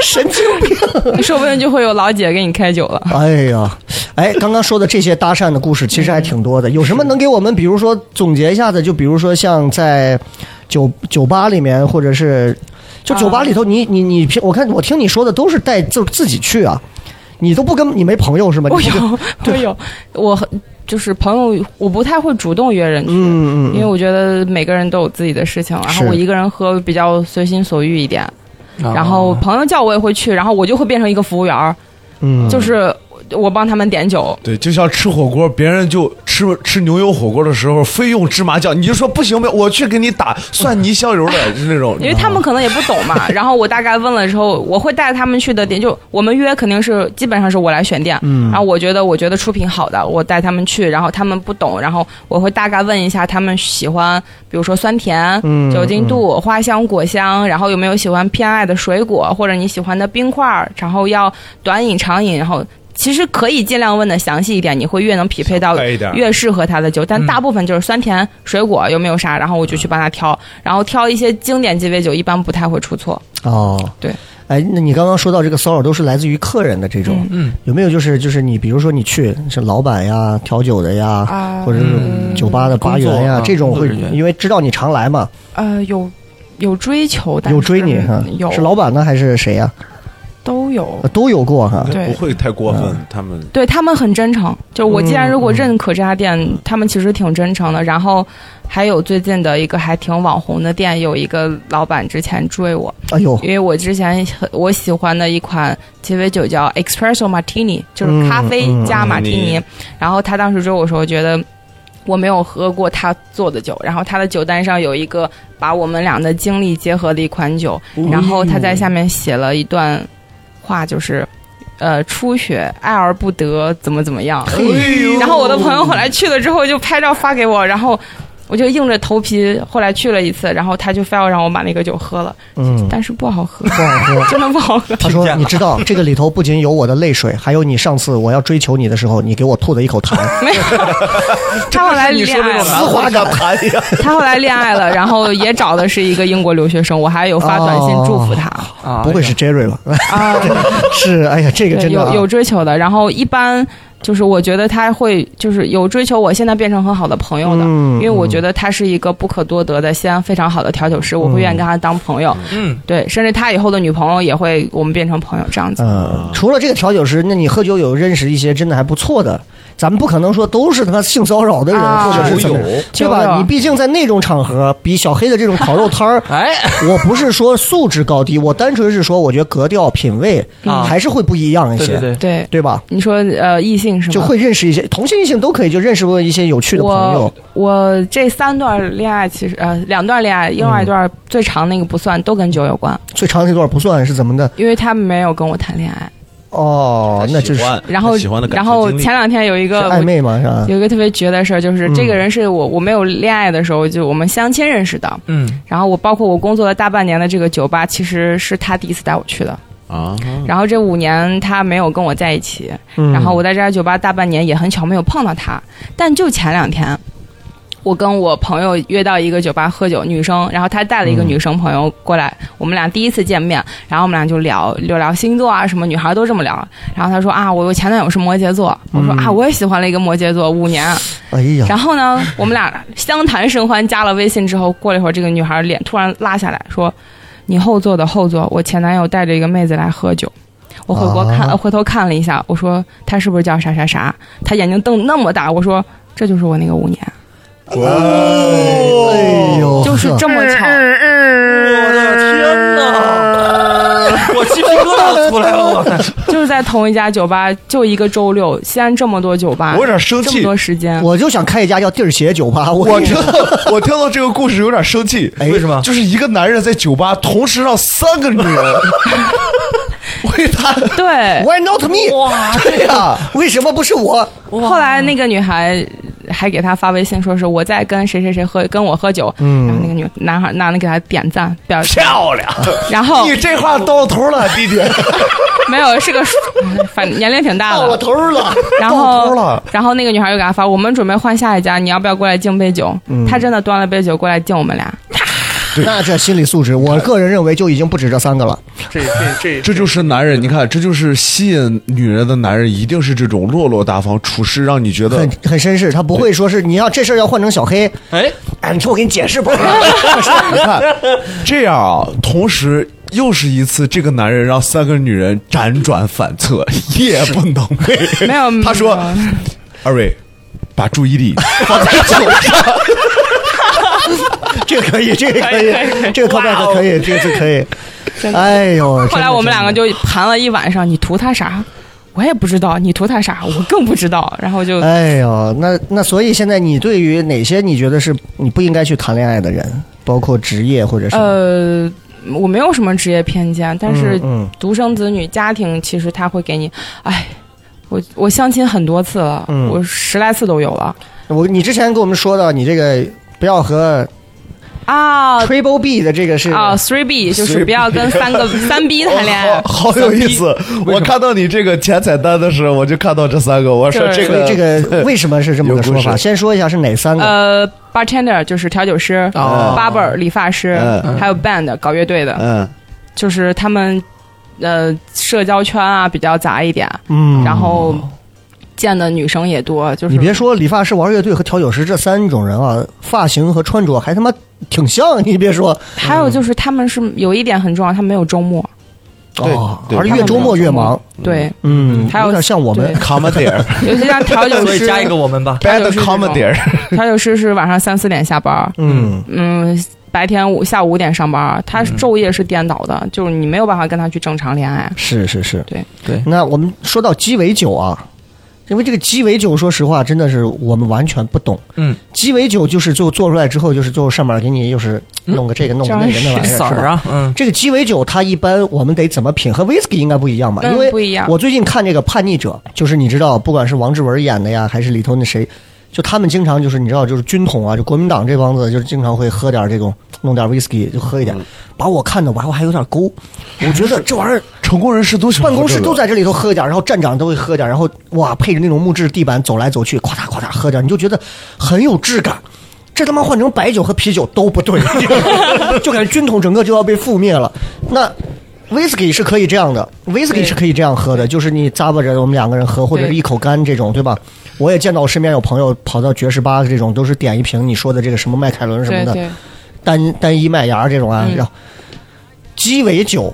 S3: 神经病！
S6: 说不定就会有老姐给你开酒了。
S3: 哎呀，哎，刚刚说的这些搭讪的故事其实还挺
S4: 嗯
S3: 多的，有什么能给我们，比如说总结一下子？就比如说像在酒酒吧里面，或者是就酒吧里
S4: 啊
S3: 头你，你你平我看我听你说的都是带自自己去啊，你都不跟你没朋友是吗？
S4: 哦
S6: 我
S3: 你不跟
S6: 有，我有，我很就是朋友，我不太会主动约人去，
S3: 嗯嗯
S6: 因为我觉得每个人都有自己的事情，然后
S3: 是
S6: 我一个人喝比较随心所欲一点，
S4: 啊
S6: 然后朋友叫我也会去，然后我就会变成一个服务员儿，
S3: 嗯，
S6: 就是我帮他们点酒，
S5: 对，就像吃火锅，别人就吃吃牛油火锅的时候，非用芝麻酱，你就说不行呗，我去给你打蒜泥香油的，就是那种。
S6: 因为他们可能也不懂 嘛。然后我大概问了之后，我会带他们去的店，就我们约肯定是基本上是我来选店。嗯，然后我觉得我觉得出品好的，我带他们去，然后他们不懂，然后我会大概问一下他们喜欢，比如说酸甜、
S3: 嗯
S6: 酒精度、花香、果香，然后有没有喜欢偏爱的水果或者你喜欢的冰块儿，然后要短饮、长饮，然后。其实可以尽量问的详细一点，你会越能匹配到
S5: 白一
S3: 啊
S5: 点
S6: 越适合他的酒，
S3: 嗯
S6: 但大部分就是酸甜水果有没有啥，然后我就去帮他
S3: 啊
S6: 挑，然后挑一些经典鸡尾酒，一般不太会出错。
S3: 哦，
S6: 对。
S3: 哎，那你刚刚说到这个骚扰都是来自于客人的这种，
S4: 嗯嗯
S3: 有没有就是就是你比如说你去是老板呀、调酒的呀，
S6: 啊
S3: 或者是
S4: 嗯
S3: 酒吧的吧员呀、
S4: 工作啊
S3: 这种会
S4: 工作人员
S3: 因为知道你常来嘛，
S6: 呃，有有追求，但
S3: 有追你哈，是老板呢还是谁呀、
S6: 都有
S3: 呃都有过哈。
S6: 对
S5: 不会太过分，
S3: 嗯
S5: 他们
S6: 对他们很真诚，就是我既然如果认可这家店，他们其实挺真诚的。然后还有最近的一个还挺网红的店，有一个老板之前追我，
S3: 哎呦，
S6: 因为我之前很我喜欢的一款鸡尾酒叫 Espresso Martini，就是咖啡加马提尼。然后他当时追我说，觉得我没有喝过他做的酒，然后他的酒单上有一个把我们俩的经历结合的一款酒，然后他在下面写了一段话，就是。呃，初雪，爱而不得，怎么怎么样？
S5: 哎
S6: 然后我的朋友后来去了之后就拍照发给我，然后我就硬着头皮，后来去了一次，然后他就非要让我把那个酒喝了，
S3: 嗯，
S6: 但是不好喝，
S3: 不好说。
S6: 真的不好喝。
S3: 他说：“你知道这个里头不仅有我的泪水，还有你上次我要追求你的时候，你给我吐的一口 痰。
S6: 没有，他后来恋爱
S5: 丝
S6: 了，
S5: 滑感谈一样。
S6: 他后来恋爱了，然后也找的是一个英国留学生，我还有
S3: 哦
S6: 发短信祝福他
S4: 啊
S3: 不会是 Jerry 吧？
S6: 啊，
S3: 是，哎呀，这个
S6: 对，
S3: 真的、啊、
S6: 有有追求的。然后一般就是我觉得他会就是有追求，我现在变成很好的朋友的，
S3: 嗯
S6: 因为我觉得他是一个不可多得的西安非常好的调酒师，我会愿意跟他当朋友。
S4: 嗯，，
S6: 对，甚至他以后的女朋友也会我们变成朋友这样子。
S3: 嗯，除了这个调酒师，那你喝酒有认识一些真的还不错的？咱们不可能说都是他性骚扰的人，
S6: 啊
S3: 或者是怎么
S5: 酒友，
S3: 对
S6: 酒
S3: 吧？
S6: 友
S3: 你毕竟在那种场合，比小黑的这种烤肉摊儿
S4: 哎，
S3: 我不是说素质高低，我单纯是说，我觉得格调、品味
S4: 啊
S3: 还是会不一样一
S4: 对对
S3: 些，
S4: 对，
S6: 嗯对，
S3: 对吧？
S6: 你说呃，异性是吗？
S3: 就会认识一些同性异性都可以，就认识过一些有趣的朋友
S6: 我。我这三段恋爱其实呃两段恋爱，另外一段最长那个不算，都跟酒有关，
S3: 最长那段不算是怎么的？
S6: 因为他没有跟我谈恋爱。
S3: 哦，那就是是
S6: 然后
S5: 喜欢的感
S6: 然
S5: 情
S6: 后
S5: 经历
S6: 前两天有一个
S3: 暧昧嘛，是吧
S6: 啊我？有一个特别绝的事儿，就是这个
S5: 嗯
S6: 人是我我没有恋爱的时候就我们相亲认识的，
S4: 嗯，
S6: 然后我包括我工作了大半年的这个酒吧，其实是他第一次带我去的。
S5: 啊，
S6: 然后这五年他没有跟我在一起，
S3: 嗯
S6: 然后我在这家酒吧大半年也很巧没有碰到他，但就前两天。我跟我朋友约到一个酒吧喝酒，女生，然后她带了一个女生朋友过来，我们俩第一次见面，然后我们俩就聊聊聊星座啊什么，女孩都这么聊。然后她说啊，我我前男友是摩羯座，我说、啊，我也喜欢了一个摩羯座，五年。
S3: 哎呀，
S5: 嗯
S6: 然后呢，我们俩相谈甚欢，加了微信之后，过了一会儿，这个女孩脸突然拉下来说：“你后座的后座，我前男友带着一个妹子来喝酒。”我回国看，
S3: 啊
S6: 呃回头看了一下，我说他是不是叫啥啥啥？他眼睛瞪那么大，我说这就是我那个五年，
S5: 哦
S3: 哎呦，
S6: 就是
S3: 呵
S6: 这么巧。
S4: 我的天哪，我鸡皮疙瘩出来了，我看
S6: 就是在同一家酒吧，就一个周六，西安这么多酒吧
S5: 我有，点生
S6: 这么
S5: 气。
S6: 多时间，
S3: 我就想开一家叫地儿鞋酒吧，我
S5: 我 听到我听到这个故事有点生气，
S4: 为什么？
S5: 就是一个男人在酒吧同时让三个女人为他，
S6: 对，
S3: Why not me？
S4: 哇，
S3: 对呀、为什么不是我？
S6: 后来那个女孩还给他发微信说是我在跟谁谁谁喝，跟我喝酒，
S3: 嗯
S6: 然后那个女男孩男的给他点赞 表示，
S5: 漂亮，
S6: 然后
S5: 你这话到头了，弟弟，
S6: 没有是个叔，反正年龄挺大
S3: 到
S6: 的
S3: 哦我，头了，
S6: 然
S5: 到头
S6: 后
S5: 了
S6: 然后那个女孩又给他发，我们准备换下一家，你要不要过来敬杯酒？
S3: 嗯
S6: 他真的端了杯酒过来敬我们俩，
S3: 那这心理素质，我个人认为就已经不止这三个了。
S4: 这这这
S5: 这就是男人。你看，这就是吸引女人的男人，一定是这种落落大方、处事让你觉得
S3: 很很绅士，他不会说是你要这事儿要换成小黑，
S4: 哎，
S3: 哎，你听我给你解释吧。
S5: 你看，这样啊，同时又是一次，这个男人让三个女人辗转反侧，夜不能寐。
S3: 哎
S6: 没有嗯
S5: 他说
S6: 没有：“
S5: 二位，把注意力放在酒上。
S3: 这个可以，这个可
S6: 哎
S3: 以，这个 callback 可以，这个可以。哎呦，
S6: 哦后来我们两个就盘了一晚上，你图他啥？我也不知道，你图他啥？我更不知道。然后
S3: 真
S6: 就
S3: 的。哎呦，那那所以现在你对于哪些你觉得是你不应该去谈恋爱的人，包括职业或者是
S6: 呃，我没有什么职业偏见，但是
S3: 嗯
S6: 独生子女家庭其实他会给你，哎，我我相亲很多次了，
S3: 嗯
S6: 我十来次都有了
S3: 嗯我你之前跟我们说的，你这个不要和
S6: 啊
S3: Triple B 的这个是
S6: 啊，three B 就
S5: three B
S6: 是不要跟 三个三 B 谈恋
S3: 哦
S6: 爱。
S5: 哦好好有意思！我看到你这个前彩蛋的时候，我就看到这三个，我说
S6: 对
S5: 这
S3: 所以
S5: 个
S3: 这个为什么是这么个说
S5: 有故
S3: 法？
S5: 事
S3: 先说一下是哪三个？
S6: 呃，bartender 就是调酒师、
S3: 哦
S6: barber 理发师，
S5: 嗯
S6: 还有 band 搞乐队的，
S5: 嗯，
S6: 就是他们呃社交圈啊比较杂一点，
S3: 嗯，
S6: 然后见的女生也多，就是
S3: 你别说理发师、玩乐队和调酒师这三种人啊，发型和穿着还他妈挺像。你别说，
S6: 还有
S3: 嗯
S6: 就是他们是有一点很重要，他们没有周末，
S5: 对
S3: 哦
S5: 对
S3: 而越周末越忙，
S6: 对，
S3: 嗯，
S6: 还有
S3: 有点像我们
S6: 对
S5: comedy
S6: 尤其像 调酒
S4: 所以
S6: 师，
S4: 加一个我们吧。
S5: bad
S6: 就是这种
S5: comedy，
S6: 调酒师是晚上三四点下班，
S3: 嗯，
S6: 嗯，白天五下午五点上班，他昼夜是颠倒的，就是你没有办法跟他去正常恋爱。
S3: 是是是，
S6: 对
S4: 对
S3: 那我们说到鸡尾酒啊，因为这个鸡尾酒，说实话，真的是我们完全不懂。
S4: 嗯，
S3: 鸡尾酒就是最后做出来之后，就是最后上面给你又是弄个这个弄个那个 那玩意儿，
S4: 色
S3: 是
S4: 儿
S3: 吧？
S4: 啊，嗯，
S3: 这个鸡尾酒它一般我们得怎么品？和 whisky 应该不一样吧？
S6: 嗯
S3: 因为
S6: 不一样
S3: 我最近看这个《叛逆者》，就是你知道，不管是王志文演的呀，还是里头那谁，就他们经常就是你知道，就是军统啊，就国民党这帮子，就是经常会喝点这种，弄点 whisky 就喝一点，把我看的我还我还有点勾，我觉得这玩意儿
S5: 成功人士都喜欢
S3: 办
S5: 喝
S3: 公
S5: 这
S3: 室
S5: 个
S3: 都在这里头喝一点，然后站长都会喝点，然后哇配着那种木质地板走来走去，咵嚓咵嚓喝点，你就觉得很有质感。这他妈换成白酒和啤酒都不对， 就感觉军统整个就要被覆灭了。那 whisky 是可以这样的，whisky
S6: 对
S3: 是可以这样喝的，就是你咂巴着我们两个人喝，或者是
S6: 对
S3: 一口干这种，对吧？我也见到我身边有朋友跑到爵士吧这种，都是点一瓶你说的这个什么迈凯伦什么
S6: 对
S3: 的，
S6: 对，
S3: 单单一麦芽这种啊，然后鸡尾酒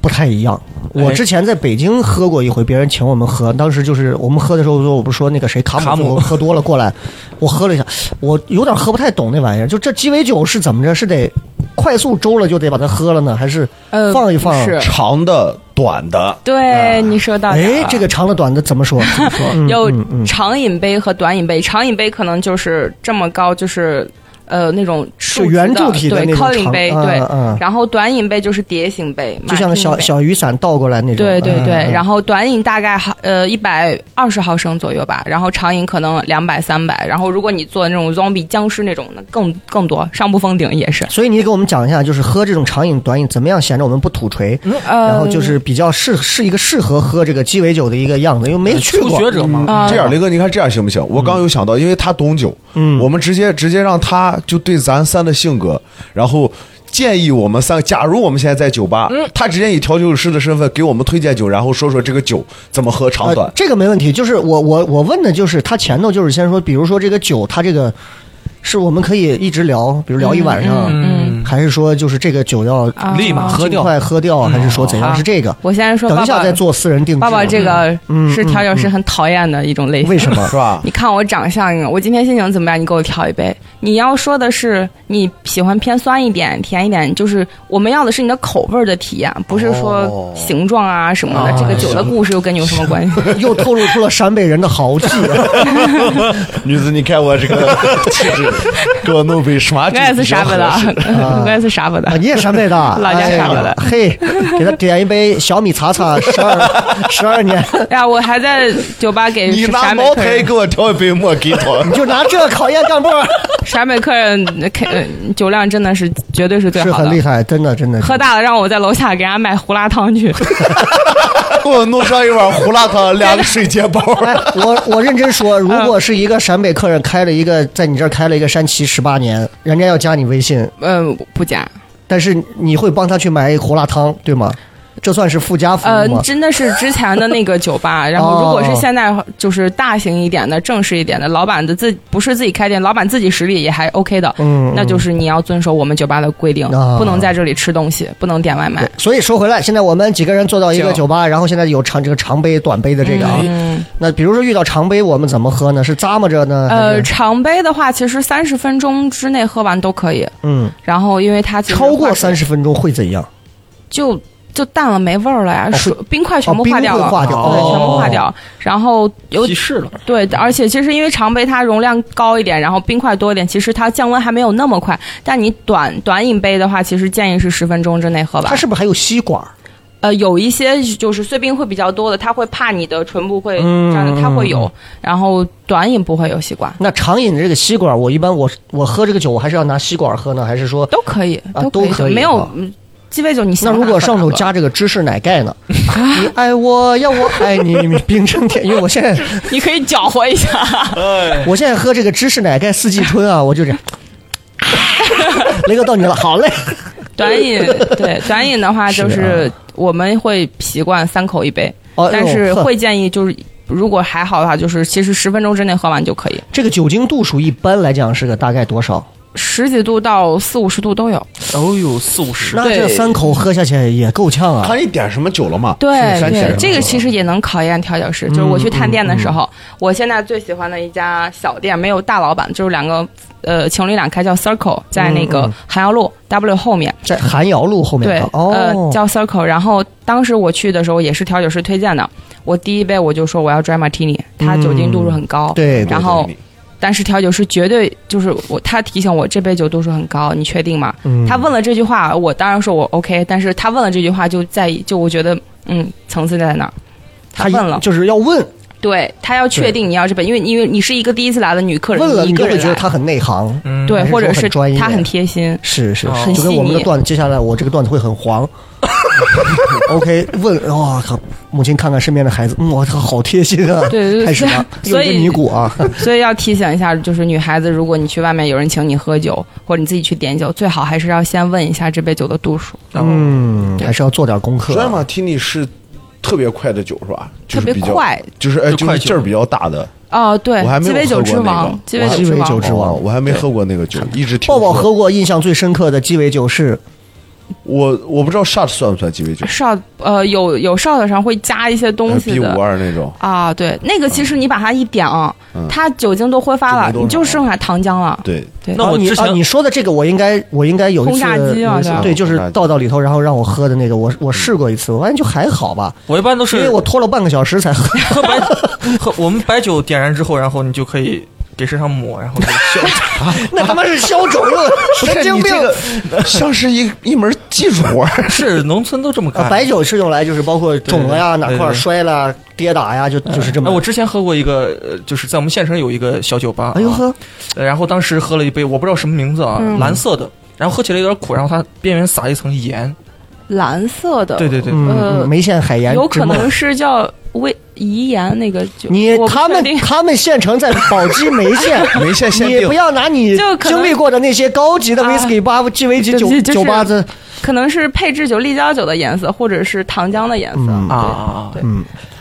S3: 不太一样。
S4: 哎
S3: 我之前在北京喝过一回，别人请我们喝，当时就是我们喝的时候，我不是说那个谁卡姆
S4: 卡姆
S3: 说喝多了过来，我喝了一下，我有点喝不太懂那玩意儿。就这鸡尾酒是怎么着？是得快速周了就得把它喝了呢，还是
S6: 呃，
S3: 放一放
S6: 是，
S5: 长的、短的，
S6: 对你说到点
S3: 哎
S6: 了
S3: 这个长的短的怎么说？怎么说？嗯
S6: 有
S3: 嗯嗯
S6: 长饮杯和短饮杯，长饮杯可能就是这么高，就是呃那种
S3: 是
S6: 是
S3: 圆柱体
S6: 对
S3: 那种
S6: 靠饮
S3: 长
S6: 杯，
S3: 嗯
S6: 对
S3: 嗯，嗯
S6: 然后短饮杯就是碟形杯，
S3: 就像
S6: 马
S3: 个
S6: 蹄
S3: 小
S6: 杯
S3: 小雨伞倒过来那种。嗯
S6: 对对对，然
S3: 后
S6: 后短饮大概毫呃一百二十毫升左右吧，然后长饮可能两百三百，然后如果你做那种 zombie 僵尸那种，那更更多，上不封顶也是。
S3: 所以你给我们讲一下，就是喝这种长饮短饮怎么样显着我们不土锤？
S6: 呃，
S3: 然后就是比较适是一个适合喝这个鸡尾酒的一个样子，因为
S6: 呃
S3: 没去
S4: 呃初
S3: 过。
S4: 学者嘛，
S6: 啊
S5: 这样，雷哥，你看这样行不行？我刚有想到，因为他懂酒，
S3: 嗯
S5: 我们直接直接让他就对咱三的性格，然后建议我们三个，假如我们现在在酒吧，
S6: 嗯
S5: 他直接以调酒师的身份给我们推荐酒，然后说说这个酒怎么喝长短
S3: 呃，。这个没问题。就是我我我问的就是他前头就是先说，比如说这个酒，它这个是我们可以一直聊，比如聊一晚上，
S6: 嗯
S3: 还是说就是这个酒要
S6: 啊
S4: 立马喝
S3: 尽
S4: 掉。
S3: 快喝掉，还是说怎样？
S6: 好
S3: 是这个？
S6: 我先嗯啊说爸
S3: 等
S6: 爸，
S3: 一下再做私人定制。
S6: 爸爸这个
S3: 嗯
S6: 是调酒师很讨厌的一种类型。
S3: 为什么
S5: 是？吧？
S6: 你看我长相，我今天心情怎么样？你给我调一杯。你要说的是你喜欢偏酸一点、甜一点，就是我们要的是你的口味儿的体验，不是说形状啊什么的。
S3: 哦
S6: 这个酒的故事又跟你有什么关系？
S3: 又透露出了陕北人的豪 气。
S5: 女子，你看我这个气质，给我弄杯什么酒？
S6: 我也是陕北的，我也是沙巴
S3: 啊，
S6: 的，
S3: 你也陕北的啊？
S6: 老家
S3: 哎呀
S6: 陕北的
S3: 嘿，给他点一杯小米茶茶，十二十二年，
S6: 哎呀，我还在酒吧给
S5: 你拿
S6: 陕北
S5: 茅
S6: 客
S5: 台
S6: 人
S5: 给我调一杯莫吉托，
S3: 你就拿这考验干部，
S6: 陕北客人开呃酒量真的是绝 对是最
S3: 是
S6: 好
S3: 很厉
S6: 的。
S3: 害，真的真的。
S6: 喝大了，让我在楼下给人家买胡辣汤 去。
S5: 给我弄上一碗胡辣汤，两个水煎包。
S3: 哎，我我认真说，如
S6: 嗯
S3: 果是一个陕北客人开了一个在你这儿开了一个山崎十八年，人家要加你微信，
S6: 嗯，不加。
S3: 但是你会帮他去买胡辣汤，对吗？这算是附加服
S6: 呃
S3: 务，吗？
S6: 真的是之前的那个酒 吧，然后如果是现在就是大型一点的、正式一点的，老板的自不是自己开店，老板自己实力也还 OK 的，
S3: 嗯
S6: 那就是你要遵守我们酒吧的规定，
S3: 啊
S6: 不能在这里吃东西，不能点外卖
S3: 对。所以说回来，现在我们几个人坐到一个
S6: 酒
S3: 酒吧，然后现在有长这个长杯、短杯的这个啊。
S6: 嗯，
S3: 那比如说遇到长杯，我们怎么喝呢？是咂摸着呢？还
S6: 呃，
S3: 是
S6: 常杯的话，其实三十分钟之内喝完都可以。
S3: 嗯，
S6: 然后，因为它其实
S3: 超过
S6: 化水
S3: 三十分钟会怎样？
S6: 就就淡了，没味儿了呀，
S3: 哦
S6: 水
S3: 会
S6: 冰块全
S3: 哦
S6: 部
S3: 冰
S6: 化
S3: 会
S6: 掉了，
S3: 化掉
S6: 对，全部化
S4: 哦
S6: 掉。然后有
S4: 稀释了，
S6: 对，而且其实因为常杯它容量高一点，然后冰块多一点，其实它降温还没有那么快。但你短短饮杯的话，其实建议是十分钟之内喝
S3: 它
S6: 完。
S3: 是不是还有吸管？
S6: 呃，有一些就是碎冰会比较多的，它会怕你的唇部会
S3: 嗯
S6: 粘的，它会
S3: 嗯
S6: 有。然后短饮不会有吸管，
S3: 那长饮的这个吸管，我一般我我喝这个酒，我还是要拿吸管喝呢，还是说？
S6: 都可以，
S3: 啊
S6: 可以，
S3: 都可以
S6: 没有
S3: 啊
S6: 嗯鸡尾酒你喜
S3: 那
S6: 欢
S3: 如
S6: 哪
S3: 果
S6: 喝
S3: 上
S6: 哪
S3: 头
S6: 喝
S3: 加这个芝士奶盖呢？你爱我要我爱你，你冰城甜。因为我现 在
S6: 你可以搅和一下。
S3: 我现在喝这个芝士奶盖四季春啊，我就这 样。雷哥到你了，好嘞。
S6: 短饮对短饮的话，就是啊我们会习惯三口一杯，
S3: 哦，
S6: 但
S3: 哎
S6: 是
S3: 呦呵
S6: 会建议就是。如果还好的话，就是其实十分钟之内喝完就可以，
S3: 这个酒精度数一般来讲是个大概多少？
S6: 十几度到四五十度都有。
S4: 哦呦，四五十，
S3: 那这
S6: 对
S3: 三口喝下去也够呛啊。
S5: 看你点什么酒了嘛？
S6: 对
S5: 是
S6: 对
S5: 是，
S6: 这个其实也能考验调酒师。就是我去探店的时候，我现在最喜欢的一家小店，没有大老板，就是两个呃情侣俩开，叫 Circle，在那
S3: 嗯
S6: 个
S3: 嗯
S6: 韩瑶路 W 后面。
S3: 在韩瑶路后面
S6: 对
S3: 啊，，
S6: 呃，
S3: 哦，
S6: 叫 Circle。然后当时我去的时候也是调酒师推荐的，我第一杯我就说我要 dry martini，它酒精度数很
S3: 嗯
S6: 高。
S3: 对，
S6: 然
S5: 哎
S6: 后，但是调酒师绝对就是我，他提醒我这杯酒度数很高，你确定吗？
S3: 嗯
S6: 他问了这句话，我当然说我 OK，但是他问了这句话就在就我觉得嗯层次在哪儿？他
S3: 一
S6: 问了，
S3: 就是要问，
S6: 对他要确定你要这杯，因为因为你是一个第一次来的女客人，
S3: 问了
S6: 你一
S3: 你就
S6: 个
S3: 会
S6: 人
S3: 觉得
S6: 来
S3: 他很内行。
S4: 嗯
S6: 对，
S3: 还是
S6: 或者
S3: 说很
S6: 是
S3: 专业
S6: 他很贴心，
S3: 是是
S4: 哦
S3: 是，就跟我们
S6: 很细
S3: 的
S6: 腻
S3: 段子，接下来我这个段子会很黄。OK，问哇靠，母亲看看身边的孩子，嗯，我操，好贴心啊！
S6: 对对对
S3: 开始了，
S6: 所以嗯
S3: 有一个尼姑啊，
S6: 所以要提醒一下，就是女孩子，如果你去外面有人请你喝酒，或者你自己去点酒，最好还是要先问一下这杯酒的度数。
S3: 嗯，还是要做点功课
S5: 专
S3: 啊。
S5: 马提尼是特别快的酒是吧？就
S6: 特
S5: 是
S6: 别
S5: 比较，
S6: 快
S5: 就是哎，
S4: 就
S5: 就
S4: 快
S5: 是
S4: 酒
S5: 劲儿比较大的。
S6: 哦，对
S5: 我还，没
S6: 鸡
S5: 有
S6: 尾酒之王，
S5: 喝
S6: 鸡
S5: 过那个
S6: 尾酒之
S3: 鸡尾酒
S6: 王
S3: 之王
S5: 哦我还没喝过那个酒，一直听
S3: 抱抱
S5: 说
S3: 喝过印象最深刻的鸡尾酒是
S5: 我我不知道 shot 算不算鸡尾酒，
S6: 少呃有有少的上会加一些东西
S5: B 五
S6: 的。
S5: 二那种。
S6: 啊，对，那个其实你把它一点啊，它酒精都挥发
S5: 嗯就没
S6: 了，
S5: 多少
S6: 你就剩下糖浆了。
S5: 对，
S6: 对，
S4: 那
S3: 啊
S4: 我
S3: 你
S4: 之
S3: 啊，
S4: 前
S3: 你说的这个我应该我应该有一次
S6: 轰炸嗯机啊
S3: 有一次
S6: 对吧
S3: 对，就是倒到里头，然后让我喝的那个，我我试过一次，我发现就还好吧，
S4: 我一般都
S3: 因为
S4: 是
S3: 我拖了半个小时才 喝。
S4: 喝白 喝我们白酒点燃之后，然后你就可以给身上抹，然后就消。
S3: 那他妈是消 肿用，神经
S5: 你
S3: 病
S6: 啊
S5: 这。个像是一一门技术活儿。
S4: 是农村都这么
S3: 啊，
S4: 干。
S3: 白酒是用来就是包括肿了呀、
S4: 对
S3: 哪
S4: 对
S3: 块儿
S4: 对
S3: 摔了、跌打呀，就就是这
S4: 哎，我
S3: 么。
S4: 之前喝过一个，呃，就是在我们县城有一个小酒吧、
S3: 哎呦呵，
S4: 呃然后当时喝了一杯，我不知道什么名字啊，
S6: 嗯
S4: 蓝色的，然后喝起来有点苦，然后它边缘撒一层盐，
S6: 蓝色的，
S4: 对对对，
S3: 嗯，
S6: 呃
S3: 梅县海盐
S6: 有
S3: 之
S6: 可
S3: 梦
S6: 能是叫胃遗言那个酒，
S3: 你
S6: 我不
S3: 他们
S6: 确定
S3: 他们县城在宝鸡梅 县，
S5: 梅县限
S3: 你
S5: 定
S3: 不要拿你
S6: 就可能
S3: 经历过的那些高级的
S6: 啊
S3: whisky 吧、鸡尾酒
S6: 对不
S3: 酒
S6: 起就是
S3: 酒吧子，
S6: 可能是配制酒立交酒的颜色，或者是糖浆的颜色。
S3: 嗯
S4: 啊啊，啊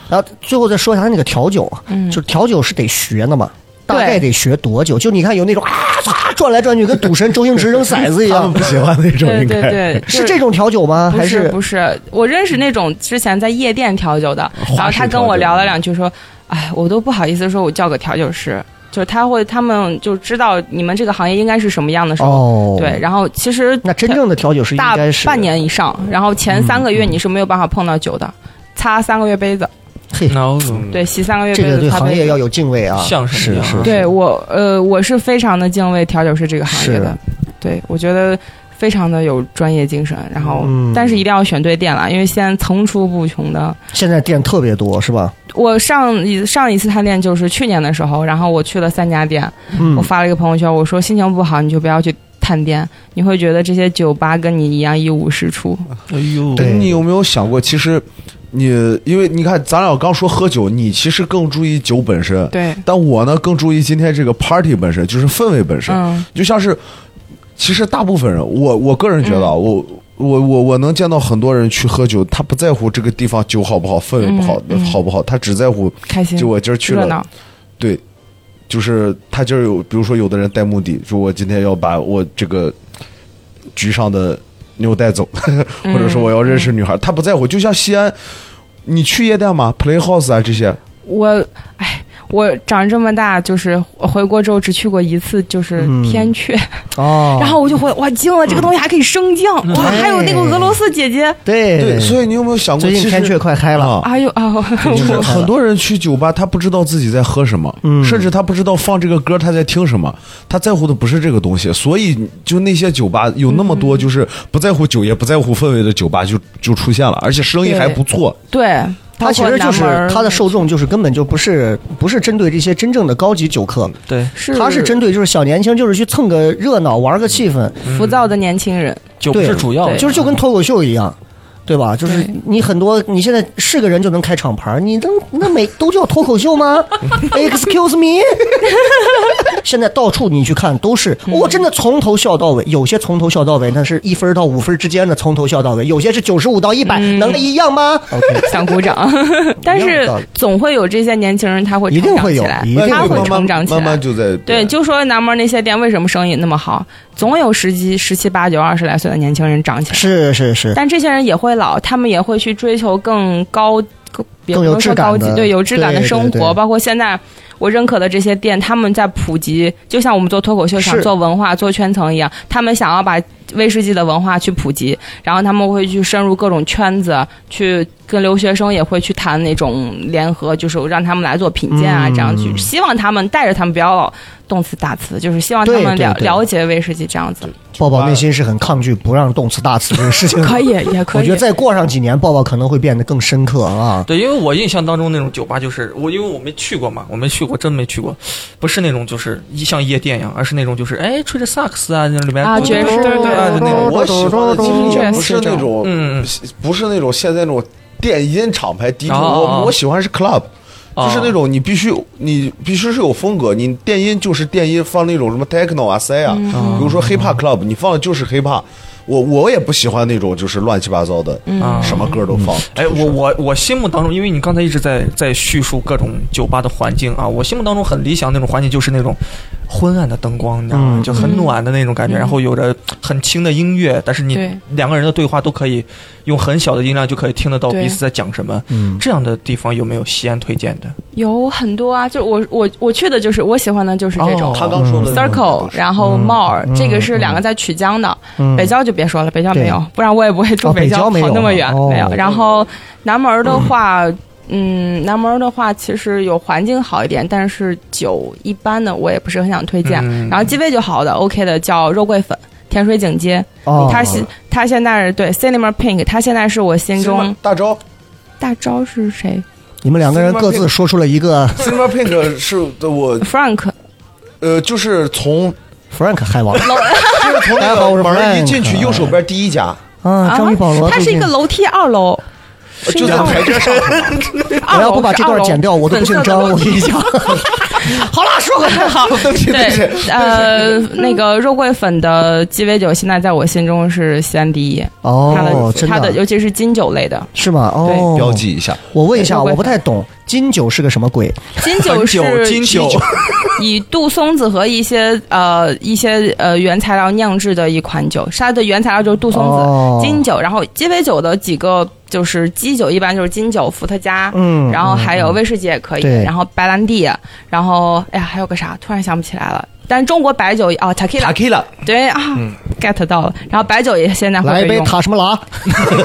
S3: 然后最后再说一下他那个调酒啊，
S6: 嗯
S3: 就是调酒是得学的嘛。大
S6: 对
S3: 概得学多久？就你看有那种啊，唰转来转去，跟赌神周星驰扔骰子一
S5: 他们
S3: 样
S5: 不，喜欢那种，
S6: 对
S5: 应
S6: 对
S5: 该
S6: 对，
S3: 是
S6: 就
S3: 这种调酒吗？
S6: 不
S3: 还
S6: 是不是，我认识那种之前在夜店调酒的，然后他跟我
S3: 嗯
S6: 聊了两句，说：“哎，我都不好意思说我叫个调酒师。”就是他会，他们就知道你们这个行业应该是什么样的时候，
S3: 哦？
S6: 对。然后其实
S3: 那真正的调酒师应
S6: 大
S3: 该是嗯
S6: 半年以上，然后前三个月你是没有办法碰到酒的，擦三个月杯子，
S3: 嘿，
S4: no，
S6: 对，洗三个月
S3: 这
S6: 杯
S3: 个
S6: 子，
S3: 对
S6: 擦
S3: 行
S6: 杯
S3: 业
S6: 子
S3: 要有敬畏啊，
S4: 像什么
S3: 是
S4: 样
S3: 是
S4: 啊
S3: 是
S6: 对我，呃，我是非常的敬畏调酒师这个行业的，对我觉得。非常的有专业精神。然后，
S5: 嗯
S6: 但是一定要选对店了，因为现在层出不穷的。
S3: 现在店特别多，是吧？
S6: 我上一上一次探店就是去年的时候，然后我去了三家店，我
S3: 嗯，
S6: 发了一个朋友圈，我说心情不好你就不要去探店，你会觉得这些酒吧跟你一样一无是处。
S5: 啊
S4: 哎呦，
S3: 对
S5: 你有没有想过，其实你因为你看，咱俩刚说喝酒，你其实更注意酒本身，
S6: 对，
S5: 但我呢更注意今天这个 party 本身，就是氛围本身。
S6: 嗯
S5: 就像是，其实大部分人，我我个人觉得啊，
S6: 嗯
S5: 我我我我能见到很多人去喝酒，他不在乎这个地方酒好不好，氛围不好、
S6: 嗯嗯
S5: 好不好，他只在乎
S6: 开心
S5: 就我今儿去
S6: 热
S5: 了，
S6: 闹，
S5: 对，就是他今儿有，比如说有的人带目的，说我今天要把我这个局上的妞带走， 或者说我要认
S3: 嗯
S5: 识女孩，他不在乎，就像西安。你去夜店吗？Playhouse 啊，这些
S6: 我哎。我长这么大，就是回国之后只去过一次，就是
S3: 嗯
S6: 天阙，
S3: 哦，嗯
S6: 然后我就回哇惊了，这个东西还可以升降，哇，还有那个俄罗斯姐姐，
S3: 哎对
S5: 对，所以你有没有想过，
S3: 最
S5: 其
S3: 近
S5: 实
S3: 天阙快开了，
S5: 啊，
S6: 哎呦啊，我
S5: 就是
S3: 我
S5: 很多人去酒吧，他不知道自己在喝什么，
S3: 嗯
S5: 甚至他不知道放这个歌他在听什么，他在乎的不是这个东西，所以就那些酒吧有那么
S3: 嗯
S5: 多就是不在乎酒也不在乎氛围的酒吧就就出现了，而且生意还不错。
S6: 对，
S3: 它其实就是
S6: 包括南门
S3: 它的受众就是根本就不是不是针对这些真正的高级酒客，
S4: 对，
S6: 是
S3: 它是针对就是小年轻，就是去蹭个热闹，玩个气氛，
S6: 浮躁的年轻人，
S4: 酒不
S3: 对
S4: 是主要的，
S6: 对
S3: 就是就跟脱口秀一样。对吧？就是
S6: 对
S3: 你很多，你现在是个人就能开厂牌，你能那每都叫脱口秀吗？Excuse me，现在到处你去看都是，
S6: 嗯
S3: 我、真的从头笑到尾，有些从头笑到尾，那是一分到五分之间的从头笑到尾，有些是九十五到一百、
S6: 嗯
S3: 能力一样吗？OK，
S6: 想 鼓掌，但是总会有这些年轻人，他会
S3: 一定
S6: 成长
S3: 会
S6: 起
S3: 有
S6: 来，
S3: 一定会
S5: 慢
S6: 他
S5: 慢
S3: 有
S6: 会
S5: 慢
S6: 成长
S5: 慢
S6: 起
S5: 慢
S6: 来
S5: 慢。就在
S6: 对，就说南门那些店为什么生意那么好，总有十几、十七八九、二十来岁的年轻人长起来，
S3: 是是 是，
S6: 但这些人也会老，他们也会去追求更高、更别
S3: 更
S6: 不
S3: 有
S6: 能
S3: 质
S6: 说
S3: 感
S6: 高级
S3: 的，
S6: 对有质感的
S3: 对对
S6: 生
S3: 对
S6: 活。包括现在我认可的这些店，他们在普及，就像我们做脱口秀、
S3: 是
S6: 想做文化、做圈层一样，他们想要把威士忌的文化去普及，然后他们会去深入各种圈子，去跟留学生也会去谈那种联合，就是让他们来做品鉴啊，
S3: 嗯
S6: 这样去希望他们带着他们不要老动词打词，就是希望他
S3: 对
S6: 们
S3: 对
S6: 了
S3: 对
S6: 了解威士忌这样子。
S3: 抱抱内心是很抗拒不让动词大词这个事情的。
S6: 可以，也 可以。
S3: 我觉得再过上几年，抱抱可能会变得更深刻啊。
S4: 对，因为我印象当中那种酒吧，就是我因为我没去过嘛，我没去过，真没去过，不是那种就是一像夜店一样，而是那种就是哎吹着萨克斯啊，那里面
S6: 啊爵士哦对对对
S4: 啊那种，
S5: 我喜欢的其实也
S6: 确
S5: 不
S6: 实
S5: 是那种，
S4: 嗯，
S5: 不是那种现在那种电音厂牌 DJ，
S4: 哦哦哦
S5: 我我喜欢是 club。
S4: 哦
S5: 就是那种你必须你必须是有风格，你电音就是电音，放那种什么 techno 啊、塞啊，
S4: 嗯
S5: 比如说 hip hop club，你放的就是 hip hop。我我也不喜欢那种就是乱七八糟的，
S4: 啊
S5: 什么歌都放。
S4: 哎，我我我心目当中，因为你刚才一直在在叙述各种酒吧的环境啊，我心目当中很理想那种环境就是那种昏暗的灯光，你知道吗？
S3: 嗯
S4: 就很暖的那种感觉，然后有着很轻的音乐，但是你
S6: 嗯对
S4: 两个人的对话都可以用很小的音量就可以听得到
S6: 对
S4: 彼此在讲什么。
S3: 嗯，
S4: 这样的地方有没有西安推荐的？
S6: 有很多啊，就我我我去的就是我喜欢的就是
S4: 嗯
S6: 这
S4: 哦
S6: 种。
S5: 他刚说的那种
S6: Circle，然后
S3: 嗯
S6: Mall，、
S3: 嗯
S6: 这个是两个在曲江的，
S3: 嗯
S6: 北郊就别说了，北郊没有
S3: 对，
S6: 不然我也不会住
S3: 哦
S6: 北
S3: 北郊
S6: 郊，
S3: 没有
S6: 跑那么远、
S3: 哦
S6: 没有。然后南门儿的话，嗯，南门儿的话其实有环境好一点，但是酒一般的我也不是很想推荐。
S4: 嗯
S6: 然后鸡尾酒好的 OK 的叫肉桂粉，甜水井街，
S3: 哦，
S6: 它现它现在是对 Cinema Pink，它现在是我心中
S5: 大招
S6: 大招是谁
S3: 你们两个人各自说出了一个
S5: Silver Pink 是我
S6: ？Frank
S5: 呃，就是从
S3: Frank 海王
S5: 就是从那
S3: 大家好我是
S5: 个门儿
S3: Frank
S5: 一进去右手边第一家，
S3: 啊，张宇保罗
S6: 它
S3: 最
S6: 是一
S3: 近
S6: 个。楼梯二楼，是
S5: 就
S6: 一
S5: 在
S6: 个
S5: 台阶 上。
S6: 二
S3: 我
S6: 楼
S3: 要不把这段剪掉，我都不姓张。我跟你讲，好了， 说回来，好，
S5: 对不起，对不起，
S6: 对，呃，那个肉桂粉的鸡尾酒现在在我心中是西安第一，它的、
S3: 哦，真
S6: 它的啊
S3: 的
S6: 尤其是金酒类的，
S3: 是吗？哦，
S5: 标记一下。
S3: 我问一下，
S6: 对
S3: 我不太懂金酒是个什么鬼？
S6: 金酒是
S4: 金酒，
S6: 以杜松子和一些呃一些呃原材料酿制的一款酒，它的原材料就是杜松子、
S3: 哦
S6: 金酒，然后鸡尾酒的几个就是基酒，一般就是金酒、伏特加，
S3: 嗯
S6: 然后还有威士忌也可以，
S3: 对
S6: 然后白兰地，然后哎呀还有个啥，突然想不起来了。但中国白酒哦 t e q u i l a
S5: Takila，
S6: 对啊， get 到了。然后白酒也现在
S3: 嗯来
S6: 啊会
S3: 一杯
S6: 用，
S3: 塔什么拉，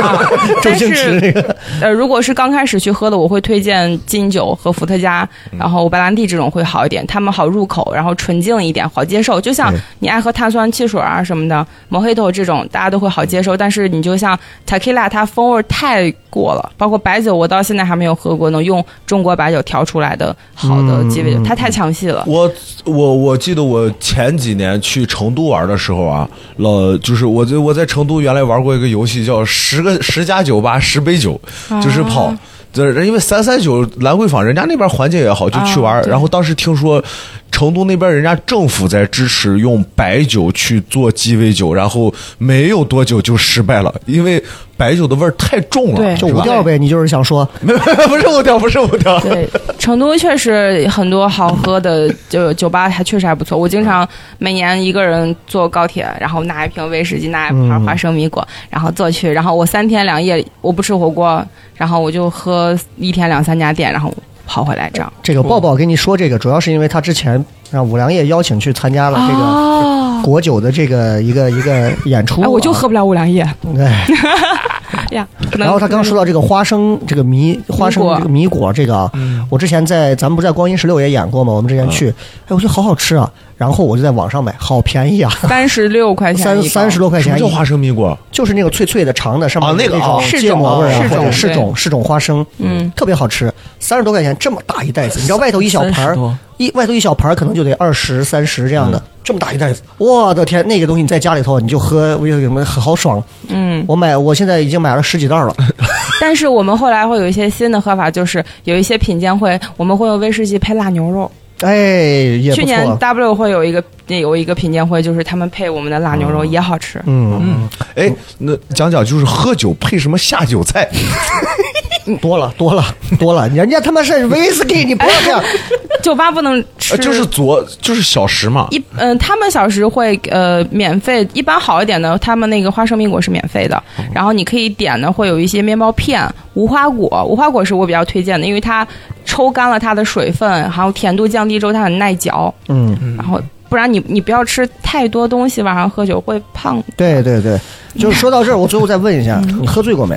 S6: 啊
S3: 周
S6: 但
S3: 星驰
S6: 是
S3: 那 个，
S6: 呃，如果是刚开始去喝的，我会推荐金酒和伏特加，然后白兰地这种会好一点，他们好入口，然后纯净一点，好接受。就像
S5: 对
S6: 你爱喝碳酸汽水啊什么的，摩黑头这种大家都会好接受。但是你就像 tequila，它风味太过了，包括白酒，我到现在还没有喝过能用中国白酒调出来的好的鸡尾酒，它太抢戏了。
S5: 我我我记得我前几年去成都玩的时候啊，老就是我在我在成都原来玩过一个游戏叫十个十家酒吧十杯酒，
S6: 啊
S5: 就是跑。就是因为三三九兰桂坊人家那边环境也好，就去玩。
S6: 啊对
S5: 然后当时听说，成都那边人家政府在支持用白酒去做鸡尾酒，然后没有多久就失败了，因为白酒的味儿太重了。
S6: 对
S3: 就
S5: 我
S3: 无调呗。你就是想说，
S5: 没有， 不是我调，不是我调。
S6: 对，成都确实很多好喝的，就酒吧还确实还不错。我经常每年一个人坐高铁，然后拿一瓶威士忌，拿一
S3: 嗯
S6: 盘花生米果，然后坐去，然后我三天两夜我不吃火锅，然后我就喝一天两三家店，然后跑回来这样。
S3: 这个
S5: 嗯
S3: 抱抱跟你说这个，主要是因为他之前让五粮液邀请去参加了这个
S6: 哦，
S3: 国酒的这个一个一个演出啊，
S6: 哎，我就喝不了五粮液
S3: 哎。
S6: 呀。可能
S3: 然后他刚说到这个花生这个米花生这个米果这个啊，我之前在咱们不在光阴十六也演过吗？我们之前去，哎，我觉得好好吃啊，然后我就在网上买，好便宜啊，
S6: 三十六块钱一
S3: 三
S6: 包，
S3: 三十多块
S5: 什么
S3: 钱
S5: 叫
S3: 一，
S5: 花生米果？
S3: 就是那个脆脆的长的，上面
S5: 啊
S3: 有
S5: 那个
S3: 种
S5: 啊
S3: 芥末味儿啊，
S6: 是种
S3: 或者是
S6: 是种
S3: 种是种花生，
S6: 嗯，
S3: 特别好吃，三十多块钱这么大一袋子，你知道外头一小盘
S4: 30
S3: 儿
S4: 多，
S3: 一外头一小盘儿可能就得二十三十这样
S5: 嗯
S3: 的，这么大一袋子，我的天，那个东西你在家里头你就喝，我就什么好爽，
S6: 嗯。
S3: 我买我现在已经买了十几袋儿了，
S6: 但是我们后来会有一些新的喝法，就是有一些品鉴会，我们会用威士忌配辣牛肉。
S3: 哎，也不
S6: 去年
S3: 错，
S6: W 会有一个有一个品鉴会，就是他们配我们的腊牛肉也好吃。
S3: 嗯。
S5: 哎，那讲讲就是喝酒配什么下酒菜？
S3: 多了多了多了，人家他妈是威士忌，你不要这样。
S6: 酒吧不能吃，
S5: 呃，就是佐，就是小食嘛。
S6: 一嗯、他们小时会呃免费，一般好一点的，他们那个花生米果是免费的，
S3: 哦
S6: 然后你可以点的会有一些面包片、无花果，无花果是我比较推荐的，因为它抽干了它的水分，还有甜度降低之后它很耐嚼，
S3: 嗯，
S6: 然后不然你你不要吃太多东西，晚上喝酒会胖
S3: 对对对，就是说到这儿，我最后再问一下，你喝醉过没？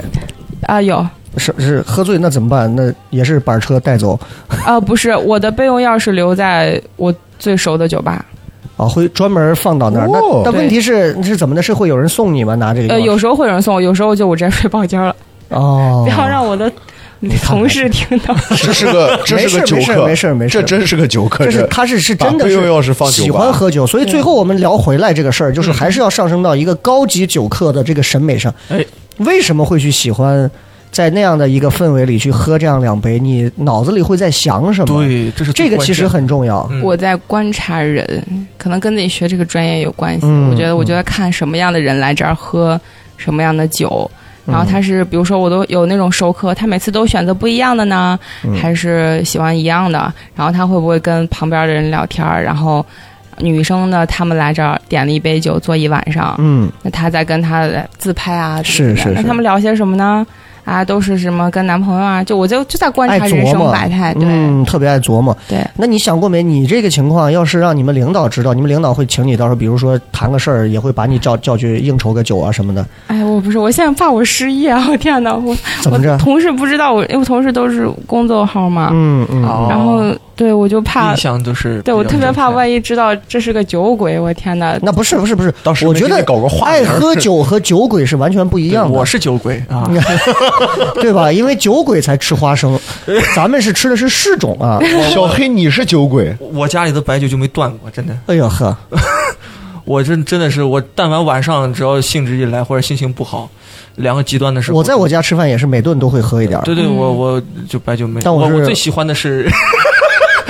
S6: 啊、有。
S3: 是是喝醉那怎么办？那也是板车带走
S6: 啊，不是，我的备用钥匙留在我最熟的酒吧。
S3: 啊，会专门放到那儿。
S5: 哦
S3: 那但
S6: 对
S3: 问题是是怎么的？是会有人送你吗？拿这个
S6: 呃，
S3: 钥匙
S6: 有时候会有人送我，有时候就我直接睡包间了，
S3: 哦，
S6: 不要让我的同事听到。
S5: 这是个，这是个酒
S3: 没事
S5: 客，
S3: 没事没事
S5: 这真是个酒客。
S3: 这是他是是真
S5: 把
S3: 的
S5: 备
S3: 是
S5: 用钥匙放酒吧
S3: 喜欢喝酒，所以最后我们聊回来这个事儿，就是还是要上升到一个高级酒客的这个审美上。
S4: 哎，
S3: 为什么会去喜欢在那样的一个氛围里去喝这样两杯？你脑子里会在想什么？，
S4: 对，这是最
S3: 这个
S4: 关
S3: 其实
S4: 键
S3: 很重要。
S4: 嗯
S6: 我在观察人，可能跟自己学这个专业有关系。
S3: 嗯
S6: 我觉得，我觉得看什么样的人来这儿喝什么样的酒。然后
S3: 嗯
S6: 他是，比如说，我都有那种熟客，他每次都选择不一样的呢，
S3: 嗯
S6: 还是喜欢一样的？然后他会不会跟旁边的人聊天儿？然后女生呢，他们来这儿点了一杯酒，坐一晚上，
S3: 嗯，
S6: 那他在跟他的自拍啊，
S3: 是
S6: 怎
S3: 是
S6: 么怎么样
S3: 是
S6: 那他们聊些什么呢？啊，都是什么跟男朋友啊？就我就就在观
S3: 爱
S6: 察人
S3: 琢
S6: 生
S3: 磨
S6: 百态，对、
S3: 嗯，特别爱琢磨。
S6: 对。
S3: 那你想过没？你这个情况要是让你们领导知道，你们领导会请你到时候，比如说谈个事儿，也会把你叫叫去应酬个酒啊什么的。
S6: 哎，我不是，我现在怕我失业啊！我 天哪，我
S3: 怎么着
S6: 我同事不知道我，因为我同事都是工作号嘛，
S3: 嗯嗯，
S4: 哦
S6: 然后对我就怕
S4: 印，象就是
S6: 对我
S4: 比
S6: 特
S4: 较
S6: 别
S4: 正
S6: 怕，
S4: 常
S6: 万一知道这是个酒鬼，我天哪！
S3: 那不是不是不是，
S5: 当时
S3: 我
S5: 没
S3: 觉
S5: 给你
S3: 得
S5: 搞个画
S3: 爱
S5: 面儿
S3: 喝酒和酒鬼是完全不一
S4: 对
S3: 样的。
S4: 我是酒鬼啊，
S3: 对吧？因为酒鬼才吃花 生，咱们是吃的是柿种啊。
S5: 小黑，你是酒鬼？
S4: 我家里的白酒就没断过，真的。
S3: 哎呦呵，
S4: 我真真的是，我但凡晚上只要兴致一来或者心情不好，两个极端的时候，
S3: 我在我家吃饭也是每顿都会喝一点儿。
S4: 对对，我我就白酒没，
S3: 但我
S4: 我
S3: 是
S4: 最喜欢 的是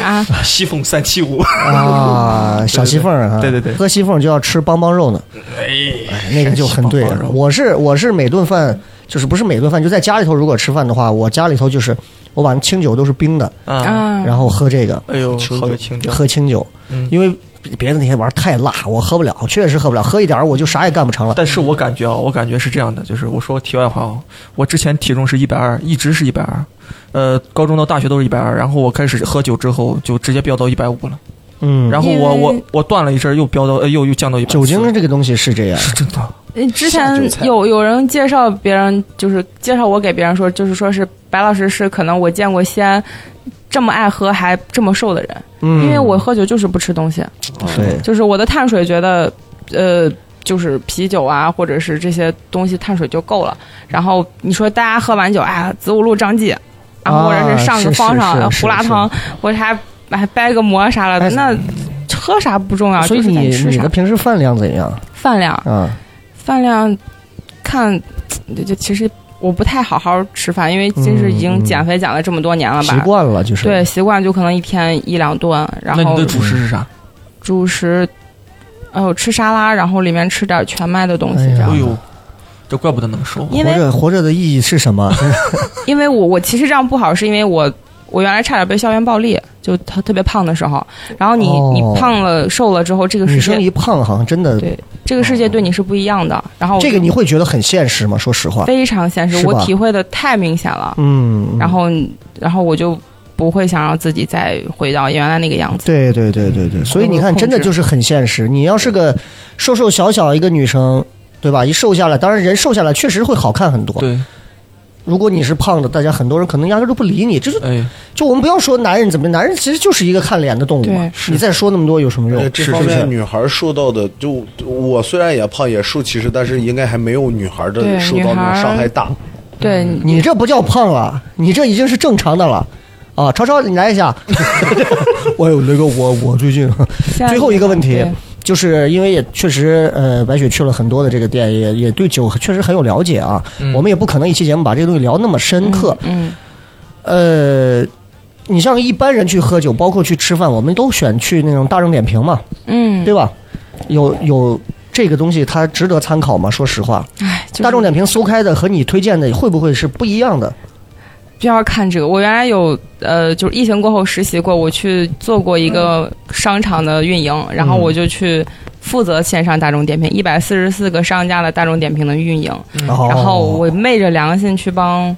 S6: 啊，
S4: 西凤三七五，
S3: 啊，小西凤儿啊，
S4: 对对对
S3: 喝西凤儿就要吃邦邦肉呢，哎，那个就很对
S4: 吃邦邦。肉
S3: 我是我是每顿饭就是不是每顿饭，就在家里头如果吃饭的话，我家里头就是我把那清酒都是冰的，
S4: 啊，
S6: 啊，
S3: 然后喝这个，
S4: 哎呦，
S5: 清
S4: 好
S5: 酒
S4: 有情调，
S3: 喝清酒，
S4: 嗯
S3: 因为别的那些玩意儿太辣，我喝不了，确实喝不了，喝一点儿我就啥也干不成了。
S4: 但是我感觉啊，我感觉是这样的，就是我说题外话哦，我之前体重是一百二，一直是一百二，呃，高中到大学都是一百二，然后我开始喝酒之后就直接飙到一百五了，
S3: 嗯，
S4: 然后
S6: 因
S4: 我
S6: 为
S4: 我我断了一阵儿，又飙到呃又又降到一百。
S3: 酒精这个东西是这样，
S4: 是真的，
S6: 呃之
S5: 下酒
S6: 前
S5: 菜
S6: 有有人介绍别人，就是介绍我给别人说，就是说是白老师是可能我见过西安这么爱喝还这么瘦的人，
S3: 嗯，
S6: 因为我喝酒就是不吃东西，
S3: 对，
S6: 就是我的碳水觉得，呃，就是啤酒啊，或者是这些东西碳水就够了。然后你说大家喝完酒，哎呀，子午路张记，然后或者是上
S3: 啊是
S6: 个
S3: 是
S6: 方上
S3: 是
S6: 呃
S3: 是
S6: 胡辣
S3: 是
S6: 汤，或者还还掰个馍啥了
S3: 哎
S6: 的，那喝啥不重要，
S3: 所以
S6: 啊就是咱
S3: 你
S6: 吃
S3: 你
S6: 啥
S3: 的平时饭量怎样
S6: 饭量，
S3: 啊？
S6: 饭量看就就其实。我不太好好吃饭，因为就是已
S3: 嗯
S6: 经
S3: 嗯
S6: 减肥减了这么多年了吧，
S3: 习惯了就是
S6: 对习惯就可能一天一两顿，然
S4: 那
S6: 后
S4: 你的主食是啥？
S6: 主食，呃，我吃沙拉，然后里面吃点全麦的东西，
S3: 哎呀
S6: 这样。
S4: 哎呦，这怪不得能瘦。
S6: 因
S3: 哎活
S6: 为
S3: 着活着的意义是什 么？
S6: 因为我我其实这样不好，是因为我我原来差点被校园暴力，就特特别胖的时候，然后你、
S3: 哦
S6: 你胖了瘦了之后，这个
S3: 女
S6: 世
S3: 生
S6: 界
S3: 一胖，好像真的
S6: 对这个世界对你是不一样的。然后我
S3: 这个
S6: 就
S3: 你会觉得很现实吗？说实话，
S6: 非常现实，
S3: 是吧
S6: 我体会的太明显了。
S3: 嗯，
S6: 然后然后我就不会想让自己再回到原来那个样子。
S3: 对对对对
S6: 嗯
S3: 对，所以你看，
S6: 控制
S3: 真的就是很现实。你要是个瘦瘦小小一个女生，对吧？一瘦下来，当然人瘦下来确实会好看很多。
S4: 对，
S3: 如果你是胖的，大家很多人可能压根儿都不理你。就是
S4: 哎，
S3: 就我们不要说男人怎么，男人其实就是一个看脸的动物嘛
S6: 对。
S3: 你再说那么多有什么用
S7: 呃，？这
S3: 是
S7: 方
S3: 不
S7: 面
S3: 是？
S7: 女孩受到的，就我虽然也胖也受歧视，但是应该还没有女孩的
S6: 对
S7: 受到
S6: 女
S7: 那
S6: 孩
S7: 种伤害 大。
S6: 对，
S3: 你这不叫胖了，你这已经是正常的了。啊，超超，你来一下。 我有那个我我最近
S6: 现在
S3: 最后一个问题
S6: 对
S3: 就是因为也确实，呃，白雪去了很多的这个店，也也对酒确实很有了解啊。
S4: 嗯
S3: 我们也不可能一期节目把这个东西聊那么深刻。
S6: 嗯，
S3: 呃，你像一般人去喝酒，包括去吃饭，我们都选去那种大众点评嘛，
S6: 嗯，
S3: 对吧？有有这个东西，它值得参考吗？说实话，
S6: 哎，就是
S3: 大众点评搜开的和你推荐的会不会是不一样的？
S6: 不要看这个。我原来有呃，就是疫情过后实习过，我去做过一
S3: 嗯
S6: 个商场的运营，然后我就去负责线上大众点
S3: 嗯
S6: 评一百四十四个商家的大众点评的运营，
S3: 然
S6: 嗯然后我昧着良心去帮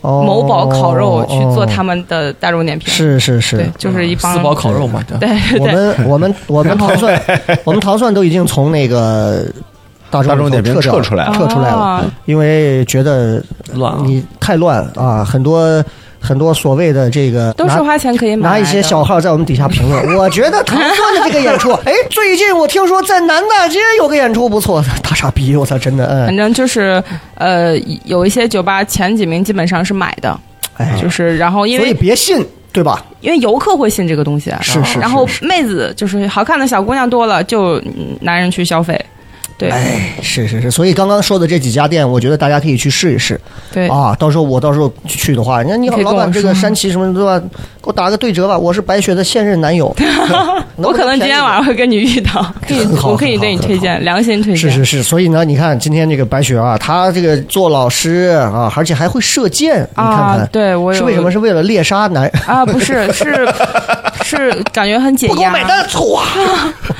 S6: 某宝烤肉去做他
S3: 们
S6: 们的大众点评，
S3: 哦是啊是
S6: 对
S3: 是，。
S6: 就是一帮
S4: 四宝烤肉嘛，这
S6: 对
S3: 我
S6: 对
S3: 们我们我们糖蒜 我们糖蒜都已经从那个大众
S5: 大众点评
S3: 撤掉
S5: 撤出来
S3: 了撤出来了，
S6: 啊
S3: 因为觉得
S4: 乱了。
S3: 你太乱啊，很多很多所谓的这个
S6: 都是
S3: 拿
S6: 花钱可以买
S3: 拿一
S6: 来
S3: 些
S6: 的
S3: 小号在我们底下评 论，我觉得唐宋的这个演出，哎，最近我听说在南大街有个演出不错，大傻逼，我操，真的，嗯，
S6: 反正就是，呃，有一些酒吧前几名基本上是买的，
S3: 哎，
S6: 就是然后因
S3: 所以
S6: 为
S3: 别信，对 吧？
S6: 因为游客会信这个东西，啊
S3: 是是
S6: 然后妹子就是好看的小姑娘多了，就嗯男人去消费，对、
S3: 哎，是是是，所以刚刚说的这几家店，我觉得大家可以去试一试
S6: 对，
S3: 啊。到时候我到时候去的话，人家你好，
S6: 可以跟
S3: 老
S6: 我
S3: 板这个
S6: 说
S3: 山崎什么的对吧？给我打个对折吧，我是白雪的现任男友。 能
S6: 我
S3: 不能
S6: 可能
S3: 便
S6: 今
S3: 宜
S6: 天
S3: 点
S6: 晚上会跟你遇到，可以
S3: 很 好
S6: 我可以给你推荐，良心推
S3: 是
S6: 荐，
S3: 是是，所以呢，你看今天这个白雪啊，她这个做老师啊，而且还会射箭，你看
S6: 啊
S3: 看，，
S6: 对我有
S3: 是为什么？是为了猎杀男？
S6: 啊，不 是是是感觉很解
S3: 不给我
S6: 压，
S3: 买单，错 啊！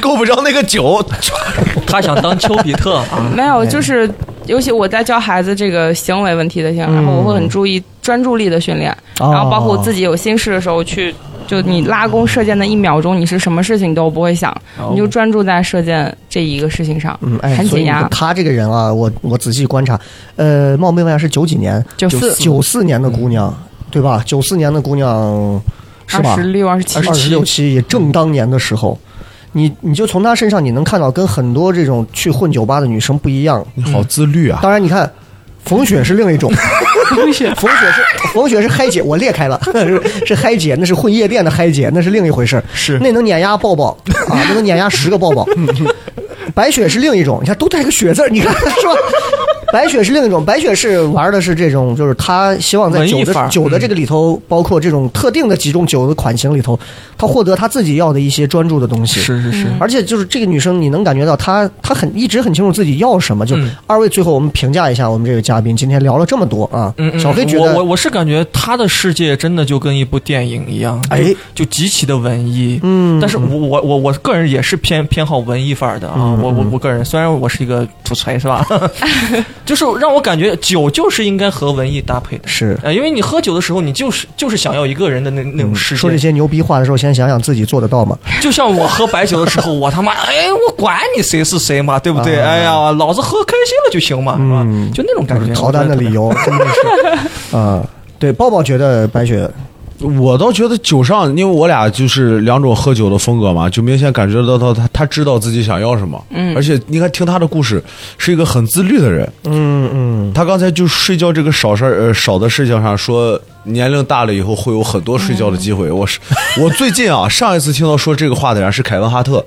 S5: 够不着那个酒，
S4: 他想当丘比特啊，
S6: 没
S3: 哎
S6: 有，就是尤其我在教孩子这个行为问题的情况，然后我会很注意专注力的训练，
S3: 嗯哦
S6: 然后包括我自己有心事的时候去，就你拉弓射箭的一秒钟，你是什么事情都不会想， 你就专注在射箭这一个事情上，
S3: 哦嗯，哎，
S6: 很
S3: 所以
S6: 解
S3: 你看
S6: 压。
S3: 她这个人啊，我我仔细观察，呃，冒昧问一下，是九几年？
S6: 九四嗯
S3: 九四年的姑娘，对吧？九四年的姑娘是吧
S6: 啊二十？六、二十七嗯
S3: 二，十六七也正当年的时候。你你就从她身上，你能看到跟很多这种去混酒吧的女生不一样。
S5: 你好自律啊！
S3: 当然，你看，冯雪是另一种，冯雪，冯雪 是冯雪是嗨姐，我裂开了， 是是嗨姐，那是混夜店的嗨姐，那是另一回事儿，
S5: 是
S3: 那能碾压抱抱啊，那能碾压十个抱 抱。白雪是另一种，你看都带个雪字儿，你看是吧？白雪是另一种，白雪是玩的是这种，就是她希望在
S4: 文艺
S3: 酒
S4: 范
S3: 的
S4: 儿嗯
S3: 酒的这个里头，包括这种特定的几种酒的款型里头，她获得她自己要的一些专注的东西。
S4: 是是是，
S3: 而且就是这个女生，你能感觉到她，她很一直很清楚自己要什么。就
S4: 嗯
S3: 二位最后我们评价一下我们这个嘉宾，今天聊了这么多啊，
S4: 嗯嗯，
S3: 小黑觉
S4: 我我
S3: 得，
S4: 我是感觉他的世界真的就跟一部电影一样，
S3: 哎
S4: 就，就极其的文艺。
S3: 嗯，
S4: 但是我我我我个人也是偏偏好文艺范儿的啊，
S3: 嗯
S4: 我我我个人虽然我是一个土锤是吧， 就是让我感觉酒就是应该和文艺搭配的，
S3: 是
S4: 呃，因为你喝酒的时候，你就是就是想要一个人的那那种世界。
S3: 说这些牛逼话的时候，先想想自己做得到吗？
S4: 就像我喝白酒的时候，我他 妈哎，我管你谁是谁嘛，对不对？哎呀，老子喝开心了就行嘛，是吧？
S3: 啊嗯
S4: 就那种感觉。
S3: 逃单的理由真的是啊。对，抱抱觉得白雪
S5: 我倒觉得酒上，因为我俩就是两种喝酒的风格嘛，就明显感觉得到他他知道自己想要什么，嗯，而且你看听他的故事，是一个很自律的人，
S3: 嗯嗯，
S5: 他刚才就睡觉这个少事儿呃少的事情上说，年龄大了以后会有很多睡觉的机会。
S3: 嗯
S5: 我是我最近啊，上一次听到说这个话的人是凯文哈特，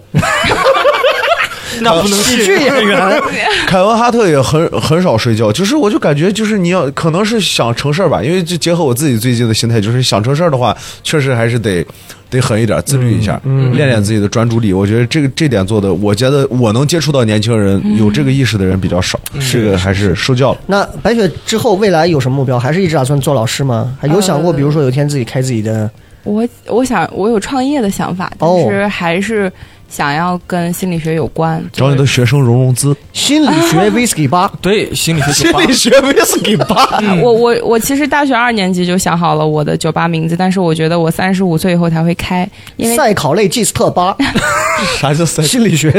S4: 那不能
S3: 喜剧演员
S5: 凯文哈特也很 很少睡觉，就是我就感觉就是你要可能是想成事儿吧，因为就结合我自己最近的心态，就是想成事儿的话，确实还是得得狠一点，自律一下，练练自己的专注力。我觉得这个这点做的，我觉得我能接触到年轻人有这个意识的人比较少，这个还嗯是受教了。
S3: 那白雪之后未来有什么目标？还是一直打算做老师吗？还有想
S4: 呃
S3: 过，比如说有一天自己开自己的
S6: 我我想我有创业的想法，但
S3: 哦
S6: 是还是想要跟心理学有关。
S5: 找你的学生融融资，
S3: 心理 学 whisky 吧？
S4: 对心理学
S5: 心
S4: 酒吧
S5: 理学威斯给吧。
S6: 哎
S3: 嗯
S6: 我我我其实大学二年级就想好了我的酒吧名字，但是我觉得我三十五岁以后才会开，因为
S3: 赛考类 g 斯特吧，
S5: 啥叫三
S3: 心理学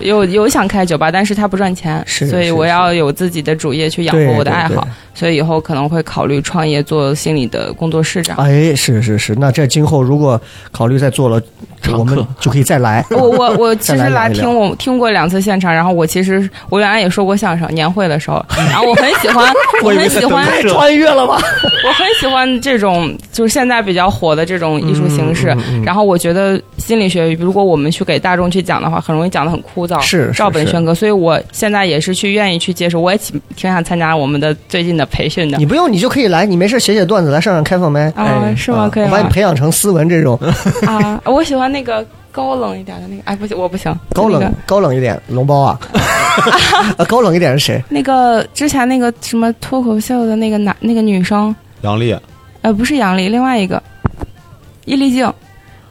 S6: 有有想开酒吧，但是它不赚钱，
S3: 是
S6: 所以
S3: 是
S6: 我
S3: 是
S6: 要有自己的主业去养
S3: 对
S6: 活我的爱
S3: 对
S6: 好
S3: 对，
S6: 所以以后可能会考虑创业做心理的工作室这样。
S3: 哎，是是是，那这今后如果考虑再做了，
S4: 常
S3: 我们
S4: 客
S3: 就可以再来。
S6: 我我我其
S3: 再
S6: 实
S3: 来聊
S6: 来
S3: 一聊
S6: 听我听过两次现场，然后我其实我原来也说过相声，年会的 时候，然后我很喜欢，我很喜欢，
S3: 太穿越了吧？
S6: 我很喜欢这种就是现在比较火的这种艺术形式。
S3: 嗯
S6: 然后我觉得心理学如果我们去给大众去讲的话，很容易讲的很枯燥，
S3: 是是
S6: 照本
S3: 是
S6: 宣科。所以我现在也是去愿意去接受，我也挺挺想参加我们的最近的培训的
S3: 你。不用，你就可以来，你没事写写段子，来上上开放麦。
S6: 啊，是吗？可以
S3: 我把你
S6: 吗？
S3: 培养成斯文这 种
S6: 啊，我喜欢那个高冷一点的那个。哎，不行，我不行，就
S3: 高
S6: 那个
S3: 冷高冷一点，龙包 啊，啊高冷一点是谁？
S6: 那个之前那个什么脱口秀的那个男那个女生，
S5: 杨丽，啊
S6: 呃，不是杨笠，另外一个伊丽静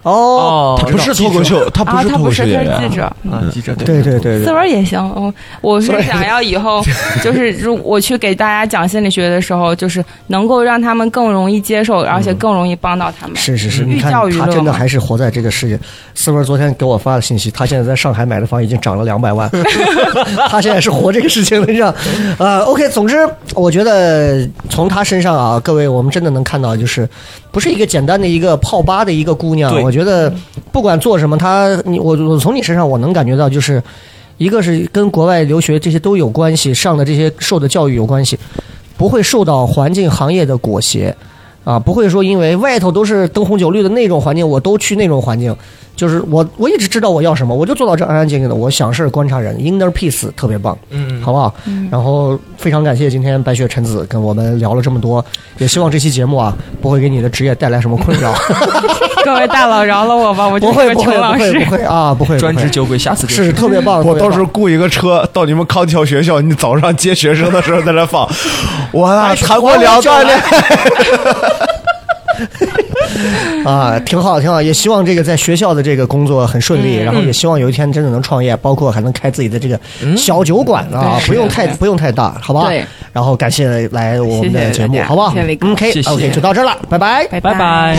S3: 哦，
S4: 哦，
S5: 他不是脱口秀，哦他不
S6: 啊，
S5: 是
S6: 她
S5: 脱
S6: 不
S5: 口
S6: 是，
S5: 秀演
S6: 她是
S5: 员
S6: 记，者。
S4: 啊，记者
S3: 对对对
S6: 思
S3: 对，
S6: 文也行，我我是想要以后就是，如我去给大家讲心理学的时候，就是能够让他们更容易接受，而且更容易帮到他们。
S3: 是是是，
S6: 嗯
S3: 你看
S6: 寓教于乐
S3: 他真的
S6: 嘛
S3: 还是活在这个世界。斯文昨天给我发的信息，他现在在上海买的房已经涨了两百万， 他现在是活这个事情的上。呃，OK，总之我觉得从他身上啊，各位我们真的能看到，就是不是一个简单的一个泡吧的一个姑娘。
S4: 对
S3: 我觉得不管做什么，她你我我从你身上我能感觉到就是。一个是跟国外留学这些都有关系，上的这些受的教育有关系，不会受到环境行业的裹挟，啊，不会说因为外头都是灯红酒绿的那种环境，我都去那种环境。就是我我一直知道我要什么，我就做到这安安静静的，我想事儿观察人，inner peace 特别棒，
S4: 嗯，
S3: 好不好？然后非常感谢今天白雪陈子跟我们聊了这么多，也希望这期节目啊不会给你的职业带来什么困扰，
S6: 各位大佬饶了我吧，我 就
S3: 不
S6: 是
S3: 会
S6: 个
S3: 不
S6: 穷
S3: 会
S6: 老
S3: 不会
S6: 师
S3: 不。会啊不会，不会
S4: 专职酒鬼，下次就是
S3: 特别棒，
S5: 我
S3: 特别棒
S5: 到时候雇一个车到你们康桥学校，你早上接学生的时候在那放。我啊，
S3: 哎
S5: 谈过两段恋 爱，
S3: 啊，挺好，挺好，也希望这个在学校的这个工作很顺利，
S6: 嗯
S3: 然后也希望有一天真的能创业，包括还能开自己的这个小酒馆啊，
S6: 嗯对
S3: 不用
S6: 是
S3: 太
S6: 对
S3: 不用太大，好吧
S6: 对？
S3: 然后感谢来我们的
S6: 谢谢
S3: 节目
S6: 大，家
S3: 好不好嗯
S6: 谢谢伟哥
S3: ？OK
S4: 谢谢
S3: OK，就到这儿了，拜拜。
S6: 拜
S4: 拜拜。